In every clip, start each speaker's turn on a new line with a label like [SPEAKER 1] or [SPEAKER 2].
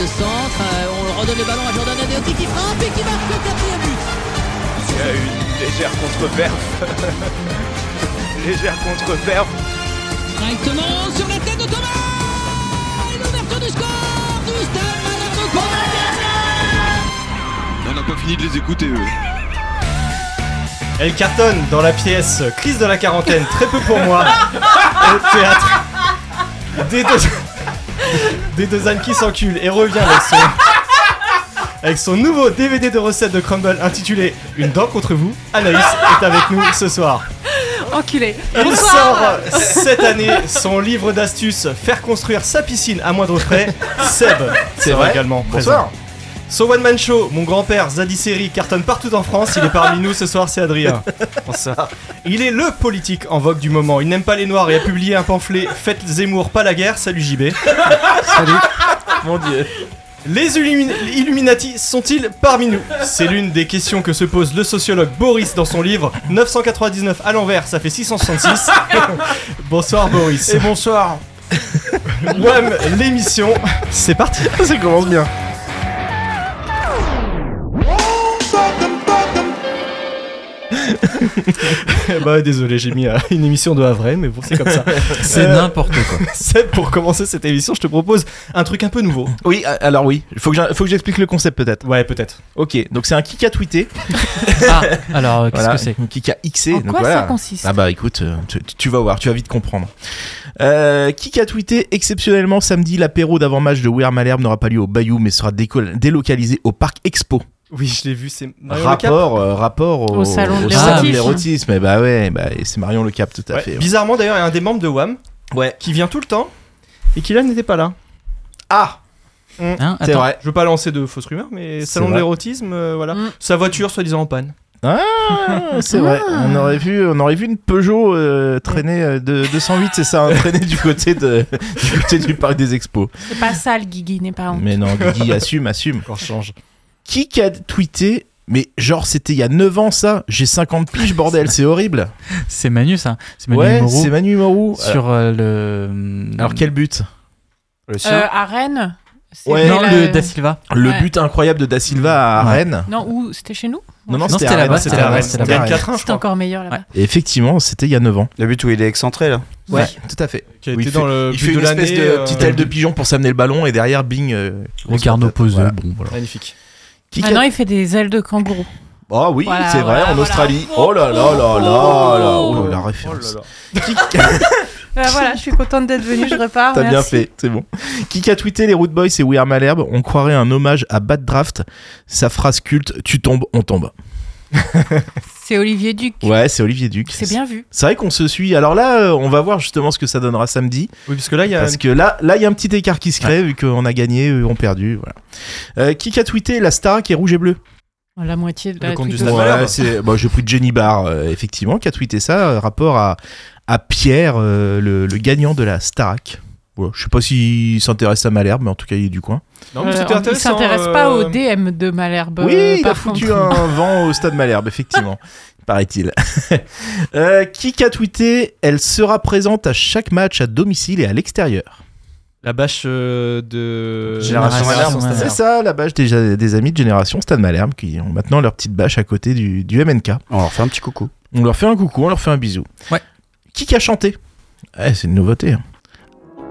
[SPEAKER 1] de centre. euh, on redonne le ballon à Jordan Adeoti qui frappe et qui marque le quatrième but.
[SPEAKER 2] Il y a une légère contre-perf. légère contre-perf.
[SPEAKER 1] Directement sur la tête de Thomas Et l'ouverture du score du Stade Malherbe
[SPEAKER 3] On n'a pas fini de les écouter, eux.
[SPEAKER 4] Elle cartonne dans la pièce Crise de la quarantaine, très peu pour moi, au théâtre. Des deux, des deux ânes qui s'enculent et revient avec son, avec son nouveau DVD de recettes de Crumble intitulé Une dent contre vous. Anaïs est avec nous ce soir.
[SPEAKER 5] Enculé.
[SPEAKER 4] Il
[SPEAKER 5] Bonsoir.
[SPEAKER 6] euh,
[SPEAKER 4] sort euh, cette année son livre d'astuces Faire construire sa piscine à moindre frais. Seb sera
[SPEAKER 6] vrai.
[SPEAKER 4] également présent.
[SPEAKER 6] Bonsoir.
[SPEAKER 4] Son one man show, mon grand-père Zadisseri cartonne partout en France, il est parmi nous ce soir, c'est Adrien. Bonsoir. Il est le politique en vogue du moment, il n'aime pas les noirs et a publié un pamphlet Faites Zemmour, pas la guerre, salut JB.
[SPEAKER 6] Salut. Mon dieu.
[SPEAKER 4] Les Illumi- Illuminati sont-ils parmi nous C'est l'une des questions que se pose le sociologue Boris dans son livre 999 à l'envers, ça fait 666. Bonsoir Boris.
[SPEAKER 6] Et bonsoir.
[SPEAKER 4] Wam, l'émission, c'est parti.
[SPEAKER 6] Ça commence bien.
[SPEAKER 4] bah désolé, j'ai mis euh, une émission de Havre, mais bon, c'est comme ça.
[SPEAKER 7] C'est
[SPEAKER 4] Euh,
[SPEAKER 7] n'importe quoi.
[SPEAKER 4] Seb, pour commencer cette émission, je te propose un truc un peu nouveau.
[SPEAKER 6] Oui, a- alors oui. Faut que j'in- faut que j'explique le concept peut-être.
[SPEAKER 4] Ouais, peut-être.
[SPEAKER 6] Ok, donc c'est un kick à tweeter.
[SPEAKER 7] Ah, alors, qu'est-ce
[SPEAKER 6] Voilà,
[SPEAKER 7] que c'est
[SPEAKER 6] un kick à xé.
[SPEAKER 5] En
[SPEAKER 6] donc
[SPEAKER 5] quoi
[SPEAKER 6] voilà.
[SPEAKER 5] ça consiste
[SPEAKER 6] Ah bah écoute, euh, tu, tu vas voir, tu vas vite comprendre. Euh, Kik a tweeté exceptionnellement samedi l'apéro d'avant-match de Weir Malherbe n'aura pas lieu au Bayou mais sera déco- délocalisé au parc Expo.
[SPEAKER 4] Oui, je l'ai vu, c'est Marion Le Cap.
[SPEAKER 6] Rapport, euh, rapport au,
[SPEAKER 5] Au salon de
[SPEAKER 6] salon
[SPEAKER 7] l'érotisme.
[SPEAKER 6] l'érotisme. Et bah ouais, bah, et c'est Marion Le Cap tout à
[SPEAKER 4] Ouais.
[SPEAKER 6] fait.
[SPEAKER 4] Bizarrement, d'ailleurs, il y a un des membres de Wam
[SPEAKER 6] Ouais.
[SPEAKER 4] qui vient tout le temps et qui là n'était pas là.
[SPEAKER 6] Ah,
[SPEAKER 7] Hein
[SPEAKER 6] c'est
[SPEAKER 7] Attends.
[SPEAKER 6] vrai.
[SPEAKER 4] Je veux pas lancer de fausses rumeurs, mais
[SPEAKER 6] C'est
[SPEAKER 4] salon de
[SPEAKER 6] vrai.
[SPEAKER 4] l'érotisme, euh, voilà.
[SPEAKER 5] Mm.
[SPEAKER 4] Sa voiture soi-disant en panne.
[SPEAKER 6] Ah, c'est vrai. On aurait vu, on aurait vu une Peugeot euh, traîner euh, de 208, c'est ça, hein, traîner du côté de, du côté du parc des Expos.
[SPEAKER 5] C'est pas ça le Guigui, n'est pas honte.
[SPEAKER 6] Mais non, Guigui, assume, assume.
[SPEAKER 4] Quand change.
[SPEAKER 6] Qui a tweeté Mais genre, c'était il y a 9 ans ça. J'ai 50 piges, bordel, c'est horrible.
[SPEAKER 7] C'est Manu, ça. C'est Manu
[SPEAKER 6] ouais,
[SPEAKER 7] Moreau
[SPEAKER 6] c'est Manu Morou. Euh,
[SPEAKER 7] sur euh, le.
[SPEAKER 6] alors, quel but Le
[SPEAKER 5] Euh, à Rennes c'est
[SPEAKER 6] Ouais.
[SPEAKER 7] Non,
[SPEAKER 5] la-
[SPEAKER 7] le Da Silva.
[SPEAKER 6] Le
[SPEAKER 5] ouais.
[SPEAKER 6] but incroyable de Da Silva à
[SPEAKER 7] Ouais.
[SPEAKER 6] Rennes.
[SPEAKER 5] Non, où C'était chez nous
[SPEAKER 6] Non, non,
[SPEAKER 7] Non,
[SPEAKER 6] c'était
[SPEAKER 7] c'était
[SPEAKER 6] à
[SPEAKER 7] là-bas,
[SPEAKER 6] Rennes.
[SPEAKER 7] c'était
[SPEAKER 4] C'était
[SPEAKER 6] à
[SPEAKER 4] la
[SPEAKER 7] la
[SPEAKER 6] Rennes,
[SPEAKER 7] reste,
[SPEAKER 4] reste.
[SPEAKER 6] c'était
[SPEAKER 4] Il y
[SPEAKER 6] à
[SPEAKER 4] a
[SPEAKER 6] Rennes.
[SPEAKER 4] 4 1 je
[SPEAKER 5] C'était
[SPEAKER 4] crois.
[SPEAKER 5] encore meilleur là-bas.
[SPEAKER 6] Et Effectivement, c'était il y a 9 ans.
[SPEAKER 8] Le but où il est excentré là.
[SPEAKER 6] Ouais, tout à fait.
[SPEAKER 4] Qui a
[SPEAKER 6] Oui,
[SPEAKER 4] été
[SPEAKER 6] il
[SPEAKER 4] dans
[SPEAKER 6] fait-
[SPEAKER 4] le
[SPEAKER 6] il
[SPEAKER 4] but
[SPEAKER 6] fait
[SPEAKER 4] de
[SPEAKER 6] une espèce
[SPEAKER 4] l'année,
[SPEAKER 6] de
[SPEAKER 4] euh,
[SPEAKER 6] petite aile de pigeon pour s'amener le ballon et derrière, bing. euh,
[SPEAKER 7] Le
[SPEAKER 6] grosse
[SPEAKER 7] Carnot
[SPEAKER 6] patate.
[SPEAKER 7] posé.
[SPEAKER 6] Voilà.
[SPEAKER 7] Bon, voilà.
[SPEAKER 4] Magnifique.
[SPEAKER 6] Qui
[SPEAKER 5] Maintenant, il fait des ailes de kangourou.
[SPEAKER 6] Ah oui,
[SPEAKER 5] Voilà,
[SPEAKER 6] c'est vrai,
[SPEAKER 5] voilà,
[SPEAKER 6] en
[SPEAKER 5] voilà.
[SPEAKER 6] Australie. Oh là là là là là. Oh la référence.
[SPEAKER 5] Ah, voilà, je suis contente d'être venue, je repars.
[SPEAKER 6] T'as bien
[SPEAKER 5] merci.
[SPEAKER 6] fait, c'est bon. Qui a tweeté les Root Boys et We Are Malherbe On croirait un hommage à Bad Draft. Sa phrase culte Tu tombes, on tombe.
[SPEAKER 5] C'est Olivier Duc.
[SPEAKER 6] Ouais, c'est Olivier Duc.
[SPEAKER 5] C'est bien vu.
[SPEAKER 6] C'est vrai qu'on se suit. Alors là, euh, on va voir justement ce que ça donnera samedi.
[SPEAKER 4] Oui, parce que là, il y a.
[SPEAKER 6] Parce que là, là, il y a un petit écart qui se crée vu qu'on a gagné, eux ont perdu. Voilà. Euh, qui a tweeté la star qui est rouge et bleue
[SPEAKER 5] La moitié de la
[SPEAKER 4] Le compte
[SPEAKER 5] tweet
[SPEAKER 4] du
[SPEAKER 5] aussi.
[SPEAKER 4] Stade Malherbe.
[SPEAKER 6] Ouais, c'est. Bon, j'ai pris Jenny Barr, euh, effectivement, qui a tweeté ça, euh, rapport à, à Pierre, euh, le, le gagnant de la Starac. Ouais, je sais pas s'il s'intéresse à Malherbe, mais en tout cas, il est du coin.
[SPEAKER 4] Non, mais
[SPEAKER 5] Euh,
[SPEAKER 4] c'était
[SPEAKER 5] on- il
[SPEAKER 4] intéressant,
[SPEAKER 5] s'intéresse
[SPEAKER 4] euh,
[SPEAKER 5] pas au DM de Malherbe. euh,
[SPEAKER 6] oui, il a
[SPEAKER 5] par
[SPEAKER 6] foutu
[SPEAKER 5] contre.
[SPEAKER 6] un vent au stade Malherbe, effectivement, paraît-il. euh, qui a tweeté Elle sera présente à chaque match à domicile et à l'extérieur.
[SPEAKER 4] La bâche euh, de.
[SPEAKER 8] Génération
[SPEAKER 7] Malherbe.
[SPEAKER 4] Malherbe.
[SPEAKER 6] C'est ça, la bâche des, des amis de génération Stade Malherbe qui ont maintenant leur petite bâche à côté du, du MNK.
[SPEAKER 8] On leur fait un petit coucou.
[SPEAKER 6] On leur fait un coucou, on leur fait un bisou.
[SPEAKER 7] Ouais.
[SPEAKER 6] Qui a chanté Eh, C'est une nouveauté. hein.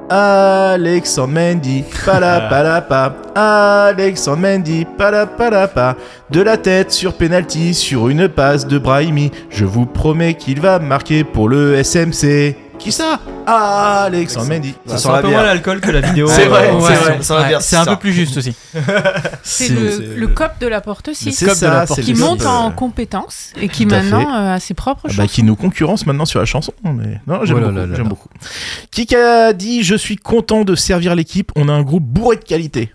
[SPEAKER 6] Alexandre Mendy, palapalapa. Alexandre Mendy, palapalapa. De la tête sur penalty, sur une passe de Brahimi. Je vous promets qu'il va marquer pour le SMC. Qui ça Alexandre Mendy.
[SPEAKER 4] Ça sent Bah, un peu moins l'alcool que la vidéo.
[SPEAKER 8] C'est
[SPEAKER 4] euh,
[SPEAKER 8] vrai,
[SPEAKER 4] ouais.
[SPEAKER 8] c'est vrai, ça va bien,
[SPEAKER 7] C'est un
[SPEAKER 8] ça.
[SPEAKER 7] peu plus juste aussi.
[SPEAKER 5] C'est le, le cop de la porte aussi.
[SPEAKER 6] C'est ça, c'est
[SPEAKER 5] Qui
[SPEAKER 6] le-
[SPEAKER 5] monte
[SPEAKER 6] euh,
[SPEAKER 5] en compétence et qui
[SPEAKER 6] Tout à
[SPEAKER 5] maintenant euh, a ses propres
[SPEAKER 6] Ah
[SPEAKER 5] choses.
[SPEAKER 6] bah, qui nous concurrence maintenant sur la chanson. mais- Non, j'aime
[SPEAKER 7] Oh là
[SPEAKER 6] beaucoup,
[SPEAKER 7] là là
[SPEAKER 6] j'aime
[SPEAKER 7] là.
[SPEAKER 6] beaucoup. Qui a dit Je suis content de servir l'équipe, on a un groupe bourré de qualité.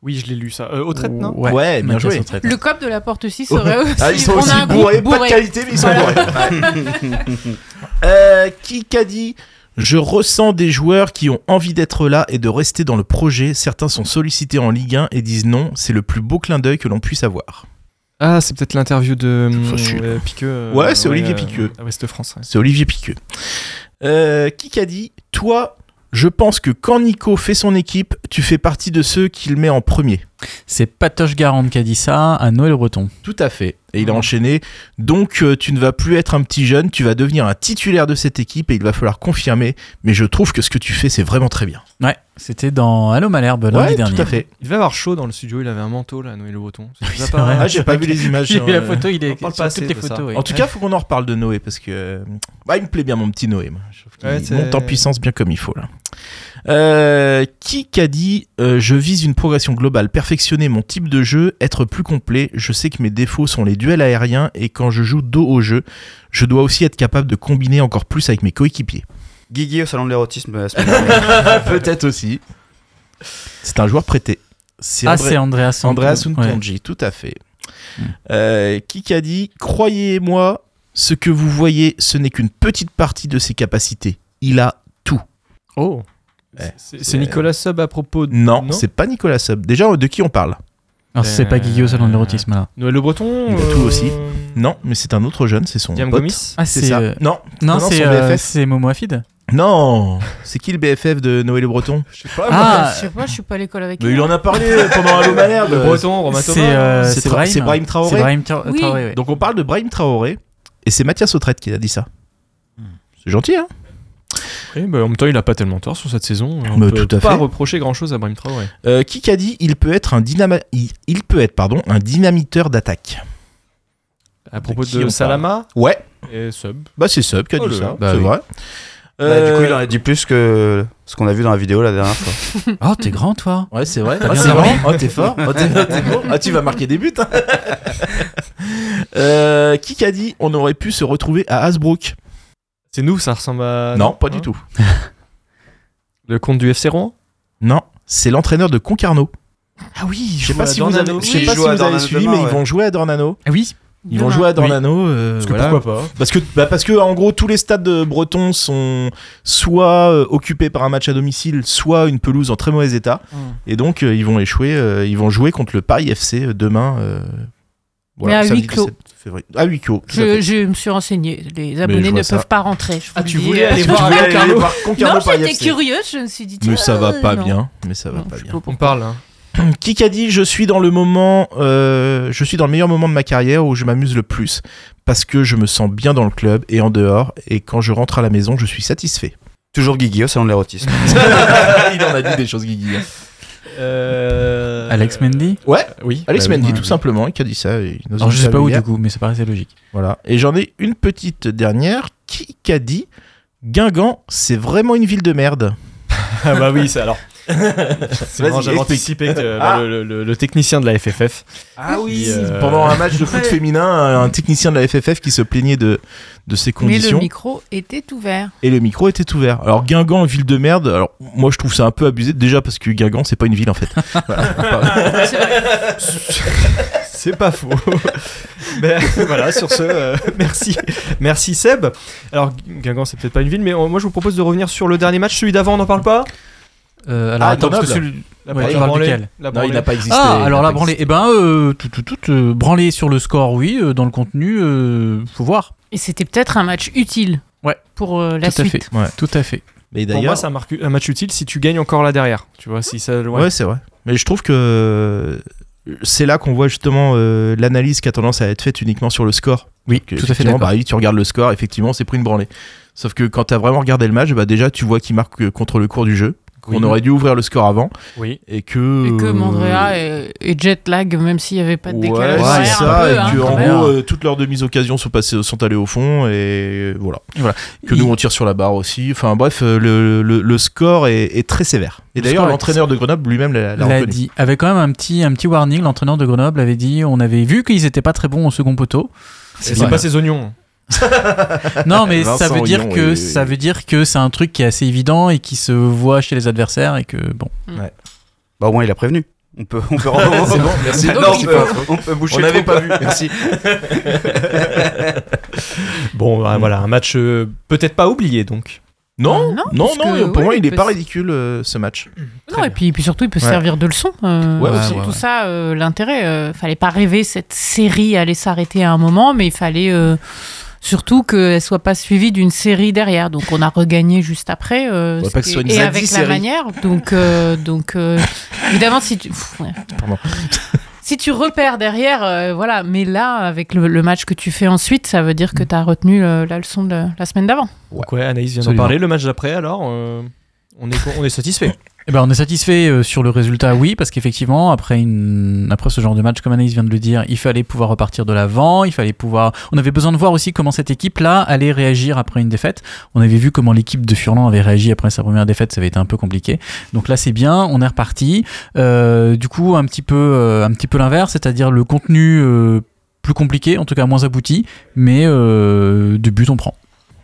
[SPEAKER 4] Oui, je l'ai lu ça. Euh, au traite, non
[SPEAKER 6] Ouais, bien joué.
[SPEAKER 5] Le cop de la porte aussi serait aussi.
[SPEAKER 6] Ah, ils sont
[SPEAKER 5] on a
[SPEAKER 6] aussi
[SPEAKER 5] un groupe
[SPEAKER 6] bourrés, pas de
[SPEAKER 5] bourré.
[SPEAKER 6] qualité, mais ils sont bourrés. Euh, qui a dit Je ressens des joueurs qui ont envie d'être là et de rester dans le projet. Certains sont sollicités en Ligue 1 et disent non, c'est le plus beau clin d'œil que l'on puisse avoir.
[SPEAKER 4] Ah, c'est peut-être l'interview de
[SPEAKER 6] Ça, je suis-
[SPEAKER 4] euh, Piqueux. euh,
[SPEAKER 6] Ouais, c'est Olivier Piqueux.
[SPEAKER 4] À Ouest France. ouais.
[SPEAKER 6] C'est Olivier Piqueux. Euh, qui a dit Toi, Je pense que quand Nico fait son équipe, tu fais partie de ceux qu'il met en premier.
[SPEAKER 7] C'est Patoche Garande qui a dit ça à Noël Breton.
[SPEAKER 6] Tout à fait. Et il a enchaîné. Donc euh, tu ne vas plus être un petit jeune, tu vas devenir un titulaire de cette équipe et il va falloir confirmer. Mais je trouve que ce que tu fais, c'est vraiment très bien.
[SPEAKER 7] Ouais, c'était dans Allô Malherbe lundi
[SPEAKER 6] ouais,
[SPEAKER 7] dernier.
[SPEAKER 6] tout à fait.
[SPEAKER 4] Il devait avoir chaud dans le studio, il avait un manteau là, Noël Le Breton. C'est déjà
[SPEAKER 7] c'est
[SPEAKER 4] pas
[SPEAKER 7] vrai.
[SPEAKER 4] mal.
[SPEAKER 6] Ah, j'ai pas vu les images.
[SPEAKER 7] J'ai
[SPEAKER 6] hein.
[SPEAKER 7] vu la photo, il
[SPEAKER 4] On
[SPEAKER 7] est
[SPEAKER 4] parle
[SPEAKER 7] sur
[SPEAKER 4] pas
[SPEAKER 7] toutes
[SPEAKER 4] assez
[SPEAKER 7] les
[SPEAKER 4] de ça.
[SPEAKER 7] photos. oui.
[SPEAKER 6] En tout cas, faut qu'on en reparle de Noé parce que euh, bah, il me plaît bien mon petit Noé. moi. Je trouve qu'il
[SPEAKER 4] Ouais, c'est-
[SPEAKER 6] monte en puissance bien comme il faut là. Euh, qui a dit euh, je vise une progression globale, perfectionner mon type de jeu, être plus complet. Je sais que mes défauts sont les duels aériens et quand je joue dos au jeu, je dois aussi être capable de combiner encore plus avec mes coéquipiers.
[SPEAKER 8] Guigui au salon de l'érotisme euh, la semaine dernière.
[SPEAKER 6] Peut-être aussi. C'est un joueur prêté. C'est
[SPEAKER 7] ah,
[SPEAKER 6] André-
[SPEAKER 7] c'est Andreas Santon.
[SPEAKER 6] Andreas
[SPEAKER 7] Ouais. Mm.
[SPEAKER 6] Suntonji, tout à fait. Euh, qui a dit Croyez-moi, ce que vous voyez, ce n'est qu'une petite partie de ses capacités. Il a tout.
[SPEAKER 4] Oh
[SPEAKER 6] Ouais.
[SPEAKER 4] C'est c'est Nicolas Sub à propos de.
[SPEAKER 6] Non, c'est pas Nicolas Sub. Déjà, de qui on parle
[SPEAKER 7] Alors, c'est pas Guillaume au salon de l'érotisme là.
[SPEAKER 4] Noël Le Breton.
[SPEAKER 6] Il a tout aussi. Non, mais c'est un autre jeune, c'est son
[SPEAKER 4] Diam
[SPEAKER 6] pote.
[SPEAKER 4] Gomis.
[SPEAKER 7] Ah,
[SPEAKER 6] C'est ça.
[SPEAKER 7] euh,
[SPEAKER 6] Non,
[SPEAKER 7] Non,
[SPEAKER 6] non,
[SPEAKER 7] c'est
[SPEAKER 6] son
[SPEAKER 7] euh,
[SPEAKER 6] BFF.
[SPEAKER 7] c'est Momo Affid.
[SPEAKER 6] non. C'est qui le BFF de Noël Le Breton
[SPEAKER 4] Je sais pas.
[SPEAKER 7] Ah,
[SPEAKER 5] Je sais pas, je suis pas à l'école avec hein.
[SPEAKER 6] Mais
[SPEAKER 5] elle.
[SPEAKER 6] Il en a parlé euh, pendant Allo Malherbe.
[SPEAKER 4] Le Breton, Romain
[SPEAKER 7] c'est
[SPEAKER 4] Thomas.
[SPEAKER 7] euh,
[SPEAKER 6] C'est
[SPEAKER 7] c'est
[SPEAKER 6] Tra-
[SPEAKER 7] Brahim.
[SPEAKER 6] c'est Brahim Traoré.
[SPEAKER 7] C'est Brahim Tra-
[SPEAKER 5] Oui.
[SPEAKER 7] Traoré, ouais.
[SPEAKER 6] Donc on parle de Brahim Traoré et c'est Mathias Autrette qui a dit ça. C'est gentil, hein
[SPEAKER 4] Hmm. Oui, bah, en même temps, il a pas tellement tort sur cette saison. hein. On
[SPEAKER 6] Mais
[SPEAKER 4] peut
[SPEAKER 6] tout à
[SPEAKER 4] pas
[SPEAKER 6] fait.
[SPEAKER 4] reprocher grand chose à Brahim Traoré.
[SPEAKER 6] Euh, qui qu'a dit il peut être un dynama- il, il peut être pardon un dynamiteur d'attaque.
[SPEAKER 4] À propos
[SPEAKER 6] qui
[SPEAKER 4] de,
[SPEAKER 6] on parle
[SPEAKER 4] Salama
[SPEAKER 6] Ouais,
[SPEAKER 4] et Sub.
[SPEAKER 6] bah c'est Sub qui a
[SPEAKER 4] Oh
[SPEAKER 6] dit
[SPEAKER 4] là
[SPEAKER 6] ça,
[SPEAKER 4] là.
[SPEAKER 6] c'est
[SPEAKER 8] oui.
[SPEAKER 6] vrai.
[SPEAKER 8] Bah, Du coup, il en
[SPEAKER 6] Euh,
[SPEAKER 8] a dit plus que ce qu'on a vu dans la vidéo la dernière fois.
[SPEAKER 7] Oh, t'es grand toi.
[SPEAKER 6] Ouais, c'est vrai.
[SPEAKER 7] T'as
[SPEAKER 6] Ah,
[SPEAKER 7] bien
[SPEAKER 6] c'est
[SPEAKER 7] dormi.
[SPEAKER 6] vrai. Oh, t'es fort. Oh, t'es, t'es bon. Ah, tu vas marquer des buts. hein. Euh, qui qu'a dit on aurait pu se retrouver à Hasbrook
[SPEAKER 4] C'est nous, ça ressemble à.
[SPEAKER 6] Non, pas du
[SPEAKER 4] hein
[SPEAKER 6] tout.
[SPEAKER 4] Le compte du FC Rouen
[SPEAKER 6] Non, c'est l'entraîneur de Concarneau.
[SPEAKER 4] Ah oui,
[SPEAKER 6] Je sais pas si vous avez, je sais
[SPEAKER 8] Oui,
[SPEAKER 6] pas
[SPEAKER 8] ils jouent à
[SPEAKER 6] si vous avez
[SPEAKER 8] Dornano
[SPEAKER 6] suivi,
[SPEAKER 8] demain,
[SPEAKER 6] mais ils
[SPEAKER 8] ouais.
[SPEAKER 6] vont jouer à Dornano.
[SPEAKER 7] Ah oui.
[SPEAKER 6] Ils vont
[SPEAKER 5] Demain.
[SPEAKER 6] jouer à Dornano. euh,
[SPEAKER 4] Parce que
[SPEAKER 6] voilà.
[SPEAKER 4] pourquoi pas
[SPEAKER 6] Parce que, bah parce que en gros, tous les stades euh, bretons sont soit euh, occupés par un match à domicile, soit une pelouse en très mauvais état.
[SPEAKER 7] Mm.
[SPEAKER 6] Et donc, euh, ils vont échouer. euh, ils vont jouer contre le Paris FC euh, demain. euh,
[SPEAKER 5] Mais à
[SPEAKER 6] samedi
[SPEAKER 5] huis clos.
[SPEAKER 6] 17 février. À huis clos. tout à
[SPEAKER 5] Je,
[SPEAKER 6] fait.
[SPEAKER 5] je me suis renseigné. Les
[SPEAKER 6] je
[SPEAKER 5] abonnés
[SPEAKER 6] vois
[SPEAKER 5] ne
[SPEAKER 6] ça.
[SPEAKER 5] peuvent pas rentrer. Je vous
[SPEAKER 4] Ah,
[SPEAKER 5] le
[SPEAKER 4] tu
[SPEAKER 5] dis.
[SPEAKER 4] voulais aller
[SPEAKER 6] Tu
[SPEAKER 4] voir
[SPEAKER 6] voulais aller
[SPEAKER 4] Concarneau
[SPEAKER 6] voir Concarneau
[SPEAKER 5] Non,
[SPEAKER 6] Paris
[SPEAKER 5] j'étais
[SPEAKER 6] FC.
[SPEAKER 5] curieuse. Je me suis dit.
[SPEAKER 6] Mais ça va
[SPEAKER 5] tiens, euh,
[SPEAKER 6] pas
[SPEAKER 5] non.
[SPEAKER 6] bien. Mais ça va
[SPEAKER 5] Non,
[SPEAKER 6] pas
[SPEAKER 5] je
[SPEAKER 6] bien.
[SPEAKER 5] peux pas.
[SPEAKER 4] On parle, hein.
[SPEAKER 6] Qui a dit je suis dans le moment, euh, je suis dans le meilleur moment de ma carrière où je m'amuse le plus parce que je me sens bien dans le club et en dehors et quand je rentre à la maison je suis satisfait.
[SPEAKER 8] Toujours Guigui au salon de l'érotisme.
[SPEAKER 6] Il en a dit des choses Guigui.
[SPEAKER 4] Euh,
[SPEAKER 7] Alex Mendy.
[SPEAKER 6] Ouais,
[SPEAKER 4] Oui.
[SPEAKER 6] Alex
[SPEAKER 7] Bah oui,
[SPEAKER 6] Mendy
[SPEAKER 7] ouais.
[SPEAKER 6] tout simplement qui a dit ça. et il n'ose
[SPEAKER 7] Alors je sais
[SPEAKER 6] pas
[SPEAKER 7] pas
[SPEAKER 6] le
[SPEAKER 7] où
[SPEAKER 6] dire.
[SPEAKER 7] du coup, mais ça paraissait logique.
[SPEAKER 6] Voilà. Et j'en ai une petite dernière qui a dit Guingamp c'est vraiment une ville de merde.
[SPEAKER 4] Ah bah oui, c'est alors. C'est
[SPEAKER 6] Vas-y,
[SPEAKER 4] marrant, J'avais
[SPEAKER 6] explique.
[SPEAKER 4] anticipé que euh,
[SPEAKER 6] Ah.
[SPEAKER 4] bah, le, le- le technicien de la FFF.
[SPEAKER 6] Ah
[SPEAKER 4] oui. Euh,
[SPEAKER 6] Pendant un match de foot féminin, un technicien de la FFF qui se plaignait de de ses
[SPEAKER 5] Mais le
[SPEAKER 6] conditions.
[SPEAKER 5] micro était ouvert.
[SPEAKER 6] et le micro était ouvert. Alors Guingamp, ville de merde, alors moi je trouve ça un peu abusé déjà parce que Guingamp c'est pas une ville en fait.
[SPEAKER 4] C'est pas faux. Mais voilà, sur ce, euh, merci. Merci Seb. Alors, Guingamp, c'est peut-être pas une ville, mais euh, moi je vous propose de revenir sur le dernier match. Celui d'avant, on n'en parle pas
[SPEAKER 7] Euh, alors
[SPEAKER 6] Ah,
[SPEAKER 7] attends, parce que
[SPEAKER 6] Grenoble.
[SPEAKER 7] celui-
[SPEAKER 4] La
[SPEAKER 7] Ouais,
[SPEAKER 4] branlée,
[SPEAKER 7] tu parles
[SPEAKER 4] branlée,
[SPEAKER 7] duquel
[SPEAKER 4] la
[SPEAKER 6] non,
[SPEAKER 4] branlée.
[SPEAKER 6] il n'a pas existé.
[SPEAKER 7] Ah,
[SPEAKER 6] il
[SPEAKER 7] alors la
[SPEAKER 6] n'a pas
[SPEAKER 7] branlée.
[SPEAKER 6] existé.
[SPEAKER 7] Eh ben, euh, tout, tout, tout, euh, branlée sur le score, oui. euh, dans le contenu, euh, faut voir.
[SPEAKER 5] Et c'était peut-être un match utile.
[SPEAKER 7] Ouais.
[SPEAKER 5] Pour euh, la
[SPEAKER 7] tout
[SPEAKER 5] suite.
[SPEAKER 7] à fait. Tout à fait.
[SPEAKER 6] Mais
[SPEAKER 4] Pour moi,
[SPEAKER 6] d'ailleurs,
[SPEAKER 4] c'est un, marque- un match utile si tu gagnes encore là derrière. Tu vois, si ça.
[SPEAKER 6] ouais, c'est vrai. Mais je trouve que euh, c'est là qu'on voit justement euh, l'analyse qui a tendance à être faite uniquement sur le score.
[SPEAKER 7] Oui, tout
[SPEAKER 6] Que,
[SPEAKER 7] à fait
[SPEAKER 6] effectivement,
[SPEAKER 7] d'accord.
[SPEAKER 6] bah oui, tu regardes le score, effectivement, c'est pris une branlée. Sauf que quand t'as vraiment regardé le match, bah déjà tu vois qu'il marque euh, contre le cours du jeu. qu'on
[SPEAKER 4] Oui.
[SPEAKER 6] aurait dû ouvrir le score avant
[SPEAKER 4] Oui.
[SPEAKER 6] et que.
[SPEAKER 5] Et que
[SPEAKER 6] euh,
[SPEAKER 5] Mandrea est, est jet lag, même s'il n'y avait pas de
[SPEAKER 6] ouais,
[SPEAKER 5] décalage.
[SPEAKER 6] c'est
[SPEAKER 5] horaire,
[SPEAKER 6] ça,
[SPEAKER 5] un peu,
[SPEAKER 6] et
[SPEAKER 5] hein,
[SPEAKER 6] que,
[SPEAKER 5] quand
[SPEAKER 6] en
[SPEAKER 5] même.
[SPEAKER 6] gros, euh, toutes leurs demi-occasions sont, passées, sont allées au fond, et voilà.
[SPEAKER 7] Voilà.
[SPEAKER 6] Que
[SPEAKER 7] Il-
[SPEAKER 6] nous, on tire sur la barre aussi. Enfin, bref, euh, le, le- le score est, est très sévère. Et
[SPEAKER 7] Le
[SPEAKER 6] d'ailleurs,
[SPEAKER 7] score est-
[SPEAKER 6] l'entraîneur de Grenoble lui-même l'a l'a
[SPEAKER 7] l'a
[SPEAKER 6] reconnu.
[SPEAKER 7] dit. Avait quand même un petit, un petit warning. L'entraîneur de Grenoble avait dit, on avait vu qu'ils étaient pas très bons au second poteau.
[SPEAKER 4] C'est
[SPEAKER 6] vrai.
[SPEAKER 4] pas ses oignons.
[SPEAKER 7] Non, mais
[SPEAKER 6] Vincent
[SPEAKER 7] ça veut dire
[SPEAKER 6] Houillon,
[SPEAKER 7] que
[SPEAKER 6] oui, oui,
[SPEAKER 7] ça
[SPEAKER 6] oui.
[SPEAKER 7] veut dire que c'est un truc qui est assez évident et qui se voit chez les adversaires et que bon.
[SPEAKER 8] Bah au moins il a prévenu. On peut, on peut. c'est bon, merci.
[SPEAKER 5] Donc,
[SPEAKER 8] on,
[SPEAKER 5] il
[SPEAKER 8] peut, on peut boucher.
[SPEAKER 6] On
[SPEAKER 8] le
[SPEAKER 6] n'avait
[SPEAKER 8] trou,
[SPEAKER 6] pas
[SPEAKER 8] quoi.
[SPEAKER 6] vu, merci.
[SPEAKER 4] Bon, bah, voilà, un match euh, peut-être pas oublié donc.
[SPEAKER 6] Non,
[SPEAKER 5] Ah, non,
[SPEAKER 6] non,
[SPEAKER 5] parce
[SPEAKER 6] non,
[SPEAKER 5] que,
[SPEAKER 6] pour
[SPEAKER 5] oui,
[SPEAKER 6] moi,
[SPEAKER 5] il
[SPEAKER 6] il n'est
[SPEAKER 5] peut
[SPEAKER 6] pas
[SPEAKER 5] se-
[SPEAKER 6] ridicule, euh, ce match.
[SPEAKER 5] Non, et puis, puis surtout, il peut se
[SPEAKER 6] Ouais.
[SPEAKER 5] servir de leçon. euh,
[SPEAKER 6] Ouais,
[SPEAKER 5] c'est
[SPEAKER 6] aussi,
[SPEAKER 5] tout ça, euh, l'intérêt. euh, fallait pas rêver cette série allait s'arrêter à un moment, mais il fallait euh, Surtout qu'elle soit pas suivie d'une série derrière. Donc on a regagné juste après. euh,
[SPEAKER 6] Faudrait pas que ce soit une
[SPEAKER 5] et
[SPEAKER 6] zadie
[SPEAKER 5] avec
[SPEAKER 6] série.
[SPEAKER 5] la manière. Donc, euh, donc euh, évidemment, si tu. Pff, ouais.
[SPEAKER 6] Pardon.
[SPEAKER 5] Si tu repères derrière, euh, voilà. Mais là, avec le, le match que tu fais ensuite, ça veut
[SPEAKER 6] Mm.
[SPEAKER 5] dire que tu as retenu euh, la leçon de la semaine d'avant.
[SPEAKER 4] Donc ouais, Anaïs vient d'en
[SPEAKER 7] Absolument.
[SPEAKER 4] parler. Le match d'après, alors, euh, on, est, co- on est satisfait.
[SPEAKER 7] Eh ben, on est satisfait euh, sur le résultat, oui, parce qu'effectivement, après, une... après ce genre de match, comme Anaïs vient de le dire, il fallait pouvoir repartir de l'avant, il fallait pouvoir. On avait besoin de voir aussi comment cette équipe-là allait réagir après une défaite. On avait vu comment l'équipe de Furlan avait réagi après sa première défaite, ça avait été un peu compliqué. Donc là, c'est bien, on est reparti. Euh, du coup, un petit peu, euh, un petit peu l'inverse, c'est-à-dire le contenu euh, plus compliqué, en tout cas moins abouti, mais euh, de but on prend.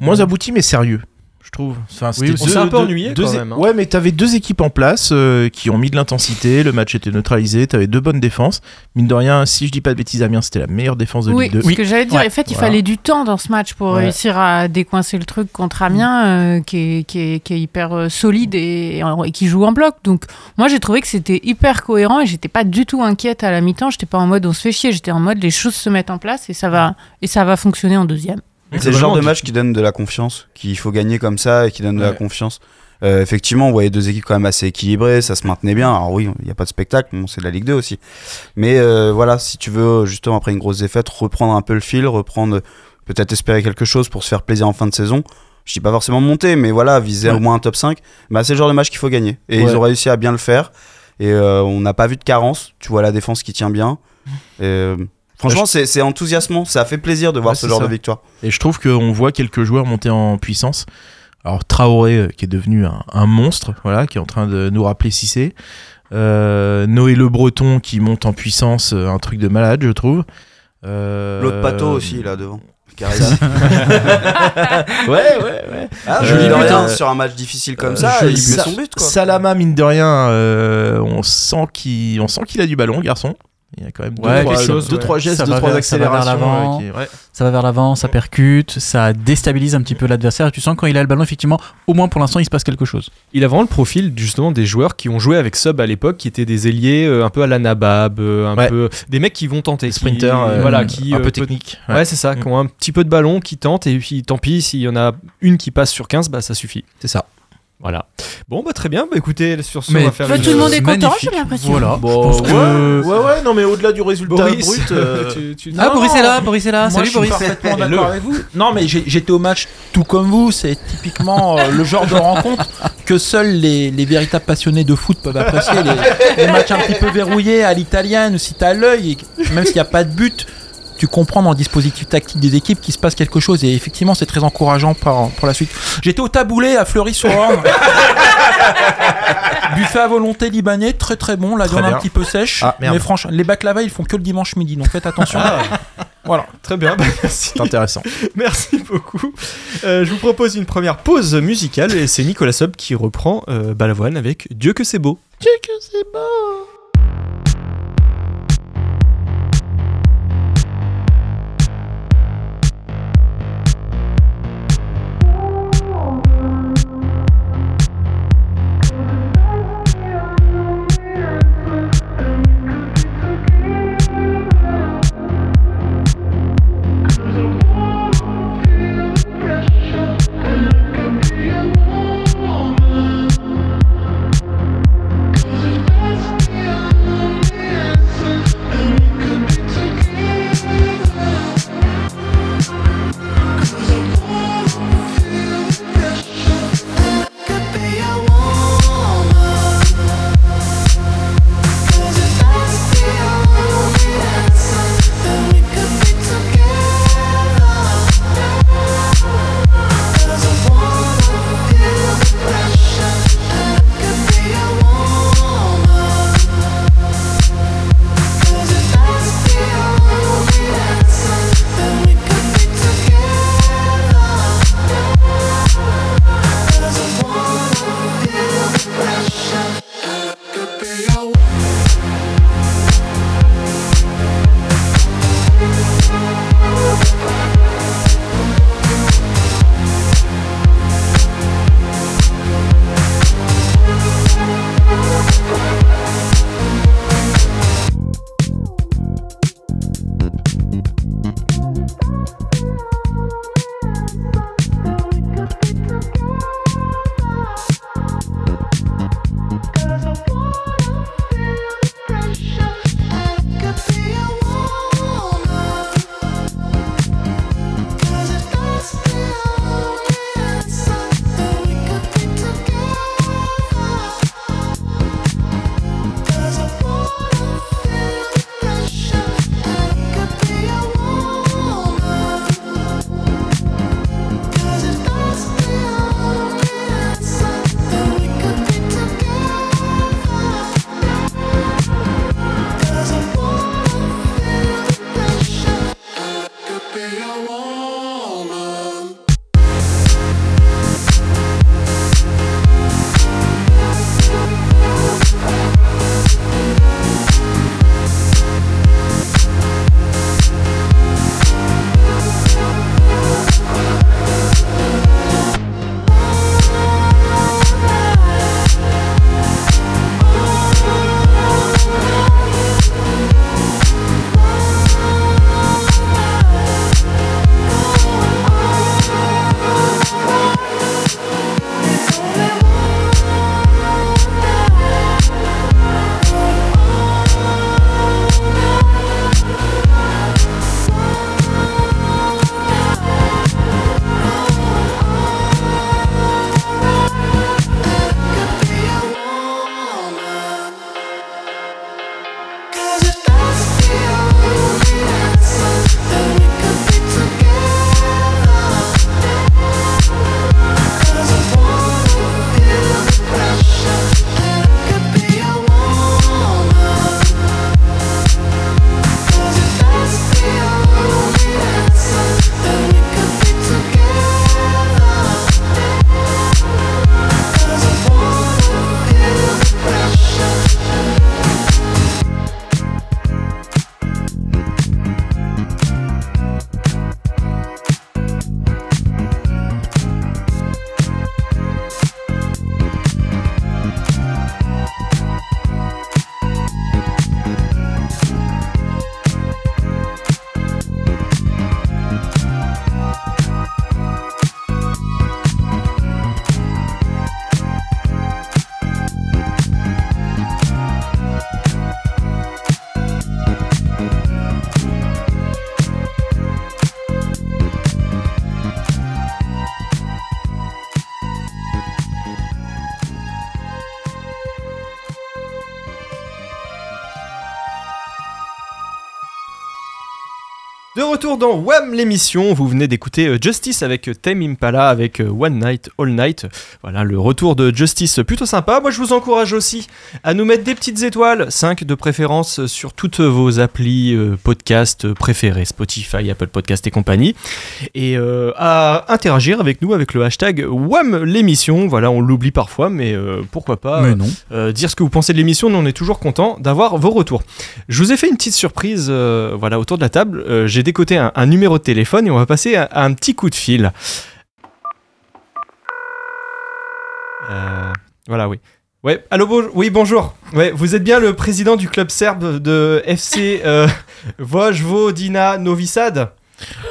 [SPEAKER 6] Moins abouti, mais sérieux. Je trouve. Enfin, c'était
[SPEAKER 4] on s'est un peu ennuyé,
[SPEAKER 6] deux
[SPEAKER 4] quand
[SPEAKER 6] é-
[SPEAKER 4] même, hein.
[SPEAKER 6] Ouais, mais t'avais deux équipes en place euh, qui ont mis de l'intensité. Le match était neutralisé. T'avais deux bonnes défenses. Mine de rien, si je dis pas de bêtises, Amiens, c'était la meilleure défense de
[SPEAKER 5] Oui,
[SPEAKER 6] Ligue 2.
[SPEAKER 5] ce que j'allais dire.
[SPEAKER 7] Ouais.
[SPEAKER 5] En fait, il
[SPEAKER 6] Voilà.
[SPEAKER 5] fallait du temps dans ce match pour
[SPEAKER 6] Ouais. Mm.
[SPEAKER 5] réussir à décoincer le truc contre Amiens, euh, qui, est, qui est- qui est hyper euh, solide et, et en- et qui joue en bloc. Donc, moi, j'ai trouvé que c'était hyper cohérent et j'étais pas du tout inquiète à la mi-temps. J'étais pas en mode on se fait chier. J'étais en mode les choses se mettent en place et ça va, et ça va fonctionner en deuxième.
[SPEAKER 8] C'est le genre de match qui donne de la confiance, qu'il faut gagner comme ça et qui donne de la
[SPEAKER 6] Ouais.
[SPEAKER 8] confiance. Euh, effectivement, on voyait deux équipes quand même assez équilibrées, ça se maintenait bien. Alors oui, il n'y a pas de spectacle, bon, c'est de la Ligue 2 aussi. Mais euh, voilà, si tu veux justement après une grosse défaite, reprendre un peu le fil, reprendre peut-être espérer quelque chose pour se faire plaisir en fin de saison. Je dis pas forcément monter, mais voilà, viser au moins un top 5. Bah, c'est le genre de match qu'il faut gagner. Et
[SPEAKER 6] Ouais.
[SPEAKER 8] ils ont réussi à bien le faire. Et euh, on n'a pas vu de carence. Tu vois la défense qui tient bien. Et, euh, franchement, c'est c'est enthousiasmant. Ça fait plaisir de voir
[SPEAKER 6] Bah, Ouais,
[SPEAKER 8] ce
[SPEAKER 6] c'est
[SPEAKER 8] genre
[SPEAKER 6] ça.
[SPEAKER 8] de victoire.
[SPEAKER 6] Et je trouve qu'on voit quelques joueurs monter en puissance. Alors Traoré, euh, qui est devenu un, un monstre, voilà, qui est en train de nous rappeler Cissé. Euh, Noé Le Breton, qui monte en puissance, euh, un truc de malade, je trouve. Euh,
[SPEAKER 8] L'autre pato aussi, là, devant. Carré.
[SPEAKER 6] Ouais, ouais, ouais.
[SPEAKER 8] Ah,
[SPEAKER 6] Euh,
[SPEAKER 8] joli
[SPEAKER 6] de
[SPEAKER 8] but,
[SPEAKER 6] rien.
[SPEAKER 8] hein, sur un match difficile comme
[SPEAKER 6] Euh,
[SPEAKER 8] ça,
[SPEAKER 6] joli
[SPEAKER 8] il
[SPEAKER 6] but.
[SPEAKER 8] met son but quoi.
[SPEAKER 6] Salama, mine de rien, euh, on sent qu'il on sent qu'il a du ballon, garçon. Il y a quand même deux,
[SPEAKER 7] Ouais,
[SPEAKER 6] trois,
[SPEAKER 7] quelque chose,
[SPEAKER 6] deux,
[SPEAKER 7] ouais.
[SPEAKER 6] trois gestes,
[SPEAKER 7] Ça
[SPEAKER 6] deux,
[SPEAKER 7] va
[SPEAKER 6] trois
[SPEAKER 7] vers- ça va vers
[SPEAKER 6] accélérations.
[SPEAKER 7] l'avant.
[SPEAKER 6] euh, qui- ouais.
[SPEAKER 7] ça va vers l'avant, ça percute, ça déstabilise un petit peu l'adversaire. Tu sens quand il a le ballon, effectivement, au moins pour l'instant, il se passe quelque chose.
[SPEAKER 4] Il a vraiment le profil justement des joueurs qui ont joué avec Sub à l'époque, qui étaient des ailiers euh, un peu à la Nabab, euh, un
[SPEAKER 6] Ouais.
[SPEAKER 4] peu des mecs qui vont tenter,
[SPEAKER 6] Des
[SPEAKER 4] qui-
[SPEAKER 6] sprinters, euh,
[SPEAKER 4] voilà, qui
[SPEAKER 6] un
[SPEAKER 4] euh,
[SPEAKER 6] peu
[SPEAKER 4] peut-
[SPEAKER 6] technique.
[SPEAKER 4] Ouais, c'est ça,
[SPEAKER 6] Mm.
[SPEAKER 4] qui ont un petit peu de ballon, qui tentent, et puis tant pis, s'il y en a une qui passe sur 15, bah ça suffit.
[SPEAKER 6] c'est ça.
[SPEAKER 4] Voilà. Bon, bah très bien, bah écoutez, sur ce,
[SPEAKER 7] Mais
[SPEAKER 4] on va faire
[SPEAKER 5] Bah,
[SPEAKER 4] une-
[SPEAKER 5] tout le monde est content,
[SPEAKER 7] magnifique.
[SPEAKER 5] j'ai l'impression.
[SPEAKER 7] Voilà.
[SPEAKER 6] Bon,
[SPEAKER 7] je pense que-
[SPEAKER 6] ouais, ouais, ouais, non, mais au-delà du résultat
[SPEAKER 4] Boris,
[SPEAKER 6] brut. euh,
[SPEAKER 4] tu- tu-
[SPEAKER 7] Ah, Boris est là, Boris est là.
[SPEAKER 3] Moi,
[SPEAKER 7] Salut,
[SPEAKER 3] je suis
[SPEAKER 7] Boris.
[SPEAKER 3] parfaitement
[SPEAKER 6] Le-
[SPEAKER 3] d'accord avec vous. Non, mais j'ai- j'étais au match tout comme vous. C'est typiquement euh, le genre de rencontre que seuls les, les véritables passionnés de foot peuvent apprécier. Les, les matchs un petit peu verrouillés à l'italienne, si t'as l'œil, et même s'il n'y a pas de but, tu comprends dans le dispositif tactique des équipes qu'il se passe quelque chose. Et effectivement, c'est très encourageant par- pour la suite. J'étais au taboulé à Fleury-sur-Orne. Buffet à volonté libanais, très très bon, la
[SPEAKER 6] Très
[SPEAKER 3] viande
[SPEAKER 6] bien.
[SPEAKER 3] un petit peu sèche.
[SPEAKER 6] Ah, merde. Ah,
[SPEAKER 3] mais franchement, les baklava ils font que le dimanche midi, donc faites attention. Voilà.
[SPEAKER 4] Très bien, bah, merci.
[SPEAKER 6] C'est intéressant.
[SPEAKER 4] Merci beaucoup. Euh, je vous propose une première pause musicale et c'est Nicolas Sub qui reprend euh, Balavoine avec Dieu que c'est beau.
[SPEAKER 9] Cause it must be
[SPEAKER 4] De retour dans Wham l'émission, vous venez d'écouter euh, Justice avec euh, Tame Impala avec euh, One Night All Night. Voilà le retour de Justice euh, plutôt sympa. Moi je vous encourage aussi à nous mettre des petites étoiles, 5 de préférence euh, sur toutes vos applis euh, podcast préférées, Spotify, Apple Podcast et compagnie. Et euh, à interagir avec nous avec le hashtag Wham l'émission. Voilà, on l'oublie parfois mais euh, pourquoi pas
[SPEAKER 7] Mais non.
[SPEAKER 4] euh, dire ce que vous pensez de l'émission. Nous, on est toujours content d'avoir vos retours. Je vous ai fait une petite surprise euh, voilà, autour de la table. Euh, J'ai décoté un, un numéro de téléphone et on va passer à, à un petit coup de fil. Euh, voilà, oui. Ouais, allô, bon- oui, bonjour. Ouais, vous êtes bien le président du club serbe de FC euh, Vojvodina Novi Sad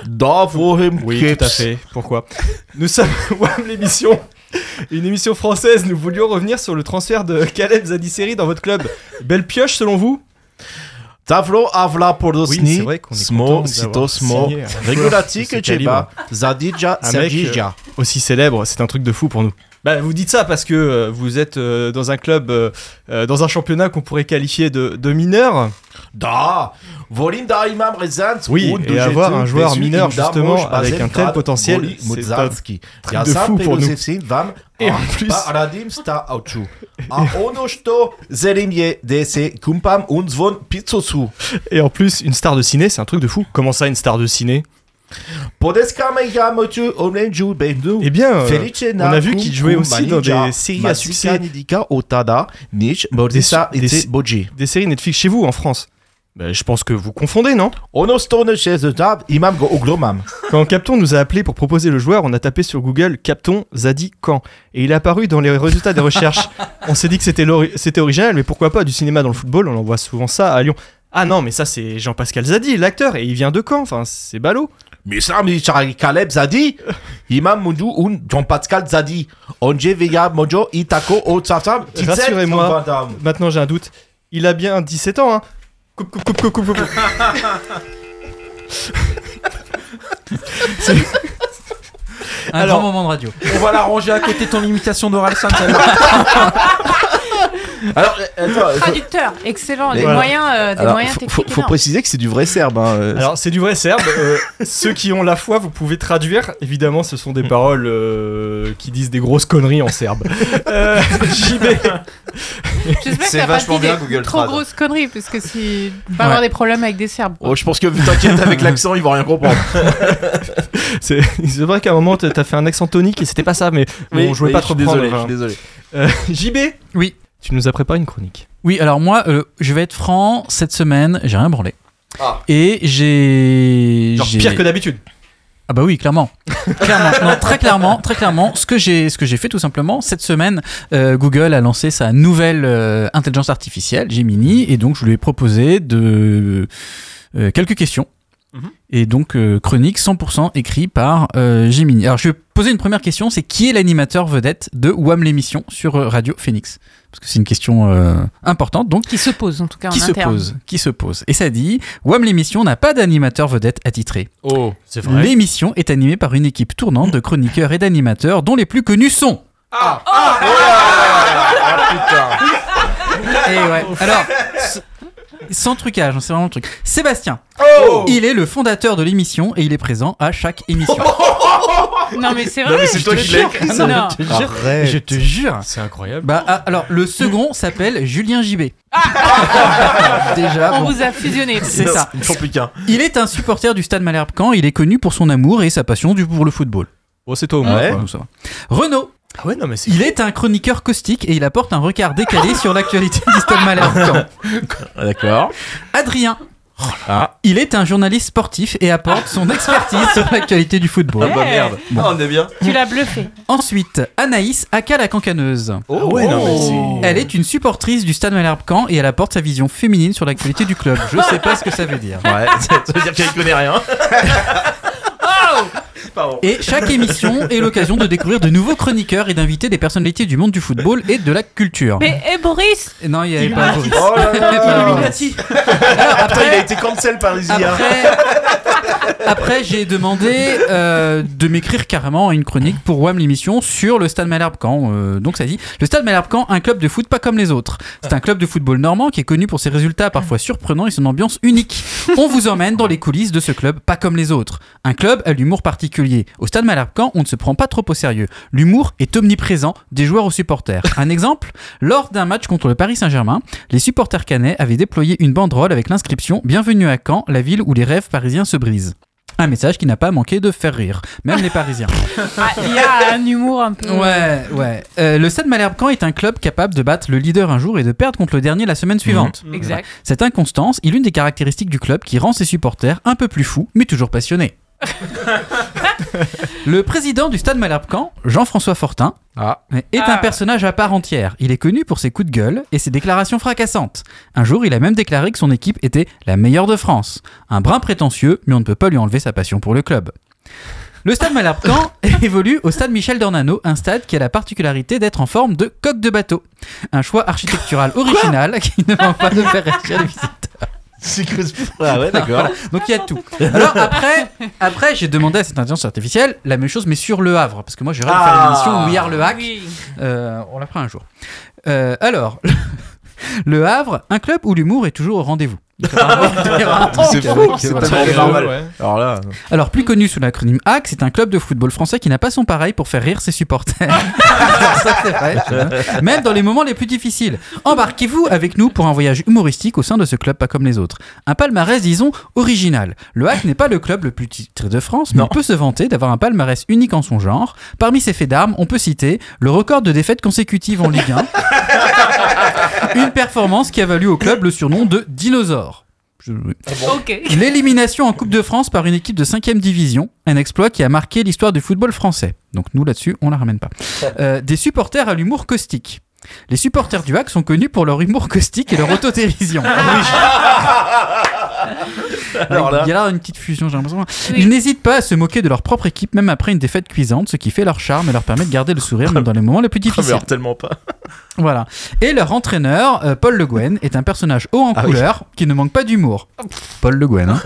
[SPEAKER 6] Davorim
[SPEAKER 4] oui, tout à fait. Pourquoi Nous sommes WAM l'émission. Une émission française, nous voulions revenir sur le transfert de Caleb Zadisseri dans votre club. Belle pioche selon vous
[SPEAKER 6] Tavlo avla podosni,
[SPEAKER 4] qu'on
[SPEAKER 6] smo
[SPEAKER 4] d'avoir
[SPEAKER 6] sito smo,
[SPEAKER 4] signé un
[SPEAKER 6] regulati
[SPEAKER 4] ce
[SPEAKER 6] que
[SPEAKER 4] calibre.
[SPEAKER 6] cheba, zadija
[SPEAKER 4] Un mec, euh,
[SPEAKER 6] sergija.
[SPEAKER 4] Aussi célèbre, c'est un truc de fou pour nous. Bah, vous dites ça parce que euh, vous êtes euh, dans un club, euh, euh, dans un championnat qu'on pourrait qualifier de, de mineur.
[SPEAKER 6] Da, volim da imam rezant,
[SPEAKER 4] Oui,
[SPEAKER 6] und
[SPEAKER 4] et avoir
[SPEAKER 6] dujetum
[SPEAKER 4] un joueur
[SPEAKER 6] pesim
[SPEAKER 4] mineur,
[SPEAKER 6] im damo
[SPEAKER 4] justement,
[SPEAKER 6] shbazem
[SPEAKER 4] avec un tel
[SPEAKER 6] grad
[SPEAKER 4] potentiel,
[SPEAKER 6] voli
[SPEAKER 4] c'est
[SPEAKER 6] Mozarski.
[SPEAKER 4] truc
[SPEAKER 6] Ja
[SPEAKER 4] de
[SPEAKER 6] sam
[SPEAKER 4] fou pour nous.
[SPEAKER 6] Pelosevsin vam
[SPEAKER 4] Et
[SPEAKER 6] a
[SPEAKER 4] en plus-
[SPEAKER 6] paradim sta auchu.
[SPEAKER 4] Ah,
[SPEAKER 6] A
[SPEAKER 4] oh
[SPEAKER 6] ono što zelim je dese kumpam und zvon pizzosu.
[SPEAKER 4] Et en plus, une star de ciné, c'est un truc de fou. Comment ça, une star de ciné
[SPEAKER 6] Podeskame ja motu omlenju benu.
[SPEAKER 4] Eh bien, euh,
[SPEAKER 6] Felicena
[SPEAKER 4] on a vu qu'il jouait
[SPEAKER 6] cum
[SPEAKER 4] aussi dans
[SPEAKER 6] manija
[SPEAKER 4] des séries à succès,
[SPEAKER 6] Masika Otada, Nich, Bodesa
[SPEAKER 4] Des- des-
[SPEAKER 6] et Boji.
[SPEAKER 4] des séries Netflix chez vous en France. Bah, je pense que vous confondez, non
[SPEAKER 6] Onostone chez The Tab, Imam Go Oglomam.
[SPEAKER 4] Quand Capton nous a appelé pour proposer le joueur, on a tapé sur Google Capton Zadi Caen et il est apparu dans les résultats des recherches. on s'est dit que c'était l'ori- c'était original, mais pourquoi pas du cinéma dans le football On en voit souvent ça à Lyon. Ah non, mais ça c'est Jean-Pascal Zadi, l'acteur, et il vient de Caen. Enfin, c'est ballot.
[SPEAKER 6] Mais ça, mais Charlie Caleb Zadi, Imam Mundu un John Pascal Zadi, Onje Vega Mojo Itako Otsafam,
[SPEAKER 4] Rassurez-moi. Maintenant, j'ai un doute. Il a bien 17 ans. Hein coupe, coupe, coupe, coupe, coupe, coupe.
[SPEAKER 7] Un
[SPEAKER 4] Alors-
[SPEAKER 7] grand moment de radio.
[SPEAKER 3] On va la ranger à côté de ton imitation d'Oral Sam, celle-là.
[SPEAKER 6] Alors, euh, attends, euh, faut-
[SPEAKER 5] Traducteur, excellent, des
[SPEAKER 4] Voilà.
[SPEAKER 5] moyens, euh, des
[SPEAKER 6] alors,
[SPEAKER 5] moyens
[SPEAKER 6] faut- faut,
[SPEAKER 5] techniques.
[SPEAKER 6] faut
[SPEAKER 5] énormes.
[SPEAKER 6] préciser que c'est du vrai serbe. Hein, euh,
[SPEAKER 4] Alors, c'est du vrai serbe. euh, ceux qui ont la foi, vous pouvez traduire. Évidemment, ce
[SPEAKER 6] Hmm.
[SPEAKER 4] sont des paroles euh, qui disent des grosses conneries en serbe. Euh, JB,
[SPEAKER 5] J'espère
[SPEAKER 8] C'est
[SPEAKER 5] qu'il a pas
[SPEAKER 8] vachement
[SPEAKER 5] dit des
[SPEAKER 8] bien, Google
[SPEAKER 5] Trop
[SPEAKER 8] Trad.
[SPEAKER 5] grosse connerie, parce que si. on va avoir des problèmes avec des Serbes.
[SPEAKER 6] oh, je pense que t'inquiète avec l'accent, ils vont rien comprendre.
[SPEAKER 4] C'est c'est vrai qu'à un moment, t'as t'as fait un accent tonique et c'était pas ça, mais bon, on jouait
[SPEAKER 6] oui,
[SPEAKER 4] pas
[SPEAKER 6] je
[SPEAKER 4] trop
[SPEAKER 6] suis
[SPEAKER 4] prendre,
[SPEAKER 6] désolé, je
[SPEAKER 4] enfin.
[SPEAKER 6] suis désolé.
[SPEAKER 4] Euh, JB
[SPEAKER 7] Oui.
[SPEAKER 4] Tu nous as préparé une chronique.
[SPEAKER 7] Oui, alors moi, euh, je vais être franc, cette semaine, j'ai rien branlé.
[SPEAKER 8] Ah.
[SPEAKER 7] Et j'ai.
[SPEAKER 4] Genre
[SPEAKER 7] j'ai-
[SPEAKER 4] pire que d'habitude.
[SPEAKER 7] Ah bah oui, clairement. clairement. Non, très clairement, très clairement. Ce que j'ai, ce que j'ai fait tout simplement, cette semaine, euh, Google a lancé sa nouvelle euh, intelligence artificielle, Gemini, et donc je lui ai proposé de euh, quelques questions.
[SPEAKER 4] Mhm.
[SPEAKER 7] Et donc euh, chronique 100% écrit par euh, Gemini. Alors je vais poser une première question, c'est qui est l'animateur vedette de Wham l'émission sur euh, Radio Phoenix Parce que c'est une question euh, importante. Donc
[SPEAKER 5] Qui se posent, en tout cas,
[SPEAKER 7] qui
[SPEAKER 5] en
[SPEAKER 7] se
[SPEAKER 5] interne.
[SPEAKER 7] pose Qui se pose Et ça dit, Wham l'émission n'a pas d'animateur vedette attitré.
[SPEAKER 4] Oh, c'est
[SPEAKER 7] L'émission est animée par une équipe tournante de chroniqueurs et d'animateurs dont les plus connus sont.
[SPEAKER 9] Ah,
[SPEAKER 7] Et ouais. Alors, s- sans trucage, hein, c'est vraiment le truc. Sébastien, il est le fondateur de l'émission et il est présent à chaque émission.
[SPEAKER 8] Oh,
[SPEAKER 5] Non, mais c'est vrai.
[SPEAKER 6] mais c'est
[SPEAKER 5] je
[SPEAKER 6] toi
[SPEAKER 5] te
[SPEAKER 6] qui l'as
[SPEAKER 5] jure.
[SPEAKER 6] écrit,
[SPEAKER 5] Non, non.
[SPEAKER 7] Je te jure.
[SPEAKER 4] C'est incroyable.
[SPEAKER 7] Bah ah, alors, le second s'appelle Julien Gibet. Déjà,
[SPEAKER 5] Ah On
[SPEAKER 7] bon.
[SPEAKER 5] vous a fusionné.
[SPEAKER 7] c'est ça.
[SPEAKER 6] Ils font plus qu'un.
[SPEAKER 7] Il est un supporter du Stade Malherbe-Caen. Il est connu pour son amour et sa passion du pour le football.
[SPEAKER 4] Bon, Oh, c'est toi au moins.
[SPEAKER 6] Ouais.
[SPEAKER 4] quoi.
[SPEAKER 7] Donc, ça va. Renaud,
[SPEAKER 4] Ah ouais, non, mais c'est.
[SPEAKER 7] il est un chroniqueur caustique et il apporte un regard décalé sur l'actualité du Stade Malherbe-Caen.
[SPEAKER 6] D'accord.
[SPEAKER 7] Adrien.
[SPEAKER 6] Ah.
[SPEAKER 7] Il est un journaliste sportif et apporte son expertise sur l'actualité du football.
[SPEAKER 4] Ah
[SPEAKER 5] bah merde.
[SPEAKER 6] Oh,
[SPEAKER 8] on est bien.
[SPEAKER 5] Tu l'as bluffé.
[SPEAKER 7] Ensuite, Anaïs Aka la cancaneuse.
[SPEAKER 6] Oh, ouais, non, mais c'est-
[SPEAKER 7] Elle est une supportrice du Stade Malherbe-Camp et elle apporte sa vision féminine sur l'actualité du club. Je sais pas ce que ça veut dire.
[SPEAKER 6] Ouais, ça veut dire qu'elle connaît rien.
[SPEAKER 7] Et chaque émission est l'occasion de découvrir de nouveaux chroniqueurs et d'inviter des personnalités du monde du football et de la culture.
[SPEAKER 5] Mais et Boris
[SPEAKER 7] Non, il n'y avait pas.
[SPEAKER 6] Oh là
[SPEAKER 7] Il y avait pas Illuminati. Alors,
[SPEAKER 6] Putain, il a
[SPEAKER 7] après,
[SPEAKER 6] été cancel par les IA.
[SPEAKER 7] Après, Après, j'ai demandé euh, de m'écrire carrément une chronique pour WAM l'émission sur le Stade Malherbe Caen. Euh, donc ça dit le Stade Malherbe Caen, un club de foot pas comme les autres. C'est un club de football normand qui est connu pour ses résultats parfois surprenants et son ambiance unique. On vous emmène dans les coulisses de ce club pas comme les autres. Un club à l'humour particulier. Au Stade Malherbe Caen, on ne se prend pas trop au sérieux. L'humour est omniprésent des joueurs aux supporters. Un exemple lors d'un match contre le Paris Saint-Germain, les supporters canais avaient déployé une banderole avec l'inscription Bienvenue à Caen, la ville où les rêves parisiens se brisent. Un message qui n'a pas manqué de faire rire, même les Parisiens.
[SPEAKER 5] Ah, Il y a un humour un peu.
[SPEAKER 7] Ouais, ouais. Euh, le Stade Malherbe Caen est un club capable de battre le leader un jour et de perdre contre le dernier la semaine suivante.
[SPEAKER 5] Mhm. Exact.
[SPEAKER 7] Cette inconstance est l'une des caractéristiques du club qui rend ses supporters un peu plus fous, mais toujours passionnés. le président du Stade Malherbe Caen, Jean-François Fortin, est un
[SPEAKER 5] Ah.
[SPEAKER 7] personnage à part entière. Il est connu pour ses coups de gueule et ses déclarations fracassantes. Un jour, il a même déclaré que son équipe était la meilleure de France. Un brin prétentieux, mais on ne peut pas lui enlever sa passion pour le club. Le stade Malherbe Caen évolue au stade Michel Dornano, un stade qui a la particularité d'être en forme de coque de bateau. Un choix architectural original qui ne manque pas de faire réagir les visiteurs.
[SPEAKER 6] C'est que- Ah ouais, d'accord.
[SPEAKER 7] Voilà. Donc il y a tout. Alors après, après j'ai demandé à cette intelligence artificielle la même chose mais sur Le Havre parce que moi j'ai rêvé de
[SPEAKER 6] Ah,
[SPEAKER 7] faire une émission We Are Le Hack.
[SPEAKER 5] Oui.
[SPEAKER 7] Euh, on la fera un jour. Euh, alors, Le Havre, un club où l'humour est toujours au rendez-vous.
[SPEAKER 6] C'est fou, c'est
[SPEAKER 4] Très
[SPEAKER 6] tellement normal. Alors là,
[SPEAKER 7] Alors, plus connu sous l'acronyme HAC, c'est un club de football français qui n'a pas son pareil pour faire rire ses supporters. Ça, c'est vrai, Bah, tu vois. Même dans les moments les plus difficiles. Embarquez-vous avec nous pour un voyage humoristique au sein de ce club pas comme les autres. Un palmarès, disons, original. Le HAC n'est pas le club le plus titré de France, mais on peut se vanter d'avoir un palmarès unique en son genre. Parmi ses faits d'armes, on peut citer le record de défaites consécutives en Ligue 1. Une performance qui a valu au club le surnom de dinosaure. Je-
[SPEAKER 6] Ah
[SPEAKER 5] Ok.
[SPEAKER 7] L'élimination en Coupe de France par une équipe de 5ème division, un exploit qui a marqué l'histoire du football français. Donc nous là-dessus, on la ramène pas. Euh, des supporters à l'humour caustique. Les supporters du HAC sont connus pour leur humour caustique et leur autodérision.
[SPEAKER 6] Alors là.
[SPEAKER 7] Il y a là une petite fusion, j'ai l'impression.
[SPEAKER 5] Oui.
[SPEAKER 7] Ils n'hésitent pas à se moquer de leur propre équipe, même après une défaite cuisante, ce qui fait leur charme et leur permet de garder le sourire même dans les moments les plus
[SPEAKER 6] Ah, mais
[SPEAKER 7] difficiles.
[SPEAKER 6] alors tellement pas.
[SPEAKER 7] Voilà. Et leur entraîneur, euh, Paul Le Guen, est un personnage haut en
[SPEAKER 6] Ah oui.
[SPEAKER 7] couleur qui ne manque pas d'humour. Paul Le Guen, hein.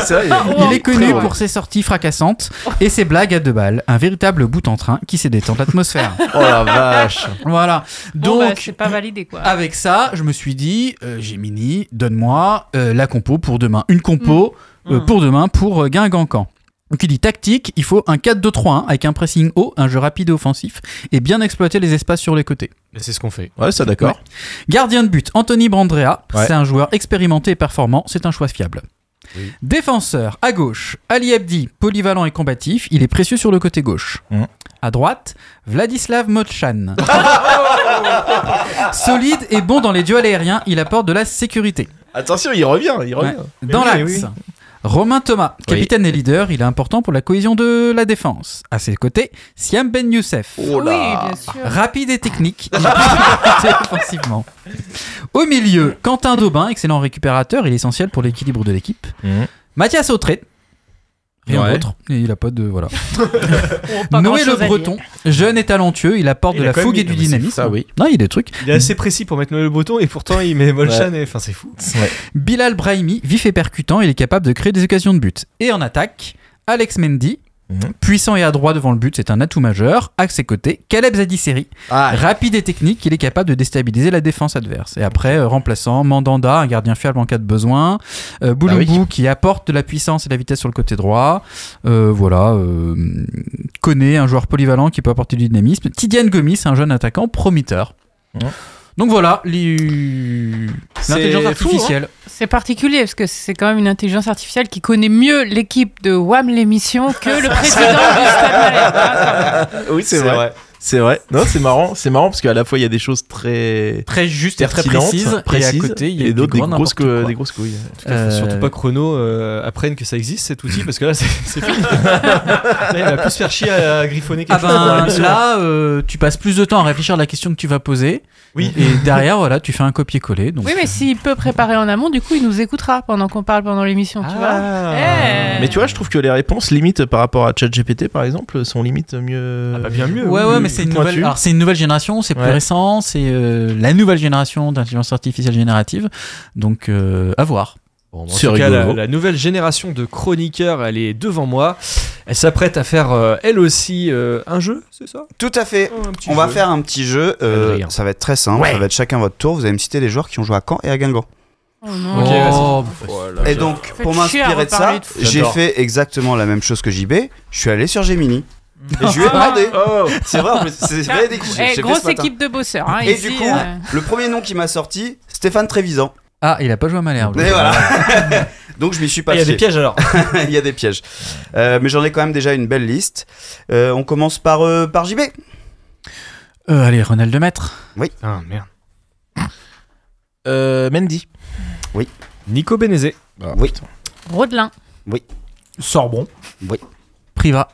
[SPEAKER 6] C'est
[SPEAKER 5] Ah,
[SPEAKER 6] vrai, il y a-
[SPEAKER 7] Il est connu
[SPEAKER 5] Ouais.
[SPEAKER 7] pour ses sorties fracassantes et ses blagues à deux balles, un véritable bout en train qui sait détendre l'atmosphère.
[SPEAKER 6] Oh la vache.
[SPEAKER 7] voilà.
[SPEAKER 5] Bon,
[SPEAKER 7] Donc
[SPEAKER 5] bah, c'est pas validé quoi.
[SPEAKER 7] avec ça, je me suis dit, euh, Gemini, donne-moi euh, la compo pour demain, une compo
[SPEAKER 5] Mm.
[SPEAKER 7] euh, pour demain pour euh, Guingamp-Camp. Donc il dit tactique, il faut un 4-2-3-1 avec un pressing haut, un jeu rapide et offensif et bien exploiter les espaces sur les côtés.
[SPEAKER 4] Mais c'est ce qu'on fait.
[SPEAKER 6] Ouais, ça d'accord.
[SPEAKER 7] Gardien de but, Anthony Brandrea.
[SPEAKER 6] Ouais.
[SPEAKER 7] C'est un joueur expérimenté et performant, c'est un choix fiable. Défenseur, à gauche, Ali Abdi, polyvalent et combatif, il est précieux sur le côté gauche.
[SPEAKER 6] Mhm.
[SPEAKER 7] À droite, Vladislav Mochan. Solide et bon dans les duels aériens, il apporte de la sécurité.
[SPEAKER 6] Attention, il revient, il revient.
[SPEAKER 7] Ouais. Dans
[SPEAKER 4] Mais
[SPEAKER 7] l'axe.
[SPEAKER 4] oui,
[SPEAKER 7] Romain Thomas, capitaine et leader, il est important pour la cohésion de la défense. À ses côtés, Siam Ben Youssef.
[SPEAKER 6] Oh
[SPEAKER 5] oui,
[SPEAKER 6] là.
[SPEAKER 5] bien sûr.
[SPEAKER 7] Rapide et technique, il est plutôt offensivement. Au milieu, Quentin Daubin, excellent récupérateur, il est essentiel pour l'équilibre de l'équipe.
[SPEAKER 6] Mhm.
[SPEAKER 7] Mathias Autré, rien
[SPEAKER 4] Mmh. Ouais.
[SPEAKER 7] d'autre, et il a pas de voilà.
[SPEAKER 5] Pas
[SPEAKER 7] Noé Le
[SPEAKER 5] grand-chose à
[SPEAKER 7] Breton, jeune et talentueux, il apporte
[SPEAKER 4] Il
[SPEAKER 7] de
[SPEAKER 4] a
[SPEAKER 7] la
[SPEAKER 4] quand même
[SPEAKER 7] fougue
[SPEAKER 4] mis-
[SPEAKER 7] et du
[SPEAKER 4] Non, mais c'est
[SPEAKER 7] dynamisme.
[SPEAKER 6] ça, oui.
[SPEAKER 7] Non, il y a des trucs.
[SPEAKER 4] Il est assez précis pour mettre Noël le Breton et pourtant il met Molchan et enfin c'est fou.
[SPEAKER 7] Bilal Brahimi, vif et percutant, il est capable de créer des occasions de but. Et en attaque, Alex Mendy,
[SPEAKER 6] Mhm.
[SPEAKER 7] puissant et adroit devant le but, c'est un atout majeur. À ses côtés, Caleb Zadisseri,
[SPEAKER 6] Ah,
[SPEAKER 7] rapide et technique, il est capable de déstabiliser la défense adverse. Et après, euh, remplaçant Mandanda, un gardien fiable en cas de besoin, euh, Boulumbu
[SPEAKER 6] Bah
[SPEAKER 7] qui apporte de la puissance et de la vitesse sur le côté droit, euh, voilà, euh, Koné, un joueur polyvalent qui peut apporter du dynamisme, Tidiane Gomis, un jeune attaquant prometteur.
[SPEAKER 6] Ouais.
[SPEAKER 7] Donc voilà, les-
[SPEAKER 5] hein.
[SPEAKER 8] hein.
[SPEAKER 7] l'intelligence
[SPEAKER 6] fou,
[SPEAKER 7] artificielle.
[SPEAKER 5] C'est particulier parce que c'est quand même une intelligence artificielle qui connaît mieux l'équipe de WAM l'émission que le président du Stade Malherbe. hein,
[SPEAKER 6] oui, c'est vrai. C'est vrai. Non, c'est marrant. C'est marrant parce qu'à la fois, il y a des choses très
[SPEAKER 7] Très juste et très
[SPEAKER 6] pertinentes,
[SPEAKER 7] précise, et à
[SPEAKER 6] précises,
[SPEAKER 7] côté il y a
[SPEAKER 6] et
[SPEAKER 7] du
[SPEAKER 6] d'autres des
[SPEAKER 7] grand
[SPEAKER 6] grosses,
[SPEAKER 7] n'importe
[SPEAKER 6] que-
[SPEAKER 7] quoi.
[SPEAKER 6] des grosses couilles.
[SPEAKER 4] Faut
[SPEAKER 7] Euh,
[SPEAKER 4] Surtout pas que Chrono euh, apprenne que ça existe cet outil parce que là c'est c'est fini. là il va plus se faire chier à, à griffonner quelque
[SPEAKER 7] Ah
[SPEAKER 4] chose. dans
[SPEAKER 7] ben
[SPEAKER 4] l'émission.
[SPEAKER 7] là, euh, tu passes plus de temps à réfléchir à la question que tu vas poser.
[SPEAKER 4] Oui.
[SPEAKER 7] Et derrière, voilà, tu fais un copier-coller. Donc,
[SPEAKER 5] Oui, mais s'il peut préparer en amont, du coup, il nous écoutera pendant qu'on parle pendant l'émission, tu vois.
[SPEAKER 8] Ah.
[SPEAKER 5] Eh.
[SPEAKER 6] Mais tu vois, je trouve que les réponses limites par rapport à ChatGPT, par exemple, sont limites mieux.
[SPEAKER 4] Ah bah bien mieux.
[SPEAKER 7] Ouais,
[SPEAKER 4] oui.
[SPEAKER 7] ouais, mais c'est une,
[SPEAKER 6] pointu.
[SPEAKER 7] nouvelle... alors, c'est une nouvelle génération, c'est plus
[SPEAKER 6] Ouais.
[SPEAKER 7] récent, c'est euh, la nouvelle génération d'intelligence artificielle générative. Donc, euh, à voir.
[SPEAKER 4] Bon, bah, en
[SPEAKER 3] C'est
[SPEAKER 4] tout cas, la,
[SPEAKER 3] rigolo.
[SPEAKER 4] la nouvelle génération de chroniqueurs, elle est devant moi. Elle s'apprête à faire, euh, elle aussi, euh, un jeu, c'est ça
[SPEAKER 8] Tout à fait.
[SPEAKER 4] Un petit
[SPEAKER 8] On va
[SPEAKER 4] jeu.
[SPEAKER 8] faire un petit jeu. euh,
[SPEAKER 4] Adrien.
[SPEAKER 8] ça va être très simple. Ça va être chacun votre tour. Vous allez me citer les joueurs qui ont joué à Caen et à Guingamp.
[SPEAKER 5] Oh bah, non.
[SPEAKER 4] Ok, vas-y.
[SPEAKER 7] Oh,
[SPEAKER 4] Voilà.
[SPEAKER 8] bah, Et donc,
[SPEAKER 5] Faites
[SPEAKER 8] pour
[SPEAKER 5] chier à
[SPEAKER 8] m'inspirer de ça,
[SPEAKER 5] reparler de
[SPEAKER 8] j'ai
[SPEAKER 4] J'adore.
[SPEAKER 8] fait exactement la même chose que JB. Je suis allé sur Gemini. Et je lui ai demandé. C'est vrai, en plus, c'est vrai dès que j'ai-
[SPEAKER 5] Eh,
[SPEAKER 8] j'ai fait
[SPEAKER 5] grosse
[SPEAKER 8] ce matin.
[SPEAKER 5] équipe de bosseurs. hein,
[SPEAKER 8] Et
[SPEAKER 5] ici,
[SPEAKER 8] du coup,
[SPEAKER 5] euh,
[SPEAKER 8] le premier nom qui m'a sorti, Stéphane Trévisan.
[SPEAKER 7] Ah, il a pas joué à Malherbe.
[SPEAKER 8] Et voilà. Donc je m'y suis pas
[SPEAKER 4] Il y a des pièges alors.
[SPEAKER 8] Il y a des pièges. Euh, mais j'en ai quand même déjà une belle liste. Euh, on commence par, euh, par JB.
[SPEAKER 7] Euh, allez, Ronald Lemaître.
[SPEAKER 4] Ah merde.
[SPEAKER 6] Euh, Mendy.
[SPEAKER 4] Nico Bénézé.
[SPEAKER 8] oui.
[SPEAKER 5] Rodelin.
[SPEAKER 3] Sorbon.
[SPEAKER 7] Priva.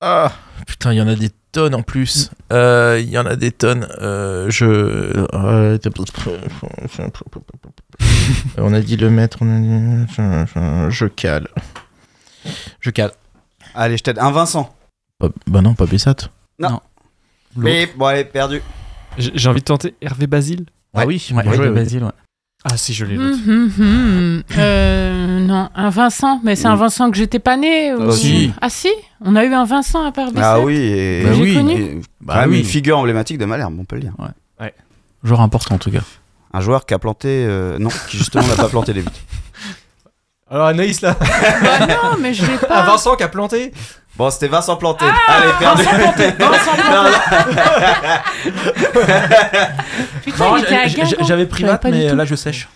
[SPEAKER 6] Ah, putain, il y en a des tonnes en plus. Euh, Il y en a des tonnes. Euh, je. euh, on a dit le maître, on a dit. je- Je, je cale. Je cale.
[SPEAKER 8] Allez, je t'aide. Un Vincent.
[SPEAKER 6] Pas- bah non, pas Bessat.
[SPEAKER 8] Mais bon, allez, perdu.
[SPEAKER 4] J- J'ai envie de tenter Hervé Basile.
[SPEAKER 8] Ouais.
[SPEAKER 6] Ah oui,
[SPEAKER 7] Ouais,
[SPEAKER 6] bien
[SPEAKER 7] ouais,
[SPEAKER 6] joué,
[SPEAKER 7] de
[SPEAKER 6] ouais.
[SPEAKER 7] Basile, ouais.
[SPEAKER 4] Ah si, je l'ai. l'autre.
[SPEAKER 5] Hum, hum, hum. Euh, non, un Vincent. Mais c'est un Vincent que j'étais pas né. ou-
[SPEAKER 8] Ah, si.
[SPEAKER 5] Ah si On a eu un Vincent à part
[SPEAKER 8] Ah
[SPEAKER 5] Bessette.
[SPEAKER 8] oui. Et...
[SPEAKER 7] Bah
[SPEAKER 5] J'ai
[SPEAKER 7] oui.
[SPEAKER 5] connu.
[SPEAKER 8] et-
[SPEAKER 7] Bah
[SPEAKER 8] quand même
[SPEAKER 7] oui.
[SPEAKER 8] une figure emblématique de Malherbe, on peut le dire.
[SPEAKER 7] Joueur important en tout cas.
[SPEAKER 8] Un joueur qui a planté. euh, non, qui justement n'a pas planté les buts.
[SPEAKER 4] Alors Anaïs là.
[SPEAKER 5] Bah non, mais je l'ai
[SPEAKER 4] Ah,
[SPEAKER 5] pas.
[SPEAKER 4] Vincent qui a planté.
[SPEAKER 8] Bon, c'était Vincent Planté.
[SPEAKER 5] Ah,
[SPEAKER 8] allez, perdu.
[SPEAKER 5] Putain, il était à
[SPEAKER 3] J-
[SPEAKER 5] Guingamp.
[SPEAKER 3] J'avais pris note,
[SPEAKER 5] pas du
[SPEAKER 3] mais euh,
[SPEAKER 5] tout.
[SPEAKER 3] là je sèche.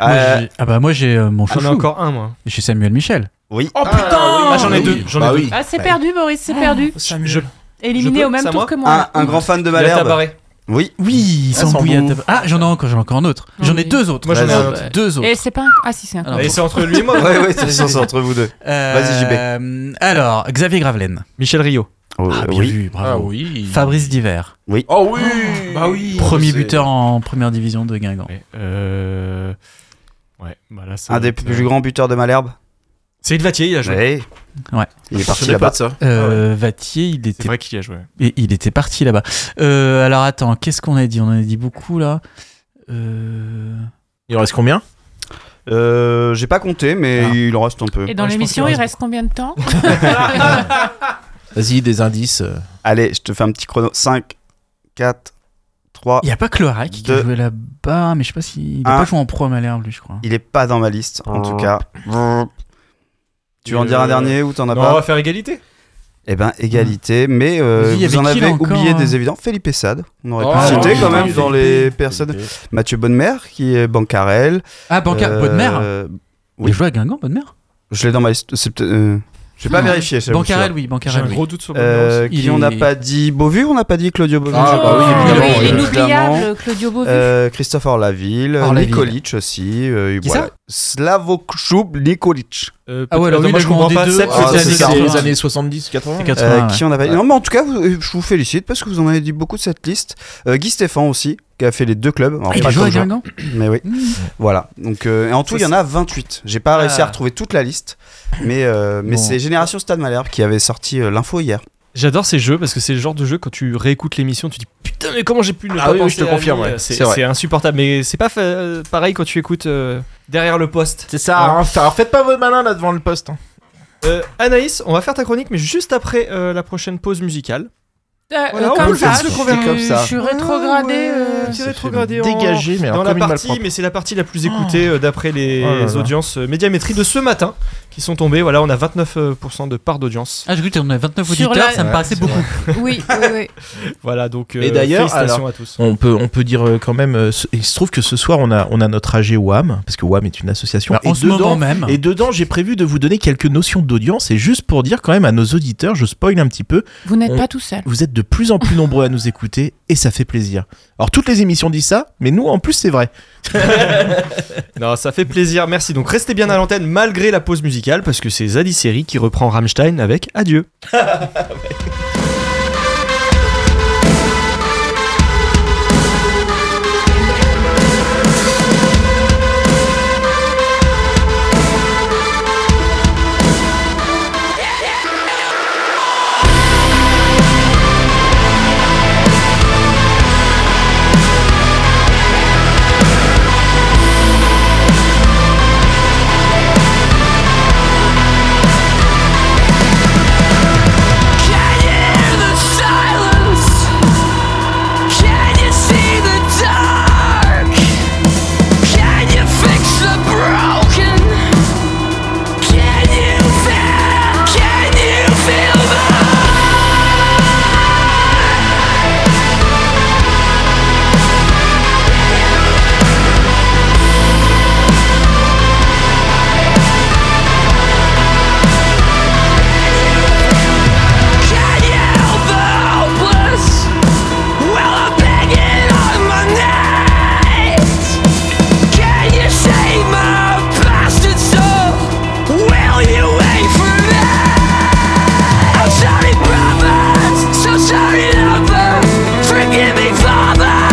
[SPEAKER 7] Moi,
[SPEAKER 8] Euh,
[SPEAKER 7] j'ai- ah bah moi j'ai euh, mon
[SPEAKER 4] J'en ai
[SPEAKER 7] chouchou.
[SPEAKER 4] encore un moi.
[SPEAKER 7] J'ai Samuel Michel.
[SPEAKER 8] oui.
[SPEAKER 3] Oh putain
[SPEAKER 4] Ah, j'en ai deux. J'en ai
[SPEAKER 6] Bah
[SPEAKER 4] deux.
[SPEAKER 6] oui.
[SPEAKER 5] Ah, c'est perdu, Boris, c'est perdu.
[SPEAKER 4] Ah, Je...
[SPEAKER 5] Éliminé
[SPEAKER 4] peux-
[SPEAKER 5] au même
[SPEAKER 4] c'est à
[SPEAKER 5] tour
[SPEAKER 4] moi
[SPEAKER 5] que
[SPEAKER 7] Ah,
[SPEAKER 5] moi.
[SPEAKER 8] Ah, Un, un grand fan de
[SPEAKER 4] Il a
[SPEAKER 8] Malherbe.
[SPEAKER 4] tabaré.
[SPEAKER 8] Oui.
[SPEAKER 7] Oui,
[SPEAKER 6] Ah, Sambou.
[SPEAKER 7] Sambou. Ah, j'en ai encore, j'en ai encore un autre.
[SPEAKER 5] Non,
[SPEAKER 7] J'en ai
[SPEAKER 5] mais-
[SPEAKER 7] deux autres.
[SPEAKER 4] Moi, j'en ai un
[SPEAKER 5] autre.
[SPEAKER 7] Deux autres.
[SPEAKER 5] Et c'est pas un. Ah si, c'est un.
[SPEAKER 7] Alors,
[SPEAKER 4] Et c'est entre lui et moi.
[SPEAKER 8] Ouais, ouais, c'est c'est entre vous deux. Vas-y, JB.
[SPEAKER 7] JB. Euh, Alors, Xavier Gravelaine.
[SPEAKER 4] Michel Rio.
[SPEAKER 7] Ah, bien
[SPEAKER 8] Oh, oui.
[SPEAKER 7] vu, bravo.
[SPEAKER 6] oui.
[SPEAKER 7] Fabrice Diver.
[SPEAKER 4] Ah
[SPEAKER 6] Oh oui.
[SPEAKER 5] Ah,
[SPEAKER 3] Bah oui.
[SPEAKER 7] Premier
[SPEAKER 6] c'est-
[SPEAKER 7] buteur en première division de Guingamp.
[SPEAKER 4] Euh... Ouais, bah là c'est...
[SPEAKER 8] Un des plus grands buteurs de Malherbe.
[SPEAKER 4] C'est Yves Vattier, il a joué.
[SPEAKER 8] Ouais.
[SPEAKER 7] Ouais.
[SPEAKER 8] Il est
[SPEAKER 6] Je
[SPEAKER 8] parti
[SPEAKER 6] n'ai
[SPEAKER 8] là-bas.
[SPEAKER 6] pas de ça.
[SPEAKER 7] Euh, Vatier, il
[SPEAKER 4] Ah C'est
[SPEAKER 7] était,
[SPEAKER 4] vrai qu'il y a joué.
[SPEAKER 7] et il était parti là-bas. Euh, alors attends, qu'est-ce qu'on a dit On en a dit beaucoup là. Euh,
[SPEAKER 6] Il en reste combien
[SPEAKER 8] Euh, J'ai pas compté, mais
[SPEAKER 7] Ah.
[SPEAKER 8] il en reste un peu.
[SPEAKER 5] Et dans
[SPEAKER 4] Ouais, je pense
[SPEAKER 5] l'émission,
[SPEAKER 4] qu'il
[SPEAKER 5] il
[SPEAKER 4] reste
[SPEAKER 5] reste combien de temps Euh,
[SPEAKER 6] Vas-y, des indices. euh.
[SPEAKER 8] Allez, je te fais un petit chrono. 5, 4, 3.
[SPEAKER 7] Il n'y a pas Clorac qui
[SPEAKER 8] Deux.
[SPEAKER 7] jouait là-bas, mais je sais pas s'il n'a
[SPEAKER 8] Un.
[SPEAKER 7] pas joué en pro à Malherbe, lui, je crois.
[SPEAKER 8] Il est pas dans ma liste, en tout cas. Tu veux en
[SPEAKER 4] Oh. Euh,
[SPEAKER 8] dire un dernier ou t'en as
[SPEAKER 4] Non, on
[SPEAKER 8] pas
[SPEAKER 4] va faire égalité.
[SPEAKER 8] Eh ben, égalité, mais euh,
[SPEAKER 7] Vas-y, il y
[SPEAKER 8] vous
[SPEAKER 7] avait
[SPEAKER 8] en
[SPEAKER 7] qui,
[SPEAKER 8] avez
[SPEAKER 7] là, encore,
[SPEAKER 8] oublié
[SPEAKER 7] hein
[SPEAKER 8] des évidents. Felipe Sade, on aurait
[SPEAKER 4] Oh,
[SPEAKER 8] pu le citer
[SPEAKER 4] oui,
[SPEAKER 8] quand
[SPEAKER 4] oui,
[SPEAKER 8] même
[SPEAKER 4] oui,
[SPEAKER 8] dans les personnes. Mathieu Bonnemer, qui est Bancarel.
[SPEAKER 7] Ah, Banca,
[SPEAKER 8] Euh,
[SPEAKER 7] Bonne-Mère
[SPEAKER 8] oui.
[SPEAKER 7] Il jouait à Guingamp, Bonne-Mère
[SPEAKER 8] Je l'ai dans ma liste. c'est peut-être, euh, J'ai pas
[SPEAKER 7] Hmm.
[SPEAKER 8] vérifié. j'avoue,
[SPEAKER 7] Bancarel,
[SPEAKER 8] celui-là.
[SPEAKER 7] oui,
[SPEAKER 4] J'ai
[SPEAKER 7] Bancarel.
[SPEAKER 4] un
[SPEAKER 7] oui.
[SPEAKER 4] gros doute sur
[SPEAKER 8] Euh,
[SPEAKER 7] Il
[SPEAKER 8] qui on n'a
[SPEAKER 7] est-
[SPEAKER 8] pas dit Beauvu, on n'a pas dit Claudio Beauvu.
[SPEAKER 6] Ah, bah oui, évidemment,
[SPEAKER 5] Oui,
[SPEAKER 6] oui,
[SPEAKER 5] l'inoubliable Claudio Beauvue.
[SPEAKER 8] Euh, Christophe Orlaville,
[SPEAKER 7] Orlaville.
[SPEAKER 8] Nikolic aussi. euh,
[SPEAKER 7] Qui
[SPEAKER 8] voilà. Slavochub Nikolic.
[SPEAKER 6] Euh,
[SPEAKER 7] Ah ouais, alors lui,
[SPEAKER 4] moi
[SPEAKER 7] il
[SPEAKER 4] je
[SPEAKER 7] joue en
[SPEAKER 4] comprends pas.
[SPEAKER 7] D2.
[SPEAKER 4] Seb,
[SPEAKER 7] Ah,
[SPEAKER 4] c'est
[SPEAKER 7] ça,
[SPEAKER 4] des
[SPEAKER 7] c'est
[SPEAKER 4] années
[SPEAKER 7] ça.
[SPEAKER 4] 40.
[SPEAKER 6] les années 70, 80.
[SPEAKER 7] C'est
[SPEAKER 8] Euh,
[SPEAKER 7] 80, ouais.
[SPEAKER 8] qui on a pas dit. Non, mais en tout cas, vous- euh, je vous félicite parce que vous en avez dit beaucoup de cette liste. Euh, Guy Stéphane aussi, qui a fait les deux clubs. Alors,
[SPEAKER 7] Ah, il
[SPEAKER 8] pas
[SPEAKER 7] a joué à
[SPEAKER 8] toujours,
[SPEAKER 7] Guingamp Mmh.
[SPEAKER 8] Mais oui. Voilà. Donc, euh, et en tout, il y en a 28. J'ai pas réussi à
[SPEAKER 7] Ah.
[SPEAKER 8] retrouver toute la liste, mais, euh, mais
[SPEAKER 7] Bon.
[SPEAKER 8] c'est Génération Stade Malherbe qui avait sorti euh, l'info hier.
[SPEAKER 4] J'adore ces jeux parce que c'est le genre de jeu quand tu réécoutes l'émission, tu dis putain mais comment j'ai pu ne pas
[SPEAKER 6] Ah oui, oui,
[SPEAKER 4] penser
[SPEAKER 6] je te
[SPEAKER 4] à
[SPEAKER 6] confirme,
[SPEAKER 4] lui,
[SPEAKER 6] ouais.
[SPEAKER 4] euh, C'est
[SPEAKER 6] C'est vrai.
[SPEAKER 4] c'est insupportable, mais c'est pas fa- euh, pareil quand tu écoutes euh, derrière le poste.
[SPEAKER 6] C'est ça, hein, ça- alors faites pas vos malins là devant le poste. hein.
[SPEAKER 4] Euh, Anaïs, on va faire ta chronique, mais juste après euh, la prochaine pause musicale.
[SPEAKER 5] Euh,
[SPEAKER 4] voilà, on peut
[SPEAKER 5] comme,
[SPEAKER 4] le faire,
[SPEAKER 5] ça,
[SPEAKER 4] c'est
[SPEAKER 5] je-
[SPEAKER 4] convaincant.
[SPEAKER 8] comme ça.
[SPEAKER 5] Je suis
[SPEAKER 4] Ah,
[SPEAKER 5] rétrogradé. euh,
[SPEAKER 4] Tu
[SPEAKER 6] Ça
[SPEAKER 4] es
[SPEAKER 6] fait
[SPEAKER 4] rétrogradé en-
[SPEAKER 6] Dégagé, mais alors
[SPEAKER 4] Dans la
[SPEAKER 6] comme une
[SPEAKER 4] partie,
[SPEAKER 6] malpropre.
[SPEAKER 4] mais c'est la partie la plus écoutée euh, d'après les
[SPEAKER 6] Oh là là.
[SPEAKER 4] audiences euh, médiamétrie de ce matin qui sont tombées. Voilà, on a 29% de part d'audience.
[SPEAKER 7] Ah, j'ai cru que t'en avais 29
[SPEAKER 5] Sur
[SPEAKER 7] auditeurs,
[SPEAKER 5] la-
[SPEAKER 7] ça me
[SPEAKER 6] Ouais,
[SPEAKER 7] paraissait
[SPEAKER 6] c'est
[SPEAKER 7] beaucoup.
[SPEAKER 5] Oui, oui, oui.
[SPEAKER 4] Voilà, donc
[SPEAKER 6] Et
[SPEAKER 4] euh,
[SPEAKER 6] d'ailleurs,
[SPEAKER 4] félicitations
[SPEAKER 6] alors-
[SPEAKER 4] à tous.
[SPEAKER 6] On peut, on peut dire euh, quand même, euh, ce- il se trouve que ce soir on a, on a notre AG WAM, parce que WAM est une association.
[SPEAKER 7] Alors,
[SPEAKER 6] et
[SPEAKER 7] en ce
[SPEAKER 6] dedans-
[SPEAKER 7] moment même.
[SPEAKER 6] Et dedans, j'ai prévu de vous donner quelques notions d'audience, et juste pour dire quand même à nos auditeurs, je spoil un petit peu,
[SPEAKER 5] Vous n'êtes
[SPEAKER 6] On-
[SPEAKER 5] pas tout seul.
[SPEAKER 6] vous êtes de plus en plus nombreux à nous écouter, et ça fait plaisir. Alors toutes les émissions disent ça, mais nous en plus c'est vrai.
[SPEAKER 4] Non, ça fait plaisir, merci. Donc restez bien à l'antenne malgré la pause musicale parce que c'est Zadie Seri qui reprend Rammstein avec Adieu.
[SPEAKER 9] Thank Oh,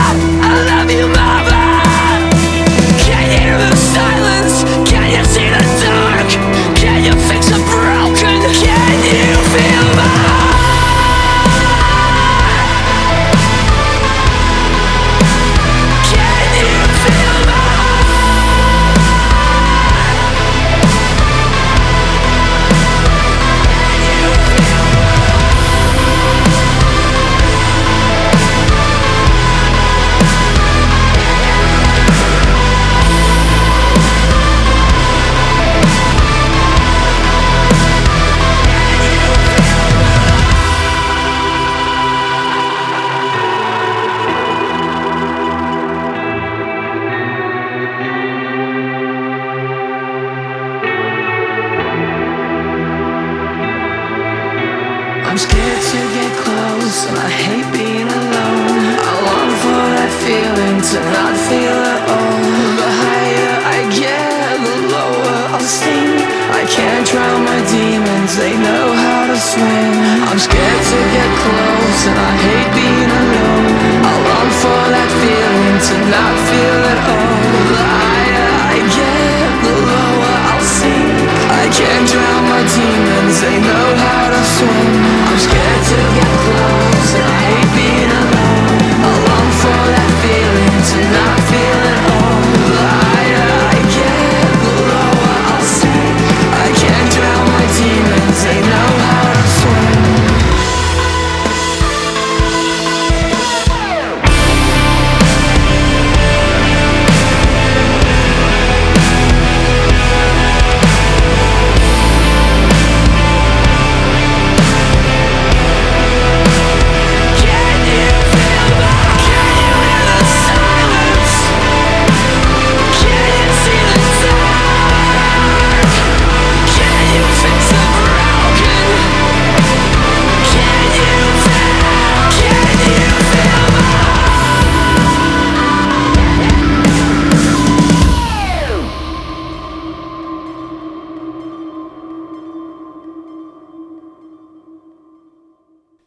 [SPEAKER 9] swing. I'm scared to get close and I hate being alone. I long for that feeling to not feel at all. The higher I get, the lower I'll sink. I can't drown my demons, they know how to swim. I'm scared to get close and I hate being alone. I long for that feeling to not feel at all. The higher I get, the lower I'll sink. I can't drown my demons, they know how to swim. Can you feel the, can you hear the silence? Can you see the dark? Can you fix the broken? Can you feel, can you feel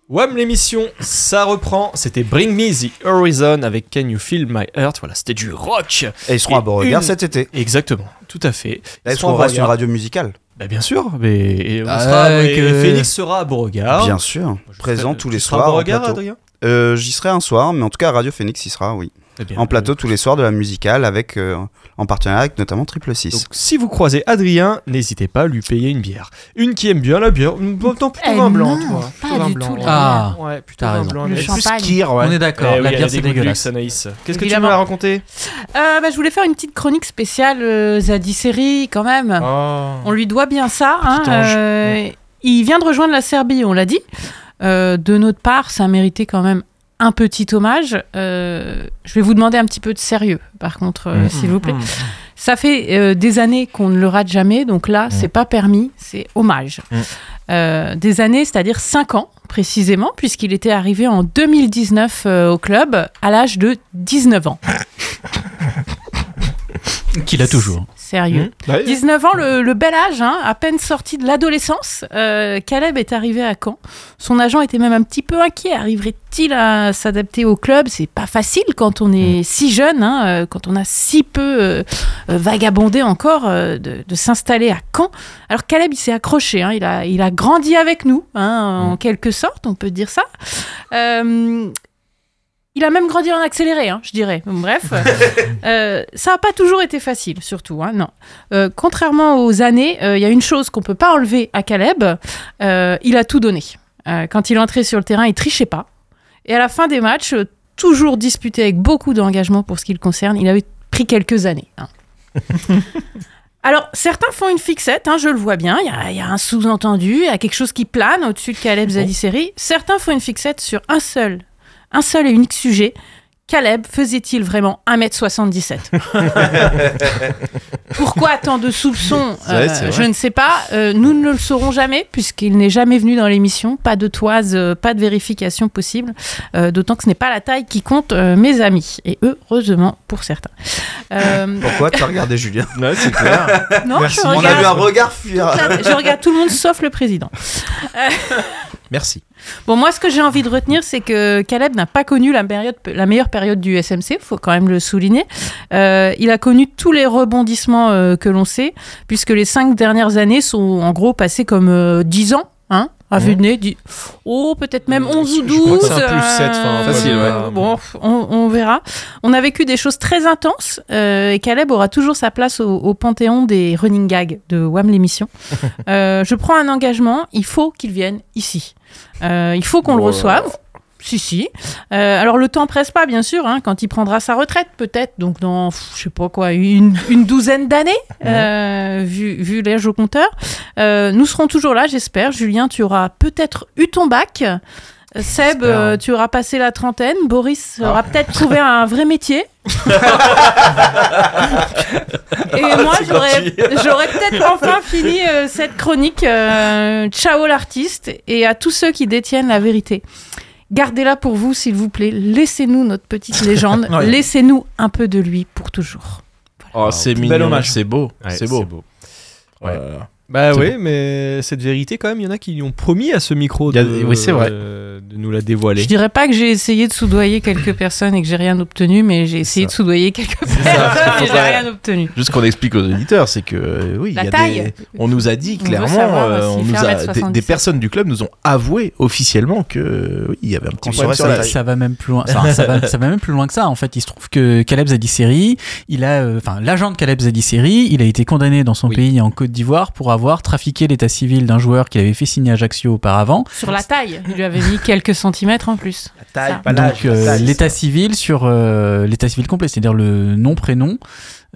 [SPEAKER 4] Wham l'émission, ça reprend. C'était Bring Me the Horizon avec Can You Feel My Heart. Voilà, c'était du rock.
[SPEAKER 8] Et ils seront
[SPEAKER 4] Et
[SPEAKER 8] à Beauregard
[SPEAKER 4] une-
[SPEAKER 8] cet été.
[SPEAKER 4] Exactement, tout à fait.
[SPEAKER 8] Là,
[SPEAKER 4] Ils
[SPEAKER 8] ils
[SPEAKER 4] seront à
[SPEAKER 8] seront reste une
[SPEAKER 4] Beauregard.
[SPEAKER 8] radio musicale.
[SPEAKER 4] Bah, bien sûr, mais et on
[SPEAKER 7] Ah,
[SPEAKER 4] sera,
[SPEAKER 7] avec,
[SPEAKER 4] et
[SPEAKER 7] euh,
[SPEAKER 4] Phoenix sera à Beauregard.
[SPEAKER 8] Bien sûr.
[SPEAKER 4] Je
[SPEAKER 8] Présent
[SPEAKER 4] serai-
[SPEAKER 8] tous
[SPEAKER 4] tu
[SPEAKER 8] les
[SPEAKER 4] seras à
[SPEAKER 8] soirs. en
[SPEAKER 4] Beauregard,
[SPEAKER 8] plateau.
[SPEAKER 4] Adrien
[SPEAKER 8] Euh, J'y serai un soir, mais en tout cas, Radio Phoenix y sera, oui.
[SPEAKER 4] Eh bien,
[SPEAKER 8] En plateau tous les soirs de la musicale, avec, euh, en partenariat avec notamment Triple
[SPEAKER 4] Donc,
[SPEAKER 8] 6.
[SPEAKER 4] si vous croisez Adrien, n'hésitez pas à lui payer une bière. Une qui aime bien la bière. Non, plutôt
[SPEAKER 5] Eh
[SPEAKER 4] vin blanc,
[SPEAKER 5] non,
[SPEAKER 4] toi.
[SPEAKER 5] pas
[SPEAKER 4] Plutôt vin
[SPEAKER 5] du
[SPEAKER 4] blanc.
[SPEAKER 5] tout,
[SPEAKER 4] ouais.
[SPEAKER 7] là.
[SPEAKER 4] ouais, plutôt
[SPEAKER 7] T'as
[SPEAKER 4] vin
[SPEAKER 7] raison.
[SPEAKER 4] blanc.
[SPEAKER 5] Le
[SPEAKER 4] mais-
[SPEAKER 5] champ- Champagne.
[SPEAKER 6] Kir, ouais.
[SPEAKER 7] On est
[SPEAKER 4] Eh
[SPEAKER 7] d'accord,
[SPEAKER 4] oui,
[SPEAKER 7] la
[SPEAKER 4] il y a
[SPEAKER 7] bière
[SPEAKER 4] des
[SPEAKER 7] c'est
[SPEAKER 4] goûts de luxe,
[SPEAKER 7] dégueulasse.
[SPEAKER 4] Anaïs. Qu'est-ce que tu
[SPEAKER 5] Évidemment.
[SPEAKER 4] m'as raconté
[SPEAKER 5] Euh, bah, je voulais faire une petite chronique spéciale euh, Zadiseri quand même.
[SPEAKER 4] Ah.
[SPEAKER 5] On lui doit bien ça. hein,
[SPEAKER 4] Petit ange.
[SPEAKER 5] euh, il vient de rejoindre la Serbie, on l'a dit. Euh, de notre part, ça méritait quand même un petit hommage. Euh, je vais vous demander un petit peu de sérieux, par contre, euh,
[SPEAKER 7] Mhm.
[SPEAKER 5] s'il vous plaît. Ça fait euh, des années qu'on ne le rate jamais, donc là, c'est pas permis, c'est hommage.
[SPEAKER 9] Mm.
[SPEAKER 4] Mhm.
[SPEAKER 5] Euh, des années, c'est-à-dire 5 ans précisément, puisqu'il était arrivé en 2019 euh, au club à l'âge de 19 ans.
[SPEAKER 7] Qu'il a toujours.
[SPEAKER 5] Sérieux.
[SPEAKER 7] Mmh. Bah
[SPEAKER 5] 19 ans, le, le bel âge, hein, à peine sorti de l'adolescence. euh, Caleb est arrivé à Caen. Son agent était même un petit peu inquiet. Arriverait-il à s'adapter au club C'est pas facile quand on est si jeune, hein, euh, quand on a si peu euh, euh, vagabondé encore, euh, de, de s'installer à Caen. Alors Caleb, il s'est accroché. hein, il, a, il a grandi avec nous, hein, en quelque sorte, on peut dire ça. Euh, il a même grandi en accéléré, hein, je dirais. Bref, euh, ça n'a pas toujours été facile, surtout. hein, non. Euh, contrairement aux années, euh, il y a une chose qu'on peut pas enlever à Caleb. euh, il a tout donné. Euh, quand il entrait sur le terrain, il trichait pas. Et à la fin des matchs, euh, toujours disputé avec beaucoup d'engagement pour ce qui le concerne, il avait pris quelques années. hein. Alors, certains font une fixette, hein, je le vois bien. Il y a- il y, a un sous-entendu, il y a quelque chose qui plane au-dessus de Caleb Zadisseri. Certains font une fixette sur un seul, un seul et unique sujet. Caleb faisait-il vraiment 1m77 Pourquoi tant de soupçons
[SPEAKER 6] Ouais, c'est
[SPEAKER 5] euh,
[SPEAKER 6] vrai.
[SPEAKER 5] Je ne sais pas. Euh, nous ne le saurons jamais, puisqu'il n'est jamais venu dans l'émission. Pas de toise, euh, pas de vérification possible. Euh, D'autant que ce n'est pas la taille qui compte, euh, mes amis. Et heureusement pour certains. Euh,
[SPEAKER 8] Pourquoi t'as regardé Julien
[SPEAKER 6] Ouais, c'est clair.
[SPEAKER 5] non,
[SPEAKER 6] Merci.
[SPEAKER 5] je
[SPEAKER 8] On a
[SPEAKER 5] regarde-
[SPEAKER 8] vu un regard fuir.
[SPEAKER 5] je regarde tout le monde sauf le président.
[SPEAKER 6] Merci.
[SPEAKER 5] Bon, moi, ce que j'ai envie de retenir, c'est que Caleb n'a pas connu la, période, la meilleure période du SMC, faut quand même le souligner. Euh, il a connu tous les rebondissements euh, que l'on sait, puisque les cinq dernières années sont en gros passées comme euh, 10 ans, hein, à vue de nez, dix- oh, peut-être même 11 ou 12.
[SPEAKER 4] Je crois que c'est un plus
[SPEAKER 5] euh,
[SPEAKER 4] 7.
[SPEAKER 6] Facile, ouais.
[SPEAKER 5] Bon, on, on verra. On a vécu des choses très intenses euh, et Caleb aura toujours sa place au, au panthéon des running gags de Wham l'émission. Euh, je prends un engagement, il faut qu'il vienne ici. Euh, il faut qu'on le reçoive. Si, si. Euh, alors, le temps presse pas, bien sûr, hein, quand il prendra sa retraite, peut-être, donc dans, pff, je sais pas quoi, une, une douzaine d'années, euh, vu, vu l'âge au compteur. Euh, nous serons toujours là, j'espère. Julien, tu auras peut-être eu ton bac. Euh, Seb, euh, tu auras passé la trentaine. Boris aura peut-être trouvé un vrai métier. Et
[SPEAKER 3] Ah,
[SPEAKER 5] moi, j'aurais j'aurais peut-être enfin fini euh, cette chronique. euh, ciao l'artiste et à tous ceux qui détiennent la vérité. Gardez-la pour vous, s'il vous plaît. Laissez-nous notre petite légende.
[SPEAKER 3] Ouais.
[SPEAKER 5] Laissez-nous un peu de lui pour toujours.
[SPEAKER 6] Oh, c'est
[SPEAKER 3] Bel
[SPEAKER 6] mignon.
[SPEAKER 3] hommage.
[SPEAKER 6] C'est beau.
[SPEAKER 4] Ouais,
[SPEAKER 6] c'est beau.
[SPEAKER 4] Ouais.
[SPEAKER 6] Euh,
[SPEAKER 4] Bah
[SPEAKER 6] C'est
[SPEAKER 4] oui, mais cette vérité, quand même, il y en a qui ont promis à ce micro
[SPEAKER 6] Il y a-
[SPEAKER 4] de,
[SPEAKER 6] oui, c'est vrai.
[SPEAKER 4] euh, de nous la dévoiler.
[SPEAKER 5] Je dirais pas que j'ai essayé de soudoyer quelques personnes et que j'ai rien obtenu, mais j'ai essayé de soudoyer quelques personnes et j'ai rien obtenu.
[SPEAKER 6] Juste qu'on explique aux auditeurs, c'est que euh, oui, il y
[SPEAKER 5] La
[SPEAKER 6] a
[SPEAKER 5] taille.
[SPEAKER 6] des- on nous a dit
[SPEAKER 5] On veut
[SPEAKER 6] clairement,
[SPEAKER 5] savoir
[SPEAKER 6] euh,
[SPEAKER 5] s'il
[SPEAKER 6] on
[SPEAKER 5] fait
[SPEAKER 6] nous a, des,
[SPEAKER 5] 1m77.
[SPEAKER 6] des personnes du club nous ont avoué officiellement que euh, oui, il y avait un
[SPEAKER 8] Qu'on
[SPEAKER 6] petit
[SPEAKER 8] saurait
[SPEAKER 6] problème sur
[SPEAKER 8] sa
[SPEAKER 6] la
[SPEAKER 8] taille.
[SPEAKER 6] taille.
[SPEAKER 7] Ça va même plus loin. Enfin, ça, va, ça va même plus loin que ça. En fait, il se trouve que Caleb Zadisseri, il a, euh, enfin, l'agent de Caleb Zadisseri, il a été condamné dans son
[SPEAKER 4] Oui.
[SPEAKER 7] pays en Côte d'Ivoire pour avoir trafiqué l'état civil d'un joueur qu'il avait fait signer à Ajaccio auparavant.
[SPEAKER 5] Sur la taille, il lui avait mis quelques centimètres en plus.
[SPEAKER 3] La
[SPEAKER 5] Ça.
[SPEAKER 3] taille, pas l'âge.
[SPEAKER 7] Donc euh,
[SPEAKER 3] la taille.
[SPEAKER 7] l'état civil sur euh, l'état civil complet, c'est-à-dire le nom prénom.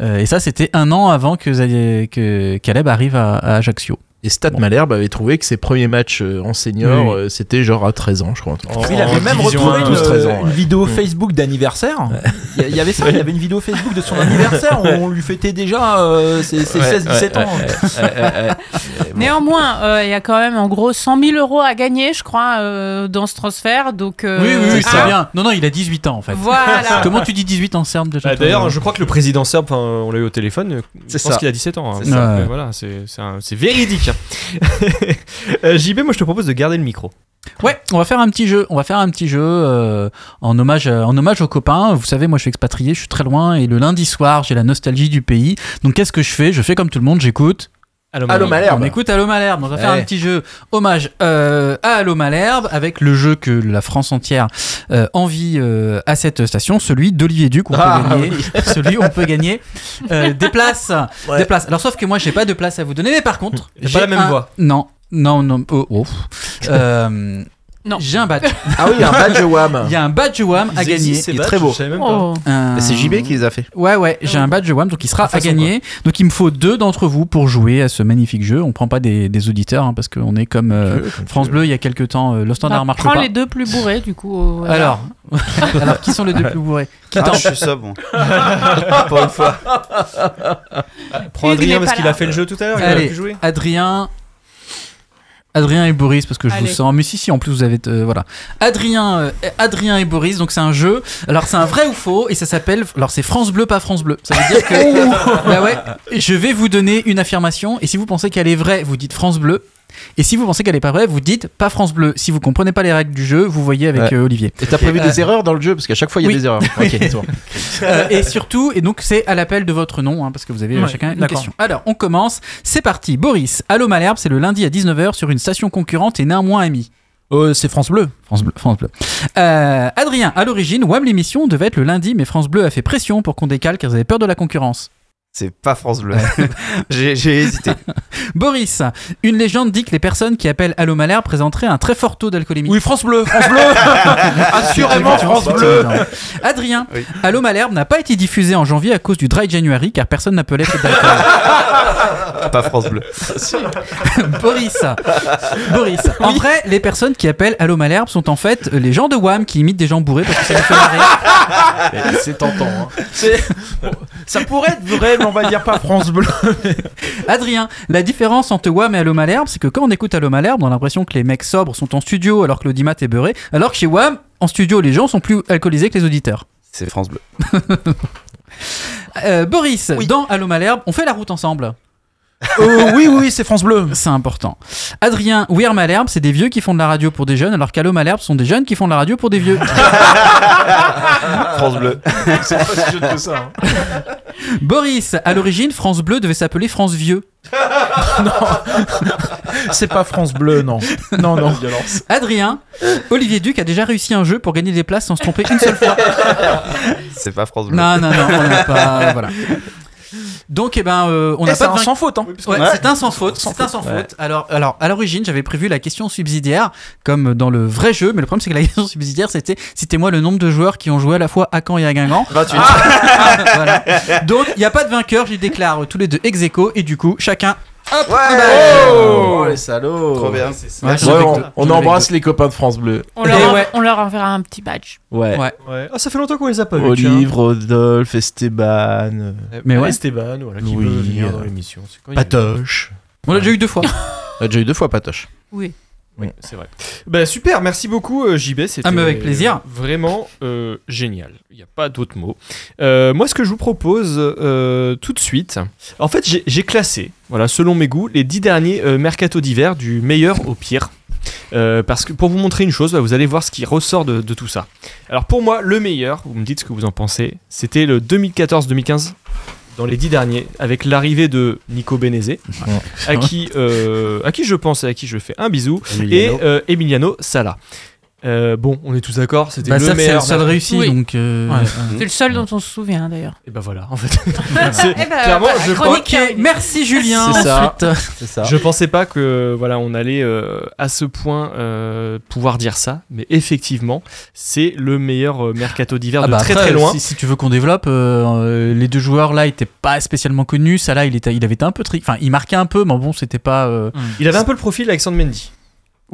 [SPEAKER 7] Euh, et ça, c'était un an avant que, Zadi- que Caleb arrive à, à Ajaccio.
[SPEAKER 6] Et Stade Malherbe avait trouvé que ses premiers matchs euh, en senior,
[SPEAKER 7] Oui.
[SPEAKER 6] euh, c'était genre à 13 ans, je crois.
[SPEAKER 4] En-
[SPEAKER 3] Il
[SPEAKER 4] en
[SPEAKER 3] avait même
[SPEAKER 4] division
[SPEAKER 3] retrouvé une,
[SPEAKER 4] un,
[SPEAKER 3] euh,
[SPEAKER 4] 12, 13 ans,
[SPEAKER 3] une
[SPEAKER 4] ouais.
[SPEAKER 6] Mm.
[SPEAKER 3] vidéo Facebook d'anniversaire. Il y- il y avait ça, il y avait une vidéo Facebook de son anniversaire où on lui fêtait déjà euh, ses, ses 16-17 ans.
[SPEAKER 5] Néanmoins, euh, il y a quand même en gros 100 000 euros à gagner, je crois, euh, dans ce transfert. Donc, euh,
[SPEAKER 7] c'est
[SPEAKER 5] ah,
[SPEAKER 7] bien. Non, non, il a 18 ans en fait.
[SPEAKER 5] Voilà.
[SPEAKER 7] Comment tu dis 18 en serbe déjà
[SPEAKER 4] Bah,
[SPEAKER 7] toi
[SPEAKER 4] D'ailleurs, je crois que le président serbe, enfin, on l'a eu au téléphone, euh, je
[SPEAKER 6] C'est
[SPEAKER 4] pense
[SPEAKER 6] ça.
[SPEAKER 4] qu'il a 17 ans. hein.
[SPEAKER 6] C'est
[SPEAKER 7] ça.
[SPEAKER 4] Mais
[SPEAKER 7] Ouais.
[SPEAKER 4] Voilà, c'est c'est un- c'est véridique. Euh, JB, moi je te propose de garder le micro.
[SPEAKER 7] Ouais, on va faire un petit jeu. On va faire un petit jeu euh, en hommage, à- en hommage aux copains. Vous savez, moi, je suis expatrié, je suis très loin, et le lundi soir, j'ai la nostalgie du pays. Donc, qu'est-ce que je fais Je fais comme tout le monde, j'écoute.
[SPEAKER 4] Allô,
[SPEAKER 6] Allô,
[SPEAKER 4] Marie.
[SPEAKER 6] Malherbe. Eh.
[SPEAKER 7] On écoute Allo Malherbe. On va faire
[SPEAKER 6] Ouais.
[SPEAKER 7] un petit jeu hommage euh, à Allo Malherbe avec le jeu que la France entière euh, envie euh, à cette station, celui d'Olivier Duc. On
[SPEAKER 6] Ah,
[SPEAKER 7] peut gagner, celui où on peut gagner euh, des places,
[SPEAKER 6] Ouais.
[SPEAKER 7] des places. Alors sauf que moi, j'ai pas de place à vous donner, mais par contre,
[SPEAKER 4] T'as
[SPEAKER 7] j'ai
[SPEAKER 4] pas la même
[SPEAKER 7] un-
[SPEAKER 4] voix.
[SPEAKER 7] Non, non, non. oh, oh. Euh,
[SPEAKER 5] Non.
[SPEAKER 7] J'ai un badge.
[SPEAKER 6] Ah oui, un badge WAM.
[SPEAKER 7] Il y a un badge WAM à gagner.
[SPEAKER 6] Il est très beau.
[SPEAKER 4] Je
[SPEAKER 3] hein.
[SPEAKER 4] savais même pas.
[SPEAKER 5] Oh.
[SPEAKER 7] Un-
[SPEAKER 6] C'est JB qui les a fait.
[SPEAKER 7] Ouais, ouais, j'ai un badge WAM, donc il sera
[SPEAKER 4] Ah,
[SPEAKER 7] à
[SPEAKER 4] façon,
[SPEAKER 7] gagner. Donc il me faut deux d'entre vous pour jouer à ce magnifique jeu. On prend pas des, des auditeurs hein, parce qu'on est comme euh, France Bleu il y a quelques temps, euh, le standard
[SPEAKER 5] Bah,
[SPEAKER 7] marche
[SPEAKER 5] prends
[SPEAKER 7] pas.
[SPEAKER 5] les deux plus bourrés, du coup. au
[SPEAKER 7] Alors,
[SPEAKER 5] hasard.
[SPEAKER 7] alors qui sont les deux plus bourrés Qui
[SPEAKER 8] Ah,
[SPEAKER 7] tente
[SPEAKER 8] je suis sobre. Pour une fois.
[SPEAKER 4] Prends
[SPEAKER 5] Il
[SPEAKER 4] Adrien
[SPEAKER 5] est
[SPEAKER 4] parce
[SPEAKER 5] pas
[SPEAKER 4] qu'il
[SPEAKER 5] là.
[SPEAKER 4] a fait le jeu tout à l'heure, il a
[SPEAKER 7] Allez,
[SPEAKER 4] pu jouer.
[SPEAKER 7] Adrien. Adrien et Boris, parce que je
[SPEAKER 5] Allez.
[SPEAKER 7] vous sens. Mais si, si, en plus, vous avez. euh, voilà. Adrien, euh, Adrien et Boris, donc c'est un jeu. Alors, c'est un vrai ou faux, et ça s'appelle. Alors, c'est France Bleu, pas France Bleu. Ça veut dire
[SPEAKER 3] Oh.
[SPEAKER 7] que. bah ouais, je vais vous donner une affirmation, et si vous pensez qu'elle est vraie, vous dites France Bleu. Et si vous pensez qu'elle est pas vraie, vous dites pas France Bleu. Si vous comprenez pas les règles du jeu, vous voyez avec
[SPEAKER 6] Ouais.
[SPEAKER 7] euh, Olivier.
[SPEAKER 6] Et t'as prévu des erreurs dans le jeu parce qu'à chaque fois il y a
[SPEAKER 7] Oui.
[SPEAKER 6] des erreurs. Ok, c'est bon.
[SPEAKER 7] Euh, et surtout, et donc c'est à l'appel de votre nom, hein, parce que vous avez euh,
[SPEAKER 3] Ouais,
[SPEAKER 7] chacun une
[SPEAKER 3] d'accord.
[SPEAKER 7] question. Alors, on commence. C'est parti. Boris, Allô Malherbe, c'est le lundi à 19h sur une station concurrente et néanmoins amie.
[SPEAKER 3] Euh, c'est France Bleu.
[SPEAKER 7] France Bleu. France Bleu. Euh, Adrien, à l'origine, WAM l'émission devait être le lundi, mais France Bleu a fait pression pour qu'on décale car ils avaient peur de la concurrence.
[SPEAKER 8] C'est pas France Bleu. J'ai j'ai hésité.
[SPEAKER 7] Boris, une légende dit que les personnes qui appellent Allô Malherbe présenteraient un très fort taux d'alcoolémie.
[SPEAKER 3] Oui, France Bleu, France Bleu. Assurément France Bleu.
[SPEAKER 7] Adrien,
[SPEAKER 8] Oui.
[SPEAKER 7] Allô Malherbe n'a pas été diffusé en janvier à cause du dry January car personne n'appelait cette date.
[SPEAKER 4] Ah,
[SPEAKER 8] Pas France Bleu.
[SPEAKER 7] Ah, Boris. Boris. En vrai, les personnes qui appellent Allo Malherbe sont en fait euh, les gens de Wam qui imitent des gens bourrés parce que ça les fait marrer.
[SPEAKER 6] C'est tentant. hein.
[SPEAKER 3] Ça pourrait être vrai, mais on va dire pas France Bleu.
[SPEAKER 7] Adrien, la différence entre Wam et Allo Malherbe, c'est que quand on écoute Allo Malherbe, on a l'impression que les mecs sobres sont en studio alors que l'audimat est beurré, alors que chez Wam, en studio, les gens sont plus alcoolisés que les auditeurs.
[SPEAKER 8] C'est France Bleu.
[SPEAKER 7] Euh, Boris, dans Allo Malherbe, on fait la route ensemble.
[SPEAKER 3] Euh, oui, oui, c'est France Bleu.
[SPEAKER 7] C'est important. Adrien, Weir Malherbe, c'est des vieux qui font de la radio pour des jeunes, alors qu'Allo Malherbe sont des jeunes qui font de la radio pour des vieux.
[SPEAKER 8] France Bleu.
[SPEAKER 4] hein.
[SPEAKER 7] Boris, à l'origine, France Bleu devait s'appeler France Vieux.
[SPEAKER 3] C'est pas France Bleu, non. Non, non.
[SPEAKER 7] Adrien, Olivier Duc a déjà réussi un jeu pour gagner des places sans se tromper une seule fois.
[SPEAKER 8] C'est pas France Bleu.
[SPEAKER 7] non, non, non, on n'a pas. Voilà. Donc, eh ben, euh, on
[SPEAKER 3] Eh,
[SPEAKER 7] n'a
[SPEAKER 3] c'est
[SPEAKER 7] pas de
[SPEAKER 3] un
[SPEAKER 7] vainqueur.
[SPEAKER 3] sans faute. Hein.
[SPEAKER 7] Ouais,
[SPEAKER 8] Ouais.
[SPEAKER 7] C'est un sans faute. C'est un sans faute. Alors, alors, à l'origine, j'avais prévu la question subsidiaire, comme dans le vrai jeu, mais le problème, c'est que la question subsidiaire, c'était citez-moi le nombre de joueurs qui ont joué à la fois à Caen et à Guingamp.
[SPEAKER 8] 28.
[SPEAKER 7] Voilà. Donc, il n'y a pas de vainqueur, je les déclare euh, tous les deux ex aequo, et du coup, chacun. Hop,
[SPEAKER 4] Ah
[SPEAKER 7] un badge.
[SPEAKER 4] bah,
[SPEAKER 6] Oh, les salauds.
[SPEAKER 8] Trop bien.
[SPEAKER 7] Ouais, j'en ai
[SPEAKER 6] Ouais,
[SPEAKER 7] fait
[SPEAKER 6] on,
[SPEAKER 7] deux.
[SPEAKER 6] on
[SPEAKER 7] J'en ai fait
[SPEAKER 6] embrasse les copains de France Bleu.
[SPEAKER 5] On,
[SPEAKER 7] Et
[SPEAKER 5] leur,
[SPEAKER 7] ouais.
[SPEAKER 5] on leur enverra un petit badge.
[SPEAKER 6] Ouais.
[SPEAKER 7] Ouais.
[SPEAKER 4] Ouais. Ah, ça fait longtemps qu'on les a pas vus. tiens.
[SPEAKER 6] Olive, Rodolphe, Esteban, euh,
[SPEAKER 7] Mais ouais.
[SPEAKER 4] Esteban, voilà, qui
[SPEAKER 6] Louis,
[SPEAKER 4] veut venir
[SPEAKER 6] euh,
[SPEAKER 4] dans l'émission. C'est quand il-
[SPEAKER 6] Patoche.
[SPEAKER 7] On l'a déjà eu deux fois.
[SPEAKER 6] On a déjà eu deux fois Patoche.
[SPEAKER 5] Oui.
[SPEAKER 4] Oui, c'est vrai. Bah, super, merci beaucoup euh, JB, c'était
[SPEAKER 7] Ah, mais avec plaisir.
[SPEAKER 4] vraiment euh, génial. Il n'y a pas d'autre mot. Euh, moi, ce que je vous propose euh, tout de suite, en fait, j'ai- j'ai classé, voilà, selon mes goûts, les 10 derniers euh, mercato d'hiver du meilleur au pire. Euh, parce que pour vous montrer une chose, bah, vous allez voir ce qui ressort de, de tout ça. Alors pour moi, le meilleur, vous me dites ce que vous en pensez, c'était le 2014-2015, dans les 10 derniers, avec l'arrivée de Nico Benezé, à, qui, euh, à qui je pense et à qui je fais un bisou et
[SPEAKER 8] Emiliano.
[SPEAKER 4] euh, Emiliano Sala. Euh, bon, on est tous d'accord, c'était
[SPEAKER 7] Bah,
[SPEAKER 4] le
[SPEAKER 7] ça, c'est le
[SPEAKER 4] meilleur.
[SPEAKER 7] seul réussi,
[SPEAKER 5] Oui.
[SPEAKER 7] donc. euh,
[SPEAKER 4] Ouais.
[SPEAKER 7] euh,
[SPEAKER 5] C'est le seul dont on se souvient d'ailleurs.
[SPEAKER 4] Et bah voilà, en fait.
[SPEAKER 5] Eh
[SPEAKER 4] C'est-
[SPEAKER 5] ben,
[SPEAKER 4] clairement,
[SPEAKER 5] voilà,
[SPEAKER 4] je,
[SPEAKER 5] chronique euh,
[SPEAKER 4] Ok,
[SPEAKER 5] terminée.
[SPEAKER 7] Merci Julien.
[SPEAKER 4] C'est ça.
[SPEAKER 7] Ensuite, euh,
[SPEAKER 8] C'est ça.
[SPEAKER 4] je pensais pas que voilà, on allait euh, à ce point euh, pouvoir dire ça, mais effectivement, c'est le meilleur euh, mercato d'hiver
[SPEAKER 7] ah
[SPEAKER 4] de
[SPEAKER 7] bah,
[SPEAKER 4] très
[SPEAKER 7] après,
[SPEAKER 4] très loin.
[SPEAKER 7] Si, si tu veux qu'on développe, euh, euh, les deux joueurs là étaient pas spécialement connus. Ça là, il était, il avait été un peu tri. Enfin, il marquait un peu, mais bon, c'était pas. euh,
[SPEAKER 4] Il avait un peu le profil d'Alexandre Mendy.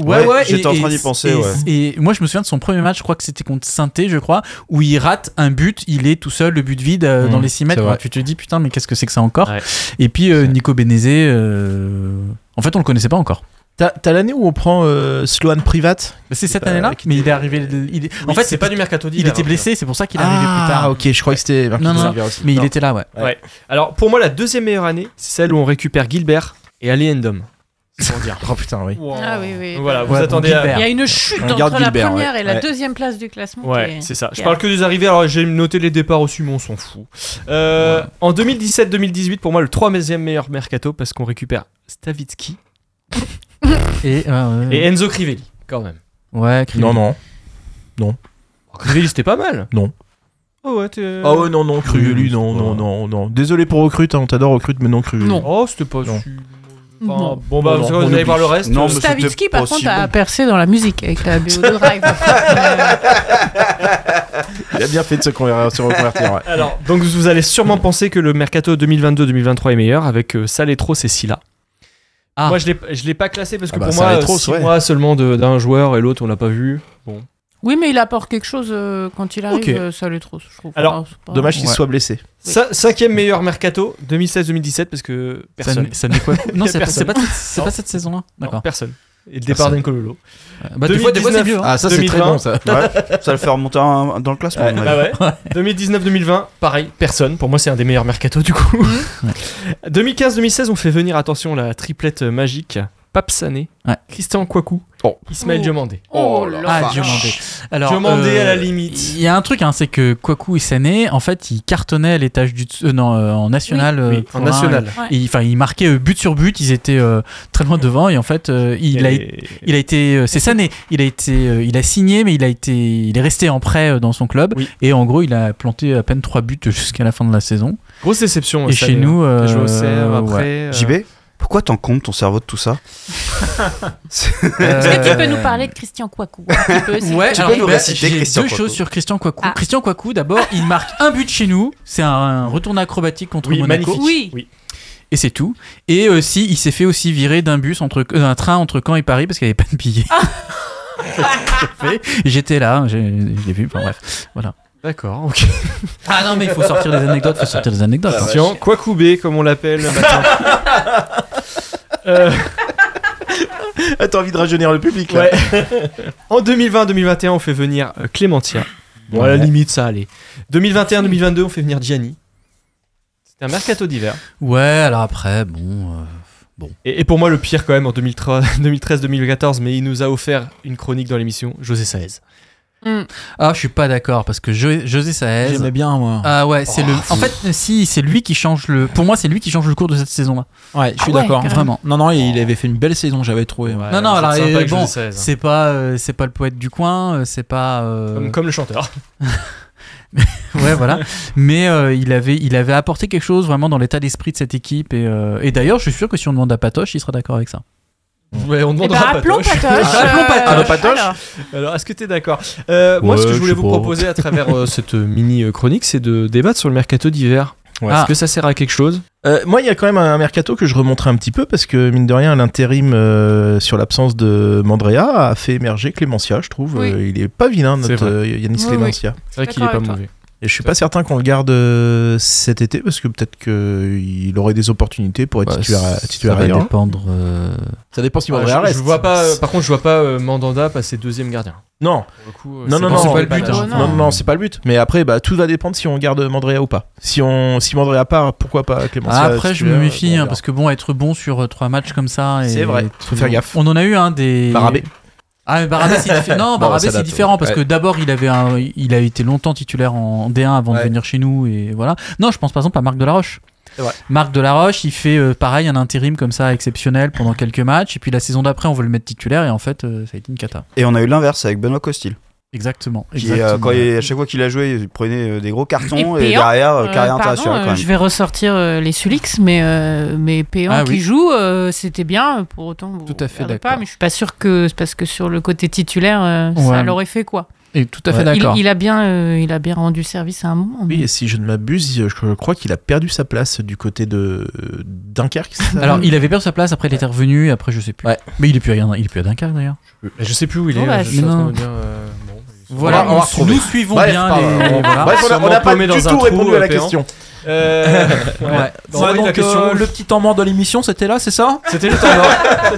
[SPEAKER 8] Ouais, j'étais en train d'y penser,
[SPEAKER 7] et-
[SPEAKER 8] ouais.
[SPEAKER 7] Et moi, je me souviens de son premier match, je crois que c'était contre saint je crois, où il rate un but, il est tout seul, le but vide euh,
[SPEAKER 3] Mmh,
[SPEAKER 7] dans les 6
[SPEAKER 3] c'est
[SPEAKER 7] mètres.
[SPEAKER 3] vrai.
[SPEAKER 7] quoi. tu te dis, putain, mais qu'est-ce que c'est que ça encore
[SPEAKER 4] Ouais.
[SPEAKER 7] Et puis, euh, Nico Benezé, euh, en fait, on le connaissait pas encore.
[SPEAKER 6] T'as t'as l'année où on prend euh, Sloan Private
[SPEAKER 7] Bah, C'est cette année-là, mais il est arrivé. il est- en fait, c'est pas du.
[SPEAKER 4] mercato
[SPEAKER 7] Il était blessé, c'est pour ça qu'il est arrivé plus tard.
[SPEAKER 6] Ah, ok, je crois que c'était Marquis
[SPEAKER 7] Non, non,
[SPEAKER 6] de
[SPEAKER 7] non.
[SPEAKER 6] Oliveira aussi.
[SPEAKER 7] Mais
[SPEAKER 6] Non.
[SPEAKER 7] il était là, ouais.
[SPEAKER 4] Alors pour moi, la deuxième meilleure année, c'est celle où on récupère Gilbert et Aliendom. C'est pour dire.
[SPEAKER 6] Oh putain, oui.
[SPEAKER 5] Ah oui, oui.
[SPEAKER 4] Voilà, vous
[SPEAKER 7] Ouais,
[SPEAKER 4] attendez
[SPEAKER 7] donc
[SPEAKER 4] à,
[SPEAKER 7] Gilbert.
[SPEAKER 5] Il y a une chute
[SPEAKER 6] On garde
[SPEAKER 5] entre la
[SPEAKER 6] Gilbert,
[SPEAKER 5] première
[SPEAKER 6] ouais.
[SPEAKER 5] et la
[SPEAKER 6] Ouais.
[SPEAKER 5] deuxième place du classement. qui
[SPEAKER 4] Ouais,
[SPEAKER 5] est-
[SPEAKER 4] c'est ça. Je
[SPEAKER 5] Yeah.
[SPEAKER 4] parle que des arrivées, alors j'ai noté les départs aussi, mais on s'en fout. Euh, En 2017-2018, pour moi, le 3 e meilleur mercato parce qu'on récupère Stavitsky
[SPEAKER 7] Et, euh,
[SPEAKER 4] et Enzo Crivelli, quand même.
[SPEAKER 7] ouais, Crivelli.
[SPEAKER 6] Non, non.
[SPEAKER 4] Crivelli, c'était pas mal.
[SPEAKER 6] Non.
[SPEAKER 4] Oh ouais, t'es.
[SPEAKER 6] Ah ouais, non, non, Cruelu, non,
[SPEAKER 4] Voilà.
[SPEAKER 6] non, non, non. Désolé pour Recrute, hein, on t'adore Recrute, mais non, Cruelu.
[SPEAKER 5] Non.
[SPEAKER 4] Oh, c'était pas.
[SPEAKER 6] Non.
[SPEAKER 4] si-
[SPEAKER 5] Non.
[SPEAKER 4] Enfin, Bon, bah,
[SPEAKER 6] Non,
[SPEAKER 4] vous
[SPEAKER 6] non, on
[SPEAKER 4] allez voir le reste.
[SPEAKER 5] euh,
[SPEAKER 8] Non, mais c'était
[SPEAKER 5] Stavitsky,
[SPEAKER 8] pas
[SPEAKER 5] par
[SPEAKER 8] si
[SPEAKER 5] contre, a
[SPEAKER 8] bon.
[SPEAKER 5] percé dans la musique avec la BO de Drive.
[SPEAKER 6] Il a bien fait de se, conver- se reconvertir, ouais.
[SPEAKER 4] Alors, donc vous allez sûrement penser que le mercato 2022-2023 est meilleur avec euh, Saletros et Silla.
[SPEAKER 7] Ah.
[SPEAKER 4] Moi, je l'ai- je l'ai pas classé parce que
[SPEAKER 6] Ah bah,
[SPEAKER 4] pour moi,
[SPEAKER 6] Saletros,
[SPEAKER 4] 6
[SPEAKER 6] ouais.
[SPEAKER 4] mois seulement de- d'un joueur et l'autre, on l'a pas vu. Bon.
[SPEAKER 5] oui, mais il apporte quelque chose euh, quand il arrive,
[SPEAKER 4] Ok.
[SPEAKER 5] euh, ça l'est trop, je trouve.
[SPEAKER 4] Alors,
[SPEAKER 5] Alors, c'est pas-
[SPEAKER 6] Dommage qu'il
[SPEAKER 7] Ouais.
[SPEAKER 6] se soit blessé.
[SPEAKER 4] Cin- cinquième meilleur mercato 2016-2017 parce que
[SPEAKER 7] Ça
[SPEAKER 4] personne.
[SPEAKER 7] n'est- ça n'est quoi Non, c'est pas, c'est
[SPEAKER 4] Personne.
[SPEAKER 7] pas, c'est
[SPEAKER 4] Non.
[SPEAKER 7] pas cette saison-là.
[SPEAKER 4] Non,
[SPEAKER 7] D'accord. Ah,
[SPEAKER 4] personne. Et le départ
[SPEAKER 6] Personne.
[SPEAKER 4] d'Encololo.
[SPEAKER 7] Bah, des fois, des fois, c'est mieux. hein.
[SPEAKER 6] Ah, ça, c'est très
[SPEAKER 4] 2020.
[SPEAKER 6] bon, ça.
[SPEAKER 8] Ça le fait remonter un- dans le classement. à mon avis.
[SPEAKER 4] Bah ouais. 2019-2020, pareil, personne. Pour moi, c'est un des meilleurs mercato du coup.
[SPEAKER 7] Mmh.
[SPEAKER 4] 2015-2016, on fait venir, attention, la triplette magique. Pape Sané,
[SPEAKER 7] Ouais.
[SPEAKER 4] Christian Kouakou,
[SPEAKER 8] Oh.
[SPEAKER 4] Ismaël
[SPEAKER 5] Oh.
[SPEAKER 4] Diomandé.
[SPEAKER 5] Oh
[SPEAKER 8] là.
[SPEAKER 5] là
[SPEAKER 7] Ah,
[SPEAKER 5] là.
[SPEAKER 7] Diomandé. Alors,
[SPEAKER 4] Diomandé
[SPEAKER 7] euh,
[SPEAKER 4] à la limite.
[SPEAKER 7] Il y a un truc, hein, c'est que Kwaku et Sané, en fait, ils cartonnaient à l'étage du dessous- euh, non, euh, en national. euh,
[SPEAKER 4] Oui, en
[SPEAKER 7] pour un,
[SPEAKER 4] national.
[SPEAKER 7] et- et- Enfin, ils marquaient euh, but sur but, ils étaient euh, très loin devant et en fait, euh, il, a,
[SPEAKER 4] Et-
[SPEAKER 7] il a été, euh, c'est Sané, il a été, euh, il a signé, mais il a été, il est resté en prêt euh, dans son club
[SPEAKER 4] Oui.
[SPEAKER 7] et en gros, il a planté à peine trois buts euh, jusqu'à la fin de la saison.
[SPEAKER 4] Grosse déception. hein.
[SPEAKER 7] et
[SPEAKER 4] ça,
[SPEAKER 7] chez
[SPEAKER 4] les-
[SPEAKER 7] nous,
[SPEAKER 4] les
[SPEAKER 7] euh,
[SPEAKER 4] joueurs au CR après.
[SPEAKER 7] ouais.
[SPEAKER 4] euh,
[SPEAKER 8] JB, pourquoi t'en comptes ton cerveau de tout ça
[SPEAKER 5] Est-ce que tu peux
[SPEAKER 7] Euh,
[SPEAKER 5] nous parler de Christian Kouakou un petit peu, s'il
[SPEAKER 7] Ouais,
[SPEAKER 5] te
[SPEAKER 7] alors,
[SPEAKER 5] plaît
[SPEAKER 8] nous
[SPEAKER 7] bah,
[SPEAKER 8] réciter
[SPEAKER 7] j'ai
[SPEAKER 8] Christian
[SPEAKER 7] deux
[SPEAKER 8] Kouakou
[SPEAKER 7] choses sur Christian Kouakou.
[SPEAKER 5] Ah.
[SPEAKER 7] Christian Kouakou, d'abord, il marque un but chez nous. C'est un, un retour acrobatique contre
[SPEAKER 4] Oui,
[SPEAKER 7] Monaco.
[SPEAKER 4] magnifique.
[SPEAKER 5] Oui.
[SPEAKER 4] oui.
[SPEAKER 7] Et c'est tout. Et euh, si, il s'est fait aussi virer d'un bus entre euh, d'un train entre Caen et Paris parce qu'il n'y avait pas de billets.
[SPEAKER 5] Ah.
[SPEAKER 7] J'étais là, j'ai- je l'ai vu. Enfin bref.
[SPEAKER 4] D'accord, ok.
[SPEAKER 7] Ah non, mais il faut sortir des anecdotes, faut sortir des anecdotes.
[SPEAKER 6] Ah,
[SPEAKER 7] hein.
[SPEAKER 4] Christian Kouakou B, comme on l'appelle maintenant. Euh,
[SPEAKER 6] Ah, t'as envie de rajeunir le public, là.
[SPEAKER 4] Ouais. en 2020-2021, on fait venir euh, Clémentia. Bon, à la limite, ça allait. 2021-2022, on fait venir Gianni. C'était un mercato d'hiver.
[SPEAKER 7] Ouais, alors après, bon. euh,
[SPEAKER 4] Et, et pour moi, le pire quand même en 2003 2013-2014, mais il nous a offert une chronique dans l'émission, José Saez.
[SPEAKER 5] Hmm.
[SPEAKER 7] Ah, je suis pas d'accord parce que Jo- José Saez.
[SPEAKER 3] J'aimais bien, moi.
[SPEAKER 7] Ah ouais, c'est le. En fait, si, c'est lui qui change le. Pour moi, c'est lui qui change le cours de cette saison-là.
[SPEAKER 3] Ouais, je suis
[SPEAKER 5] Ah ouais,
[SPEAKER 3] d'accord. Vraiment.
[SPEAKER 5] carrément.
[SPEAKER 3] Non, non, il avait fait une belle saison, j'avais trouvé. ouais.
[SPEAKER 7] Oh. non, non,
[SPEAKER 4] c'est
[SPEAKER 7] alors,
[SPEAKER 4] sympa
[SPEAKER 7] euh,
[SPEAKER 4] avec
[SPEAKER 7] bon,
[SPEAKER 4] José Saez.
[SPEAKER 7] C'est pas, euh, c'est pas le poète du coin, euh, c'est pas. euh,
[SPEAKER 4] Comme, comme le chanteur.
[SPEAKER 7] Ouais, voilà. Mais euh, il, avait, il avait apporté quelque chose vraiment dans l'état d'esprit de cette équipe. Et, euh, et d'ailleurs, je suis sûr que si on demande à Patoche, il sera d'accord avec ça.
[SPEAKER 4] Ouais, on
[SPEAKER 5] Eh ben,
[SPEAKER 4] demandera pas
[SPEAKER 5] appelons
[SPEAKER 4] Toche.
[SPEAKER 5] Patoche.
[SPEAKER 7] Appelons Patoche.
[SPEAKER 5] euh,
[SPEAKER 6] Allô, Patoche
[SPEAKER 5] alors.
[SPEAKER 4] Alors, est-ce que tu es d'accord Euh, Moi,
[SPEAKER 6] Ouais,
[SPEAKER 4] ce que je
[SPEAKER 6] je
[SPEAKER 4] voulais
[SPEAKER 6] sais
[SPEAKER 4] vous
[SPEAKER 6] pas.
[SPEAKER 4] proposer à travers euh, cette mini chronique, c'est de débattre sur le mercato d'hiver.
[SPEAKER 6] Ouais.
[SPEAKER 4] Est-ce
[SPEAKER 7] Ah.
[SPEAKER 4] que ça sert à quelque chose
[SPEAKER 6] Euh, moi, il y a quand même un mercato que je remonterai un petit peu parce que, mine de rien, l'intérim euh, sur l'absence de Mandrea a fait émerger Clémencia, je trouve.
[SPEAKER 5] Oui.
[SPEAKER 6] Euh, il est pas vilain,
[SPEAKER 4] C'est
[SPEAKER 6] notre
[SPEAKER 4] vrai.
[SPEAKER 6] euh, Yanis
[SPEAKER 5] Oui,
[SPEAKER 6] Clémencia.
[SPEAKER 4] C'est vrai
[SPEAKER 5] Je suis
[SPEAKER 4] qu'il est pas
[SPEAKER 5] d'accord avec toi.
[SPEAKER 4] mauvais.
[SPEAKER 6] Et je suis pas certain qu'on le garde euh, cet été parce que peut-être qu'il aurait des opportunités pour être
[SPEAKER 7] Bah,
[SPEAKER 6] titulaire, à-
[SPEAKER 7] ça
[SPEAKER 6] titulaire
[SPEAKER 7] va
[SPEAKER 6] ailleurs.
[SPEAKER 7] dépendre. euh,
[SPEAKER 6] Ça dépend s'il
[SPEAKER 4] Ouais,
[SPEAKER 6] Mandanda
[SPEAKER 4] Ah, je, je
[SPEAKER 6] reste.
[SPEAKER 4] vois pas, euh, par contre, je vois pas euh, Mandanda passer deuxième gardien.
[SPEAKER 6] Non,
[SPEAKER 4] Pour le coup, euh,
[SPEAKER 6] Non,
[SPEAKER 4] c'est
[SPEAKER 6] non,
[SPEAKER 4] pas-
[SPEAKER 6] non,
[SPEAKER 4] c'est pas le
[SPEAKER 5] pas
[SPEAKER 4] but.
[SPEAKER 5] le
[SPEAKER 4] hein.
[SPEAKER 5] but,
[SPEAKER 6] non, non, non, c'est pas le but. Mais après, bah, tout va dépendre si on garde Mandrea ou pas. Si on, si Mandrea part, pourquoi pas euh, Clément
[SPEAKER 7] Ah, après, je me méfie hein, parce que bon, être bon sur euh, trois matchs comme ça. et-
[SPEAKER 6] C'est vrai,
[SPEAKER 7] et
[SPEAKER 6] faut faire gaffe.
[SPEAKER 7] On en a eu un des.
[SPEAKER 6] Barabé.
[SPEAKER 7] Ah, mais Barabé, c'est diffé- non,
[SPEAKER 6] Bon,
[SPEAKER 7] Barabé,
[SPEAKER 6] ça
[SPEAKER 7] c'est
[SPEAKER 6] date,
[SPEAKER 7] différent
[SPEAKER 6] ouais.
[SPEAKER 7] parce que
[SPEAKER 6] Ouais.
[SPEAKER 7] d'abord, il avait un- il a été longtemps titulaire en D1 avant
[SPEAKER 6] Ouais.
[SPEAKER 7] de venir chez nous et voilà. Non, je pense par exemple à Marc Delaroche.
[SPEAKER 6] C'est vrai.
[SPEAKER 7] Marc Delaroche, il fait euh, pareil un intérim comme ça exceptionnel pendant quelques matchs et puis la saison d'après, on veut le mettre titulaire et en fait, euh, ça a été une cata.
[SPEAKER 8] Et on a eu l'inverse avec Benoît Costil.
[SPEAKER 7] Exactement.
[SPEAKER 8] Qui, euh,
[SPEAKER 7] exactement.
[SPEAKER 8] quand il- à chaque fois qu'il a joué, il prenait euh, des gros cartons
[SPEAKER 5] Et
[SPEAKER 8] et,
[SPEAKER 5] payant.
[SPEAKER 8] derrière, euh,
[SPEAKER 5] Euh,
[SPEAKER 8] carrière
[SPEAKER 5] pardon,
[SPEAKER 8] internationale
[SPEAKER 5] euh,
[SPEAKER 8] quand même.
[SPEAKER 5] Je vais ressortir euh, les Sulix, mais, euh, mais Péan
[SPEAKER 7] Ah
[SPEAKER 5] qui
[SPEAKER 7] oui.
[SPEAKER 5] joue, euh, c'était bien. Pour autant, vous
[SPEAKER 7] Tout à fait
[SPEAKER 5] regarderez
[SPEAKER 7] d'accord.
[SPEAKER 5] pas, mais je suis pas sûr que c'est parce que sur le côté titulaire, euh,
[SPEAKER 7] Ouais.
[SPEAKER 5] ça l'aurait fait quoi.
[SPEAKER 7] Et tout à fait
[SPEAKER 6] Ouais.
[SPEAKER 5] Il,
[SPEAKER 7] d'accord.
[SPEAKER 5] il a bien, euh, il a bien rendu service à un moment. mais-
[SPEAKER 6] Oui, et si je ne m'abuse, je, je crois qu'il a perdu sa place du côté de euh, Dunkerque. c'est ça
[SPEAKER 7] Alors, il avait perdu sa place, après il était revenu, et après je sais plus.
[SPEAKER 6] Ouais.
[SPEAKER 7] Mais il est plus à, il est plus à Dunkerque d'ailleurs.
[SPEAKER 4] Mais Je sais plus où il
[SPEAKER 5] Bon,
[SPEAKER 4] est.
[SPEAKER 5] bah,
[SPEAKER 4] euh, je suis en
[SPEAKER 7] non.
[SPEAKER 4] train de me dire, euh, bon,
[SPEAKER 7] Voilà,
[SPEAKER 6] On va- on va retrouver.
[SPEAKER 7] nous suivons
[SPEAKER 6] Bref,
[SPEAKER 7] bien
[SPEAKER 6] pas-
[SPEAKER 7] les.
[SPEAKER 6] on-
[SPEAKER 7] voilà.
[SPEAKER 6] Bref, on a- on n'a
[SPEAKER 4] Sûrement
[SPEAKER 6] pas
[SPEAKER 4] paumé
[SPEAKER 6] du
[SPEAKER 4] dans un
[SPEAKER 6] tout
[SPEAKER 4] trou,
[SPEAKER 6] répondu à la
[SPEAKER 4] euh, Péan.
[SPEAKER 6] question.
[SPEAKER 4] Euh, ouais.
[SPEAKER 3] Ça,
[SPEAKER 4] Bon, oui, la
[SPEAKER 3] donc,
[SPEAKER 4] question.
[SPEAKER 3] euh, le petit temps mort de l'émission, c'était là, c'est ça
[SPEAKER 4] C'était le temps mort.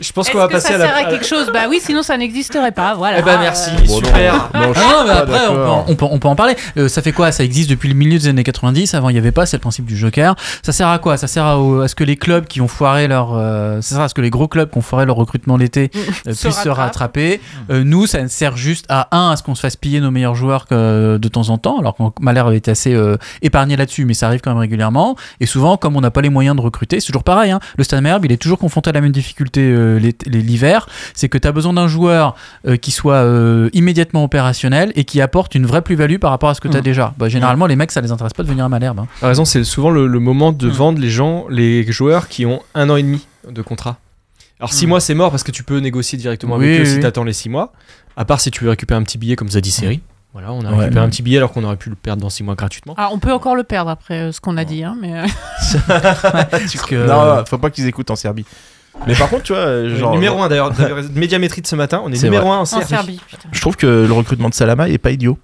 [SPEAKER 4] Je pense
[SPEAKER 5] Est-ce
[SPEAKER 4] qu'on va
[SPEAKER 5] que ça
[SPEAKER 4] passer à
[SPEAKER 5] sert
[SPEAKER 4] la.
[SPEAKER 5] à quelque chose Bah oui, sinon ça n'existerait pas. Voilà.
[SPEAKER 4] Eh ben merci,
[SPEAKER 5] Euh,
[SPEAKER 6] Bon, non.
[SPEAKER 4] super.
[SPEAKER 6] Bon, je-
[SPEAKER 7] Ah non, mais
[SPEAKER 6] pas
[SPEAKER 7] après, on peut,
[SPEAKER 6] d'accord.
[SPEAKER 7] en- on peut- on peut en parler. Euh, ça fait quoi Ça existe depuis le milieu des années 90. Avant, il n'y avait pas, c'est le principe du Joker. Ça sert à quoi Ça sert à, au- à ce que les clubs qui ont foiré leur. euh, ça sert à ce que les gros clubs qui ont foiré leur recrutement l'été euh, puissent
[SPEAKER 5] Se
[SPEAKER 7] se
[SPEAKER 5] rattrapent.
[SPEAKER 7] rattraper. Euh, nous, ça sert juste à, un, à ce qu'on se fasse piller nos meilleurs joueurs que, de temps en temps. Alors que Malher avait été assez euh, épargné là-dessus, mais ça arrive quand même régulièrement. Et souvent, comme on n'a pas les moyens de recruter, c'est toujours pareil. hein. Le Stade Malherbe, il est toujours confronté à la même difficulté euh, l'été- l'hiver. C'est que tu as besoin d'un joueur euh, qui soit euh, immédiatement opérationnel et qui apporte une vraie plus-value par rapport à ce que tu
[SPEAKER 8] Mmh.
[SPEAKER 7] as
[SPEAKER 3] Mm.
[SPEAKER 7] déjà. Bah, généralement, les mecs, ça les intéresse pas de venir à Malherbe. hein.
[SPEAKER 4] T'as raison, c'est souvent le, le moment
[SPEAKER 7] Hmm.
[SPEAKER 4] de vendre les gens, les joueurs qui ont un an et demi de contrat. Alors 6
[SPEAKER 7] Mm.
[SPEAKER 4] mois c'est mort parce que tu peux négocier directement
[SPEAKER 7] Oui,
[SPEAKER 4] avec eux
[SPEAKER 7] oui,
[SPEAKER 4] si
[SPEAKER 7] oui.
[SPEAKER 4] t'attends les 6 mois. À part si tu veux récupérer un petit billet comme Zadie Seri. Voilà, on a
[SPEAKER 7] Ouais.
[SPEAKER 4] récupéré un petit billet alors qu'on aurait pu le perdre dans 6 mois gratuitement.
[SPEAKER 5] Ah, on peut encore le perdre après euh, ce qu'on a dit, hein, mais euh,
[SPEAKER 7] Parce que-
[SPEAKER 6] Non, faut pas qu'ils écoutent en Serbie. Mais par contre, tu vois, euh, genre,
[SPEAKER 4] numéro 1 d'ailleurs, d'ailleurs, médiamétrie de ce matin, on est,
[SPEAKER 6] C'est
[SPEAKER 4] numéro 1 en
[SPEAKER 5] en
[SPEAKER 4] Serbie.
[SPEAKER 5] Serbie. putain.
[SPEAKER 6] je trouve que le recrutement de Salama est pas idiot.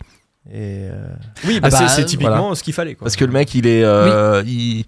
[SPEAKER 6] Et euh,
[SPEAKER 4] Oui, bah,
[SPEAKER 7] Ah bah,
[SPEAKER 4] c'est- c'est typiquement
[SPEAKER 6] voilà.
[SPEAKER 4] ce qu'il fallait. Quoi.
[SPEAKER 6] Parce que le mec, il est, euh, il-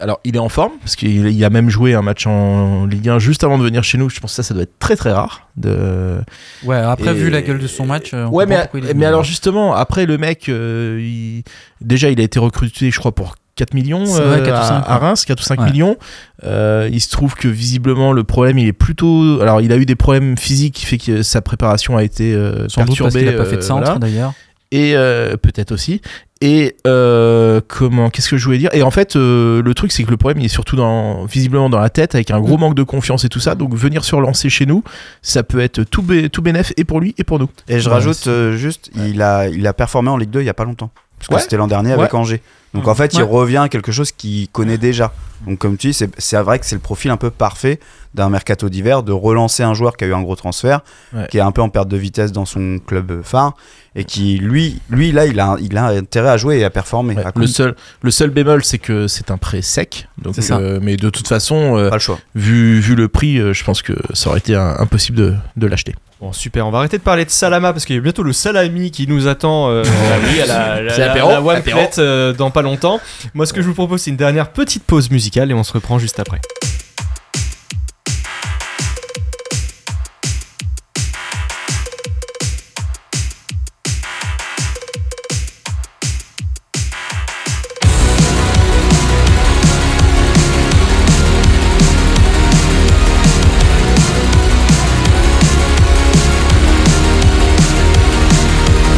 [SPEAKER 6] alors il est en forme parce qu'il il a même joué un match en Ligue 1 juste avant de venir chez nous. Je pense que ça, ça doit être très très rare. De...
[SPEAKER 7] Ouais, après,
[SPEAKER 6] Et-
[SPEAKER 7] vu la gueule de son match. euh, on
[SPEAKER 6] ouais,
[SPEAKER 7] comprend
[SPEAKER 6] mais,
[SPEAKER 7] pourquoi il est
[SPEAKER 6] mais
[SPEAKER 7] venu.
[SPEAKER 6] alors justement, après le mec, euh, il- déjà il a été recruté, je crois, pour 4 millions
[SPEAKER 7] C'est
[SPEAKER 6] euh,
[SPEAKER 7] vrai, 4 ou
[SPEAKER 6] à-
[SPEAKER 7] 5,
[SPEAKER 6] à,
[SPEAKER 7] ouais.
[SPEAKER 6] Reims, 4 ou 5
[SPEAKER 7] Ouais.
[SPEAKER 6] millions. Euh, il se trouve que visiblement le problème, il est plutôt. Alors il a eu des problèmes physiques qui fait que sa préparation a été euh,
[SPEAKER 7] Sans doute parce
[SPEAKER 6] perturbée.
[SPEAKER 7] qu'il a pas fait de
[SPEAKER 6] euh,
[SPEAKER 7] centre
[SPEAKER 6] voilà
[SPEAKER 7] d'ailleurs.
[SPEAKER 6] et euh, peut-être aussi. Et euh, comment Qu'est-ce que je voulais dire Et en fait, euh, le truc, c'est que le problème, il est surtout dans, visiblement dans la tête, avec un gros
[SPEAKER 8] Mm.
[SPEAKER 6] manque de confiance et tout ça. Donc, venir se relancer chez nous, ça peut être tout, bé- tout bénef et pour lui et pour nous.
[SPEAKER 8] Et je
[SPEAKER 7] Ouais,
[SPEAKER 8] rajoute
[SPEAKER 7] c'est-
[SPEAKER 8] euh, juste, il, a, il a performé en Ligue 2 il y a pas longtemps. Parce que
[SPEAKER 6] Ouais. Mmh.
[SPEAKER 8] c'était l'an dernier avec Angers. Donc en fait, il
[SPEAKER 7] Ouais.
[SPEAKER 8] revient à quelque chose qu'il connaît déjà. Donc comme tu dis, c'est- c'est vrai que c'est le profil un peu parfait d'un mercato d'hiver, de relancer un joueur qui a eu un gros transfert,
[SPEAKER 6] Ouais.
[SPEAKER 8] qui est un peu en perte de vitesse dans son club phare, et qui, lui, lui là, il a, il a intérêt à jouer et à performer.
[SPEAKER 6] Ouais,
[SPEAKER 8] À
[SPEAKER 6] le,
[SPEAKER 8] compte-
[SPEAKER 6] seul, le seul bémol, c'est que c'est un prêt sec. Donc,
[SPEAKER 7] C'est ça.
[SPEAKER 6] euh, mais de toute façon, euh,
[SPEAKER 8] Pas le choix.
[SPEAKER 6] vu, vu le prix, euh, je pense que ça aurait été euh, impossible de, de l'acheter.
[SPEAKER 4] Bon, super, on va arrêter de parler de Salama parce qu'il y a bientôt le salami qui nous attend euh, oui, à la, la,
[SPEAKER 6] C'est
[SPEAKER 4] la-
[SPEAKER 6] apéro,
[SPEAKER 4] la One
[SPEAKER 6] apéro.
[SPEAKER 4] Plate, euh, dans pas longtemps. Moi, ce que je vous propose, c'est une dernière petite pause musicale et on se reprend juste après.
[SPEAKER 9] I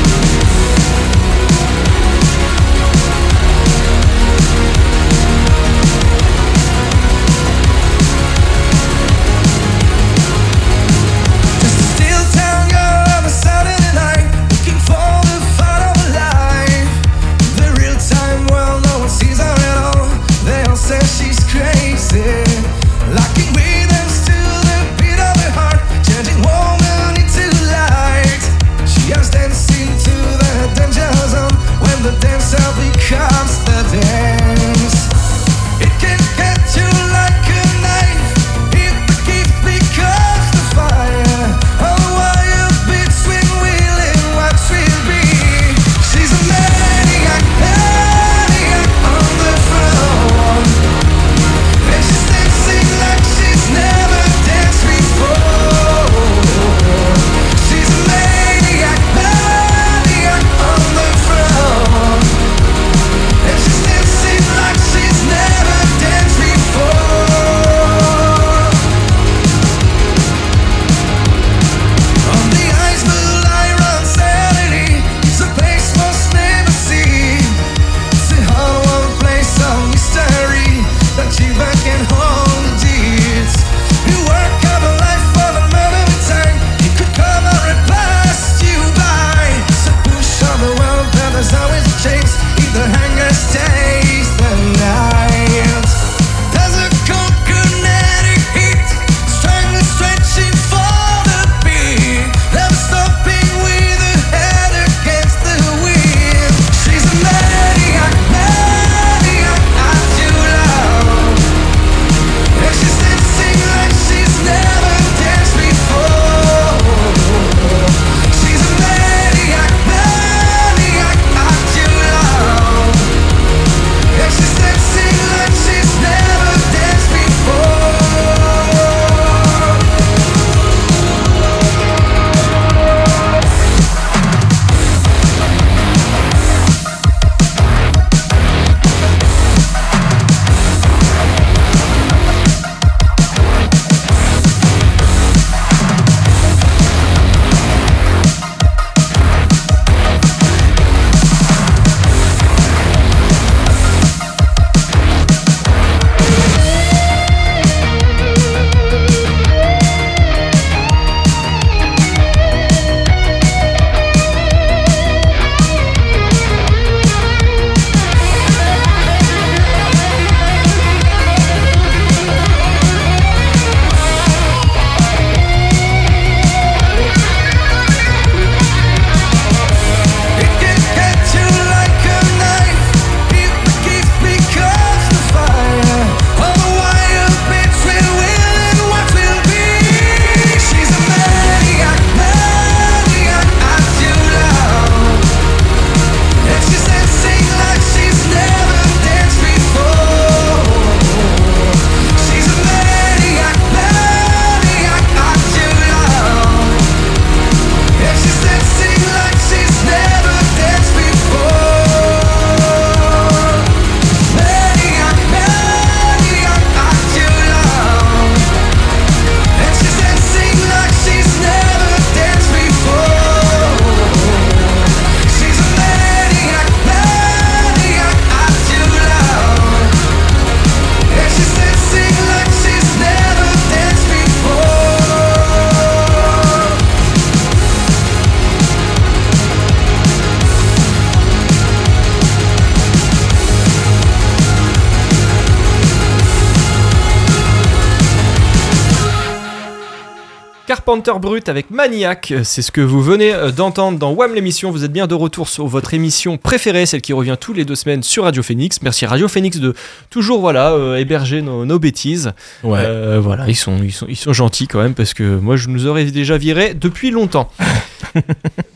[SPEAKER 4] Panther Brut avec Maniac. Euh, C'est ce que vous venez euh, d'entendre dans WAM l'émission. Vous êtes bien de retour sur votre émission préférée, celle qui revient tous les deux semaines sur Radio Phoenix. Merci Radio Phoenix de toujours voilà euh, héberger nos, nos bêtises. Euh, voilà, ils sont, ils, sont, ils sont gentils quand même parce que moi je nous aurais déjà viré depuis longtemps.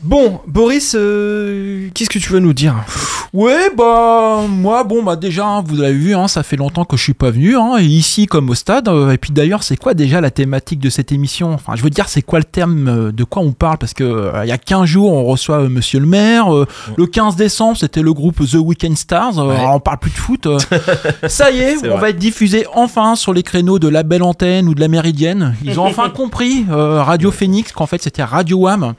[SPEAKER 4] bon, Boris, euh, qu'est-ce que tu veux nous dire
[SPEAKER 3] Ouais, bah, moi, bon, bah, déjà, hein, vous l'avez vu, hein, ça fait longtemps que je suis pas venu, hein, et ici comme au stade. euh, et puis d'ailleurs, c'est quoi déjà la thématique de cette émission Enfin, je veux dire, c'est quoi le terme euh, de quoi on parle Parce que euh, il y a 15 jours, on reçoit euh, monsieur le maire. euh, Le 15 décembre, c'était le groupe The Weekend Stars. euh, alors, on parle plus de foot. euh. ça y est,
[SPEAKER 4] C'est
[SPEAKER 3] on
[SPEAKER 4] vrai.
[SPEAKER 3] va être diffusé enfin sur les créneaux de la Belle Antenne ou de la Méridienne. Ils ont enfin compris, euh, Radio Phoenix, qu'en fait, c'était Radio Wam.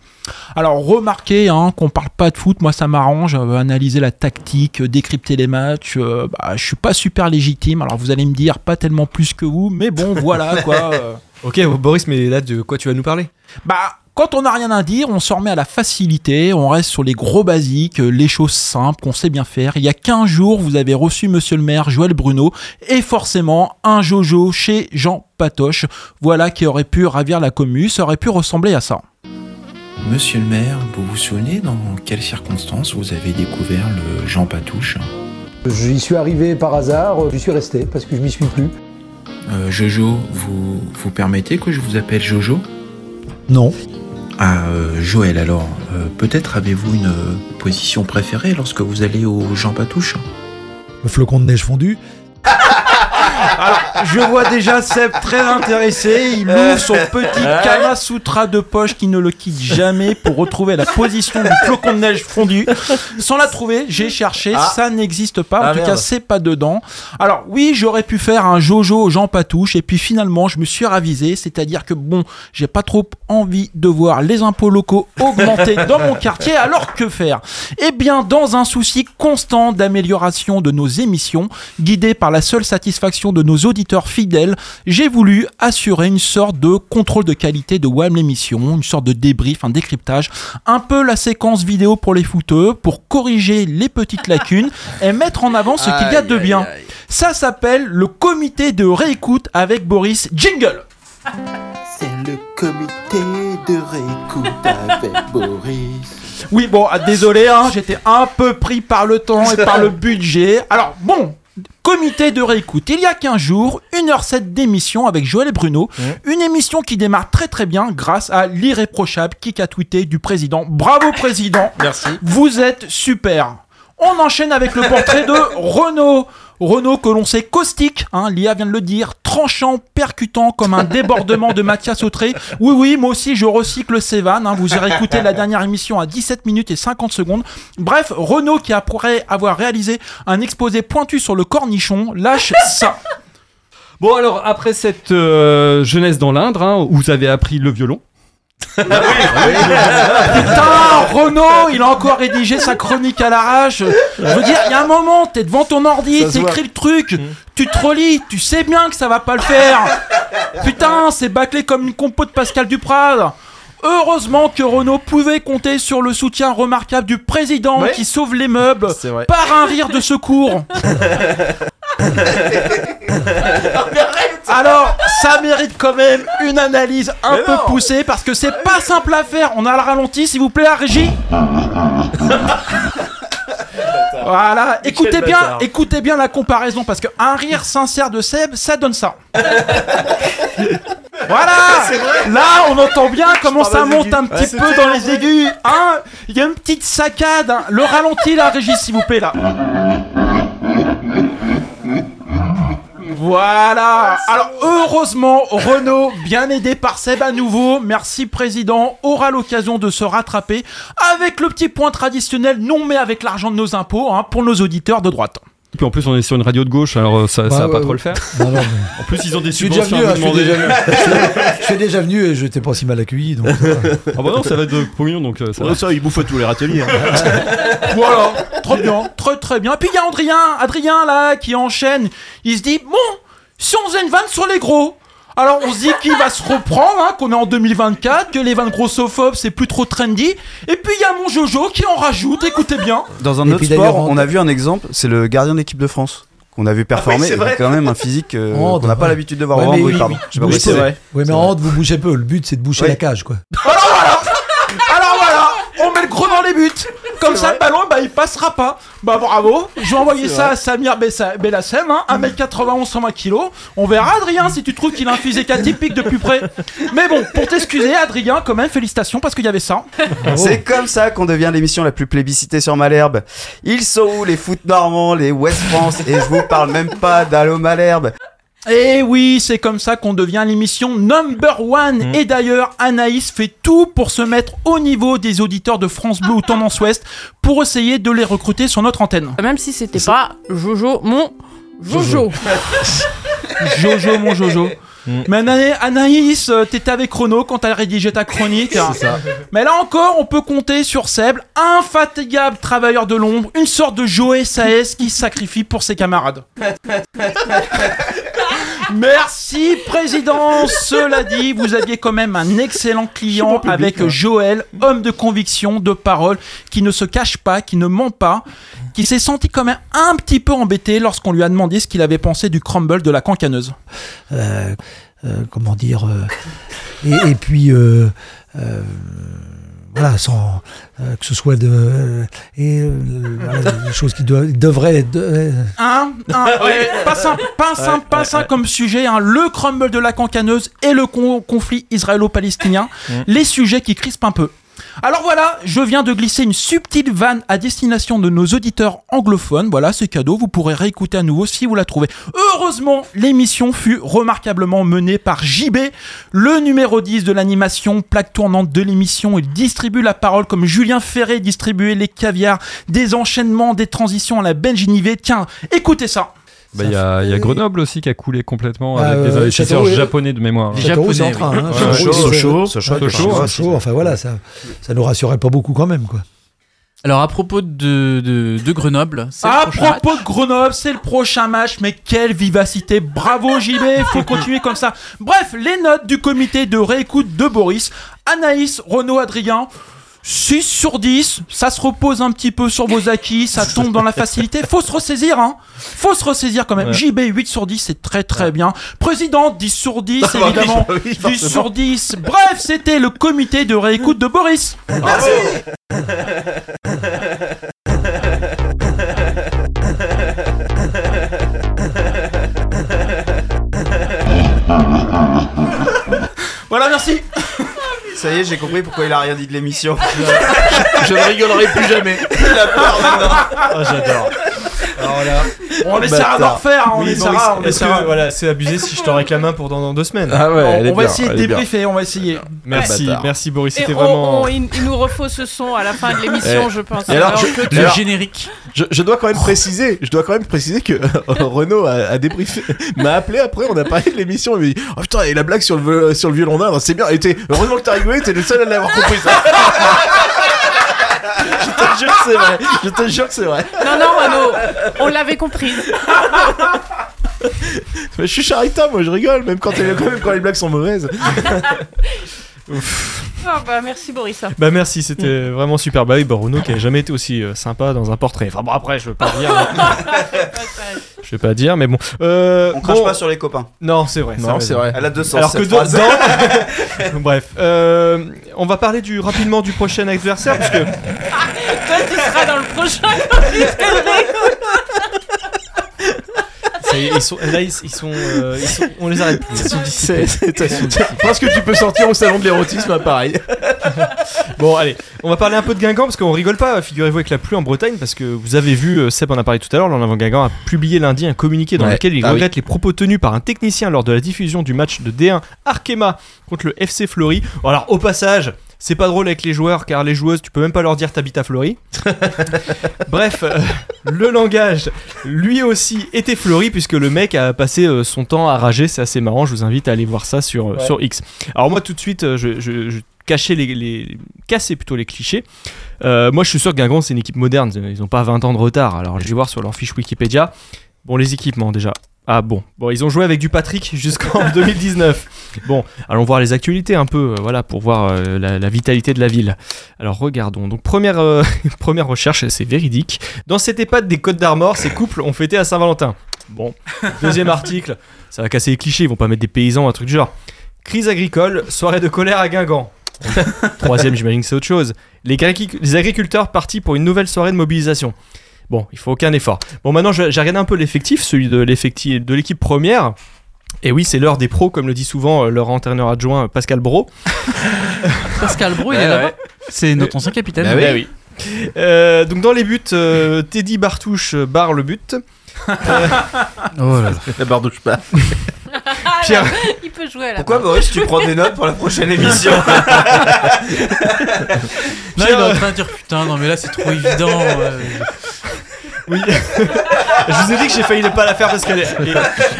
[SPEAKER 3] Alors remarquez hein, qu'on parle pas de foot, moi ça m'arrange, euh, analyser la tactique, euh, décrypter les matchs, euh, bah, je suis pas super légitime, alors vous allez me dire pas tellement plus que vous, mais bon voilà quoi. euh.
[SPEAKER 4] Ok, Boris, mais là de quoi tu vas nous parler
[SPEAKER 3] Bah quand on n'a rien à dire, on s'en remet à la facilité, on reste sur les gros basiques, euh, les choses simples qu'on sait bien faire. Il y a 15 jours, vous avez reçu monsieur le maire Joël Bruno et forcément un Jojo chez Jean Patoche. Voilà qui aurait pu ravir la commu, ça aurait pu ressembler à ça.
[SPEAKER 10] Monsieur le maire, vous vous souvenez dans quelles circonstances vous avez découvert le Jean Patouche
[SPEAKER 11] J'y suis arrivé par hasard, euh, j'y suis resté parce que je m'y suis plus.
[SPEAKER 10] Euh, Jojo, vous, vous permettez que je vous appelle Jojo
[SPEAKER 11] Non.
[SPEAKER 10] Ah, euh, Joël alors, euh, peut-être avez-vous une euh, position préférée lorsque vous allez au Jean Patouche
[SPEAKER 11] Le flocon de neige fondu.
[SPEAKER 3] Je vois déjà Seb très intéressé. Il
[SPEAKER 4] Euh.
[SPEAKER 3] ouvre son petit Kama Sutra de poche qui ne le quitte jamais pour retrouver la position du flocon de neige fondu. Sans la trouver, j'ai cherché. Ça n'existe pas. En
[SPEAKER 4] Ah,
[SPEAKER 3] tout
[SPEAKER 4] merde.
[SPEAKER 3] cas, c'est pas dedans. Alors, oui, j'aurais pu faire un Jojo aux Jean Patouche. Et puis finalement, je me suis ravisé. C'est-à-dire que bon, j'ai pas trop envie de voir les impôts locaux augmenter dans mon quartier. Alors que faire? Eh bien, dans un souci constant d'amélioration de nos émissions, guidé par la seule satisfaction de nos auditeurs fidèles, j'ai voulu assurer une sorte de contrôle de qualité de WAM l'émission, une sorte de débrief, un décryptage, un peu la séquence vidéo pour les fouteux, pour corriger les petites lacunes et mettre en avant ce qu'il y a de bien. Ça s'appelle le comité de réécoute avec Boris Jingle.
[SPEAKER 10] C'est le comité de réécoute avec Boris.
[SPEAKER 3] Oui, bon, ah, désolé, hein, j'étais un peu pris par le temps et par le budget. Alors, bon, comité de réécoute. Il y a 15 jours, 1h07 d'émission avec Joël et Bruno. Une émission qui démarre très très bien grâce à l'irréprochable kick à tweeter du président. Bravo, président.
[SPEAKER 4] Merci.
[SPEAKER 3] Vous êtes super. On enchaîne avec le portrait de Renaud. Renaud que l'on sait caustique, hein, Lia vient de le dire, tranchant, percutant comme un débordement de Mathias Autré. Oui, oui, moi aussi je recycle ces vannes. hein, vous irez écouter la dernière émission à 17 minutes et 50 secondes. Bref, Renaud qui après avoir réalisé un exposé pointu sur le cornichon, lâche ça.
[SPEAKER 12] Bon, alors, après cette euh, jeunesse dans l'Indre, hein, où vous avez appris le violon,
[SPEAKER 3] Putain, Ah, Renaud, il a encore rédigé sa chronique à l'arrache. Je veux dire, il y a un moment, t'es devant ton ordi,
[SPEAKER 4] Ça se
[SPEAKER 3] t'écris le truc, tu te relis, tu sais bien que ça va pas le faire. Putain, c'est bâclé comme une compo de Pascal Duprat. Heureusement que Renaud pouvait compter sur le soutien remarquable du président
[SPEAKER 4] Ouais.
[SPEAKER 3] qui sauve les meubles
[SPEAKER 4] C'est vrai.
[SPEAKER 3] par un rire de secours. Alors, ça mérite quand même une analyse un peu poussée parce que c'est pas simple à faire. On a le ralenti, s'il vous plaît, la régie. Voilà, écoutez bien,
[SPEAKER 4] bâtard.
[SPEAKER 3] écoutez bien la comparaison parce que un rire sincère de Seb, ça donne ça. voilà. Là, on entend bien comment ça monte un petit peu dans les aigus. Hein Il y a une petite saccade. hein. Le ralenti, la régie, s'il vous plaît là. Voilà. Alors heureusement, Renault, bien aidé par Seb à nouveau, merci président, aura l'occasion de se rattraper avec le petit point traditionnel, non mais avec l'argent de nos impôts, hein, pour nos auditeurs de droite.
[SPEAKER 12] et puis en plus, on est sur une radio de gauche, alors euh, ça,
[SPEAKER 4] Bah
[SPEAKER 12] ça va
[SPEAKER 11] ouais,
[SPEAKER 12] pas
[SPEAKER 11] ouais.
[SPEAKER 12] trop le faire.
[SPEAKER 11] Non, non, mais
[SPEAKER 12] En plus, ils ont des
[SPEAKER 11] je suis déjà
[SPEAKER 12] subventions
[SPEAKER 11] venu,
[SPEAKER 12] à
[SPEAKER 11] hein,
[SPEAKER 12] vous
[SPEAKER 11] je suis
[SPEAKER 12] demander.
[SPEAKER 11] déjà venu. Je suis déjà venu et je t'ai pas si mal accueilli. Donc, ça va.
[SPEAKER 12] Ah bah non, ça va être de pognon, donc euh, ça va.
[SPEAKER 6] ça, il bouffe tous les râteliers. hein.
[SPEAKER 3] Voilà, très bien, très très bien. Et puis il y a Adrien, Adrien là, qui enchaîne. Il se dit, bon, si on faisait une vanne sur les gros. Alors on se dit qu'il va se reprendre, hein, qu'on est en 2024, que les vannes grossophobes c'est plus trop trendy. Et puis il y a mon Jojo qui en rajoute, écoutez bien.
[SPEAKER 8] Dans un
[SPEAKER 10] Et
[SPEAKER 8] autre
[SPEAKER 10] puis d'ailleurs,
[SPEAKER 8] sport,
[SPEAKER 10] en-
[SPEAKER 8] on a vu un exemple, c'est le gardien d'équipe de France. qu'on a
[SPEAKER 6] Ah
[SPEAKER 8] vu performer,
[SPEAKER 3] c'est vrai.
[SPEAKER 8] et quand même un physique euh,
[SPEAKER 13] Hand,
[SPEAKER 8] qu'on n'a pas
[SPEAKER 13] ouais.
[SPEAKER 8] l'habitude de voir.
[SPEAKER 13] Oh,
[SPEAKER 8] au
[SPEAKER 13] Ouais,
[SPEAKER 8] hand,
[SPEAKER 13] mais
[SPEAKER 8] oui,
[SPEAKER 13] oui,
[SPEAKER 8] pardon.
[SPEAKER 13] oui.
[SPEAKER 8] J'ai pas
[SPEAKER 13] Bougez-
[SPEAKER 8] précisé.
[SPEAKER 13] Ouais, mais en hand, vous bougez peu. Le but, c'est de boucher
[SPEAKER 8] Oui.
[SPEAKER 13] la cage, quoi.
[SPEAKER 3] Alors voilà, on met le gros dans les buts. Comme ça, le ballon, bah, il passera pas. Bah bravo. Je vais envoyer
[SPEAKER 13] C'est
[SPEAKER 3] ça
[SPEAKER 13] vrai. Mm.
[SPEAKER 3] à Samir Bessa- Bellassem, hein, 1m91, 120 kg. On verra Adrien si tu trouves qu'il a un physique atypique de plus près. Mais bon, pour t'excuser, Adrien, quand même, félicitations parce qu'il y avait ça.
[SPEAKER 8] C'est comme ça qu'on devient l'émission la plus plébiscitée sur Malherbe. Ils sont où les foot normands, les West France Et je vous parle même pas d'Allo Malherbe.
[SPEAKER 3] Et Eh oui, c'est comme ça qu'on devient l'émission number one. Et d'ailleurs, Anaïs fait tout pour se mettre au niveau des auditeurs de France Bleu ou Tendance Ouest pour essayer de les recruter sur notre antenne.
[SPEAKER 14] Même si c'était pas Jojo, mon Jojo.
[SPEAKER 3] Jojo, mon Jojo. Mais Ana- Anaïs, euh, t'étais avec Chrono quand t'as rédigé ta chronique.
[SPEAKER 13] ça.
[SPEAKER 3] Mais là encore, on peut compter sur Seb, infatigable travailleur de l'ombre, une sorte de Joe SAS qui se sacrifie pour ses camarades. Merci président. Cela dit, vous aviez quand même un excellent client
[SPEAKER 13] public, hein.
[SPEAKER 3] avec
[SPEAKER 13] moi.
[SPEAKER 3] Joël, homme de conviction, de parole, qui ne se cache pas, qui ne ment pas, qui s'est senti quand même un petit peu embêté lorsqu'on lui a demandé ce qu'il avait pensé du crumble de la cancaneuse.
[SPEAKER 13] Euh, euh, comment dire euh, et, et puis euh, euh, voilà sans euh, que ce soit de et euh, voilà, des choses qui doivent- devraient être euh, de-
[SPEAKER 3] Hein Hein Ouais, Pas simple, pas simple, pas simple comme sujet. hein. Le crumble de la cancaneuse et le con- conflit israélo-palestinien. les sujets qui crispent un peu. Alors voilà, je viens de glisser une subtile vanne à destination de nos auditeurs anglophones. Voilà, c'est cadeau, vous pourrez réécouter à nouveau si vous la trouvez. Heureusement, l'émission fut remarquablement menée par JB, le numéro 10 de l'animation, plaque tournante de l'émission. Il distribue la parole comme Julien Ferré distribuait les caviars, des enchaînements, des transitions à la Benjinivé. Tiens, écoutez ça.
[SPEAKER 12] Bah, Il y, a il y a Grenoble aussi qui a coulé complètement
[SPEAKER 13] Ah,
[SPEAKER 12] avec
[SPEAKER 13] euh,
[SPEAKER 12] des investisseurs
[SPEAKER 13] Châteauroux-
[SPEAKER 12] japonais de mémoire.
[SPEAKER 13] Châteauroux, c'est en train, hein.
[SPEAKER 12] Ouais.
[SPEAKER 13] Châteauroux, ils sont-
[SPEAKER 12] Sochaux,
[SPEAKER 13] Sochaux, Sochaux, enfin voilà, ça, ça nous rassurait pas beaucoup quand même, quoi.
[SPEAKER 7] Alors à propos de, de, de Grenoble, c'est le
[SPEAKER 3] À
[SPEAKER 7] prochain match.
[SPEAKER 3] propos de Grenoble, c'est le prochain match, mais quelle vivacité Bravo JB, faut continuer comme ça. Bref, les notes du comité de réécoute de Boris, Anaïs, Renaud, Adrien. 6 sur 10, ça se repose un petit peu sur vos acquis, ça tombe dans la facilité, faut se ressaisir hein. Faut se ressaisir quand même.
[SPEAKER 13] Ouais.
[SPEAKER 3] JB 8 sur 10, c'est très très bien. Président 10 sur 10
[SPEAKER 13] Ah bah oui,
[SPEAKER 3] évidemment.
[SPEAKER 13] bah oui,
[SPEAKER 3] 10
[SPEAKER 13] forcément.
[SPEAKER 3] sur 10. Bref, c'était le comité de réécoute de Boris. Merci. Voilà, merci.
[SPEAKER 8] Ça y est, j'ai compris pourquoi il a rien dit de l'émission.
[SPEAKER 6] Je ne rigolerai plus jamais. Ah,
[SPEAKER 8] La peur maintenant.
[SPEAKER 4] j'adore.
[SPEAKER 12] Oh,
[SPEAKER 3] On essaiera d'en refaire, hein, on
[SPEAKER 4] Oui,
[SPEAKER 3] essaiera,
[SPEAKER 4] Boris,
[SPEAKER 3] on
[SPEAKER 4] est-ce que,
[SPEAKER 3] essaiera.
[SPEAKER 4] voilà, c'est abusé si je t'en réclame un pour dans, dans deux semaines.
[SPEAKER 3] Ah ouais, On- elle est on va bien, essayer de elle est bien. débriefer, on va essayer.
[SPEAKER 4] Merci,
[SPEAKER 3] Ouais. Bâtard.
[SPEAKER 4] merci Boris,
[SPEAKER 14] Et
[SPEAKER 4] c'était
[SPEAKER 14] on-
[SPEAKER 4] vraiment.
[SPEAKER 14] on- il, il nous refaut ce son à la fin de l'émission,
[SPEAKER 6] Eh.
[SPEAKER 14] je pense.
[SPEAKER 6] Et alors, je-
[SPEAKER 14] que-
[SPEAKER 6] alors-
[SPEAKER 7] générique.
[SPEAKER 6] Je, je dois quand même préciser, je dois quand même préciser que Renaud a, a débriefé, m'a appelé après, on a parlé de l'émission, il m'a dit "Oh putain, et la blague sur le viol- sur le violon d'Inde, c'est bien." Et t'es- heureusement que t'as rigolé, t'es le seul à l'avoir compris ça. je te jure que c'est vrai. Je te jure que c'est vrai.
[SPEAKER 14] Non, non, Renaud, on l'avait compris.
[SPEAKER 6] Mais je suis charitable, moi je rigole même quand, elle- quand même quand les blagues sont mauvaises.
[SPEAKER 14] Ah bah, merci Boris.
[SPEAKER 4] Bah merci, c'était vraiment super. Bah oui, bah, Renaud qui a jamais été aussi euh, sympa dans un portrait. Enfin bon, après, je veux pas dire. je vais pas dire, mais bon. Euh,
[SPEAKER 8] On crache
[SPEAKER 4] bon.
[SPEAKER 8] pas sur les copains.
[SPEAKER 4] Non, c'est vrai.
[SPEAKER 8] Non,
[SPEAKER 4] ça va,
[SPEAKER 8] c'est
[SPEAKER 4] ça va.
[SPEAKER 8] vrai. Elle a deux sens,
[SPEAKER 4] Alors que
[SPEAKER 8] cette
[SPEAKER 4] dans-
[SPEAKER 8] phrase.
[SPEAKER 4] dans- Bref, euh, on va parler du rapidement du prochain adversaire parce que
[SPEAKER 14] Toi, tu seras dans le prochain comité.
[SPEAKER 4] ça y est, ils sont là, ils, ils sont, euh, ils sont- on les arrête plus. Ils sont dissipés. Ils sont dissipés.
[SPEAKER 6] Je pense que tu peux sortir au salon de l'érotisme à Paris.
[SPEAKER 4] Bon, allez, on va parler un peu de Guingamp parce qu'on rigole pas, figurez-vous, avec la pluie en Bretagne. Parce que vous avez vu, euh, Seb en a parlé tout à l'heure, l'en avant Guingamp a publié lundi un communiqué dans
[SPEAKER 6] Ouais.
[SPEAKER 4] lequel il
[SPEAKER 6] Ah oui.
[SPEAKER 4] regrette les propos tenus par un technicien lors de la diffusion du match de D1 Arkema contre le FC Fleury. Bon, alors, au passage. C'est pas drôle avec les joueurs car les joueuses, tu peux même pas leur dire t'habites à Fleury. Bref, euh, le langage, lui aussi, était fleuri puisque le mec a passé euh, son temps à rager. C'est assez marrant. Je vous invite à aller voir ça sur, euh,
[SPEAKER 6] Ouais.
[SPEAKER 4] sur X. Alors moi, tout de suite, euh, je, je, je cachais les, les- casser plutôt les clichés. Euh, moi, je suis sûr que Guingamp, c'est une équipe moderne. Ils n'ont pas 20 ans de retard. Alors, je vais voir sur leur fiche Wikipédia. Bon, les équipements déjà. Ah bon. Bon, ils ont joué avec du Patrick jusqu'en 2019. Bon, allons voir les actualités un peu, euh, voilà, pour voir euh, la, la vitalité de la ville. Alors regardons. Donc première euh, première recherche, c'est véridique. Dans cette EHPAD des Côtes d'Armor, ces couples ont fêté à Saint-Valentin. Bon. Deuxième article. Ça va casser les clichés, ils vont pas mettre des paysans, un truc du genre. Crise agricole, soirée de colère à Guingamp. Troisième, j'imagine que c'est autre chose. Les, agric- les agriculteurs partis pour une nouvelle soirée de mobilisation. Bon, il faut aucun effort. Bon, maintenant, je- j'ai regardé un peu l'effectif, celui de l'effectif de l'équipe première. Et oui, c'est l'heure des pros, comme le dit souvent euh, leur entraîneur adjoint euh, Pascal Bro.
[SPEAKER 7] Pascal Bro, il est
[SPEAKER 4] Ouais,
[SPEAKER 7] là-bas.
[SPEAKER 4] ouais.
[SPEAKER 7] C'est notre
[SPEAKER 4] Euh,
[SPEAKER 7] ancien capitaine.
[SPEAKER 4] bah oui. Euh, donc dans les buts, euh, Teddy Bartouche euh, barre le but. Euh,
[SPEAKER 7] Oh là là.
[SPEAKER 4] La Bartouche pas.
[SPEAKER 5] Pierre. Il peut jouer à la
[SPEAKER 8] Pourquoi
[SPEAKER 5] barre.
[SPEAKER 8] Boris, tu prends des notes pour la prochaine émission
[SPEAKER 7] Non, il est
[SPEAKER 4] euh,
[SPEAKER 7] en train de dire putain, non, mais là c'est trop évident. euh.
[SPEAKER 4] Oui. Je vous ai dit que j'ai failli ne pas la faire parce qu'elle est.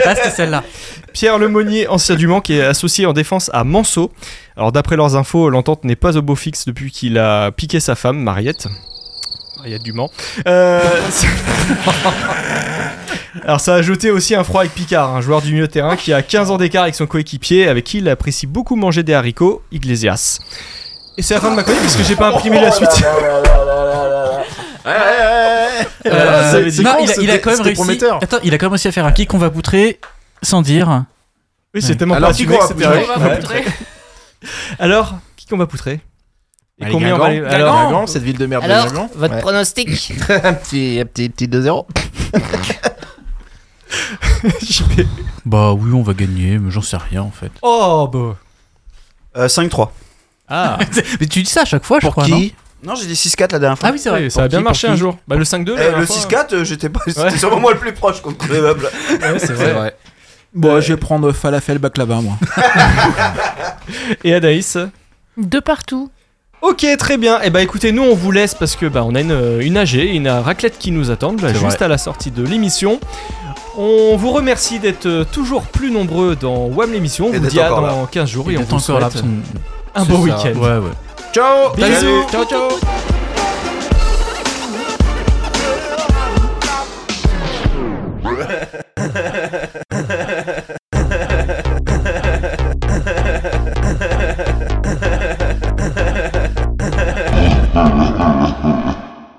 [SPEAKER 7] Ah, c'était celle-là.
[SPEAKER 4] Pierre Lemonnier, ancien du Mans, qui est associé en défense à Manceau. Alors, d'après leurs infos, l'entente n'est pas au beau fixe depuis qu'il a piqué sa femme, Mariette. Mariette du Mans. Euh, c'est- Alors, ça a jeté aussi un froid avec Picard, un joueur du milieu de terrain qui a 15 ans d'écart avec son coéquipier, avec qui il apprécie beaucoup manger des haricots, Iglesias. Et c'est la fin de ma chronique parce que j'ai
[SPEAKER 6] Oh,
[SPEAKER 4] pas imprimé la suite.
[SPEAKER 7] Euh,
[SPEAKER 4] Ça avait dit
[SPEAKER 7] non,
[SPEAKER 4] con,
[SPEAKER 7] il, a, il a
[SPEAKER 4] c'était-
[SPEAKER 7] quand même
[SPEAKER 4] c'était
[SPEAKER 7] réussi.
[SPEAKER 4] prometteur.
[SPEAKER 7] Attends, il a quand même réussi à faire un qui qu'on va poutrer sans dire.
[SPEAKER 4] Oui, c'est tellement
[SPEAKER 7] Alors,
[SPEAKER 4] pas assumé
[SPEAKER 7] qui qu'on
[SPEAKER 4] que
[SPEAKER 7] va
[SPEAKER 4] c'était
[SPEAKER 7] poutrer
[SPEAKER 4] vrai.
[SPEAKER 7] Qui qu'on va poutrer
[SPEAKER 4] Alors, qui qu'on va poutrer Et
[SPEAKER 6] Allez,
[SPEAKER 4] combien on
[SPEAKER 6] Guingamp.
[SPEAKER 4] va aller-
[SPEAKER 6] Guingamp. Guingamp, cette ville de merde de
[SPEAKER 15] Alors,
[SPEAKER 6] Guingamp.
[SPEAKER 15] votre
[SPEAKER 6] Ouais.
[SPEAKER 15] pronostic
[SPEAKER 6] un petit, un petit, petit 2-0.
[SPEAKER 7] Bah oui, on va gagner, mais j'en sais rien en fait.
[SPEAKER 4] Oh, bah.
[SPEAKER 7] Euh,
[SPEAKER 8] 5-3.
[SPEAKER 7] Ah. mais tu dis ça à chaque fois, je crois. non
[SPEAKER 8] Non, j'ai dit 6-4 la dernière fois.
[SPEAKER 7] Ah oui, c'est vrai.
[SPEAKER 4] Ça a bien marché un jour. Bah, le 5-2. la
[SPEAKER 8] Eh,
[SPEAKER 4] dernière
[SPEAKER 8] le
[SPEAKER 4] fois.
[SPEAKER 8] 6-4, euh, j'étais pas.
[SPEAKER 4] Ouais.
[SPEAKER 8] C'était sûrement moi le plus proche contre les meubles.
[SPEAKER 4] c'est vrai.
[SPEAKER 3] Bon, je vais prendre falafel baklava, moi.
[SPEAKER 4] Et Adaïs
[SPEAKER 5] De partout.
[SPEAKER 4] Ok, très bien. Et bah écoutez, nous on vous laisse parce que bah on a une, une AG, une euh, raclette qui nous attendent bah,
[SPEAKER 12] C'est
[SPEAKER 4] juste
[SPEAKER 12] vrai.
[SPEAKER 4] à la sortie de l'émission. On vous remercie d'être euh, toujours plus nombreux dans WAM l'émission. On
[SPEAKER 12] Et
[SPEAKER 4] vous
[SPEAKER 12] d'être
[SPEAKER 4] dit à
[SPEAKER 12] encore
[SPEAKER 4] dans
[SPEAKER 12] là.
[SPEAKER 4] 15 jours et,
[SPEAKER 12] Et
[SPEAKER 4] on
[SPEAKER 12] d'être
[SPEAKER 4] vous
[SPEAKER 12] encore là,
[SPEAKER 4] souhaite
[SPEAKER 12] parce
[SPEAKER 4] un
[SPEAKER 12] C'est
[SPEAKER 4] beau
[SPEAKER 12] ça.
[SPEAKER 4] week-end.
[SPEAKER 12] Ouais,
[SPEAKER 7] ouais.
[SPEAKER 4] Ciao
[SPEAKER 12] Bisous.
[SPEAKER 4] Ciao, ciao
[SPEAKER 9] Salut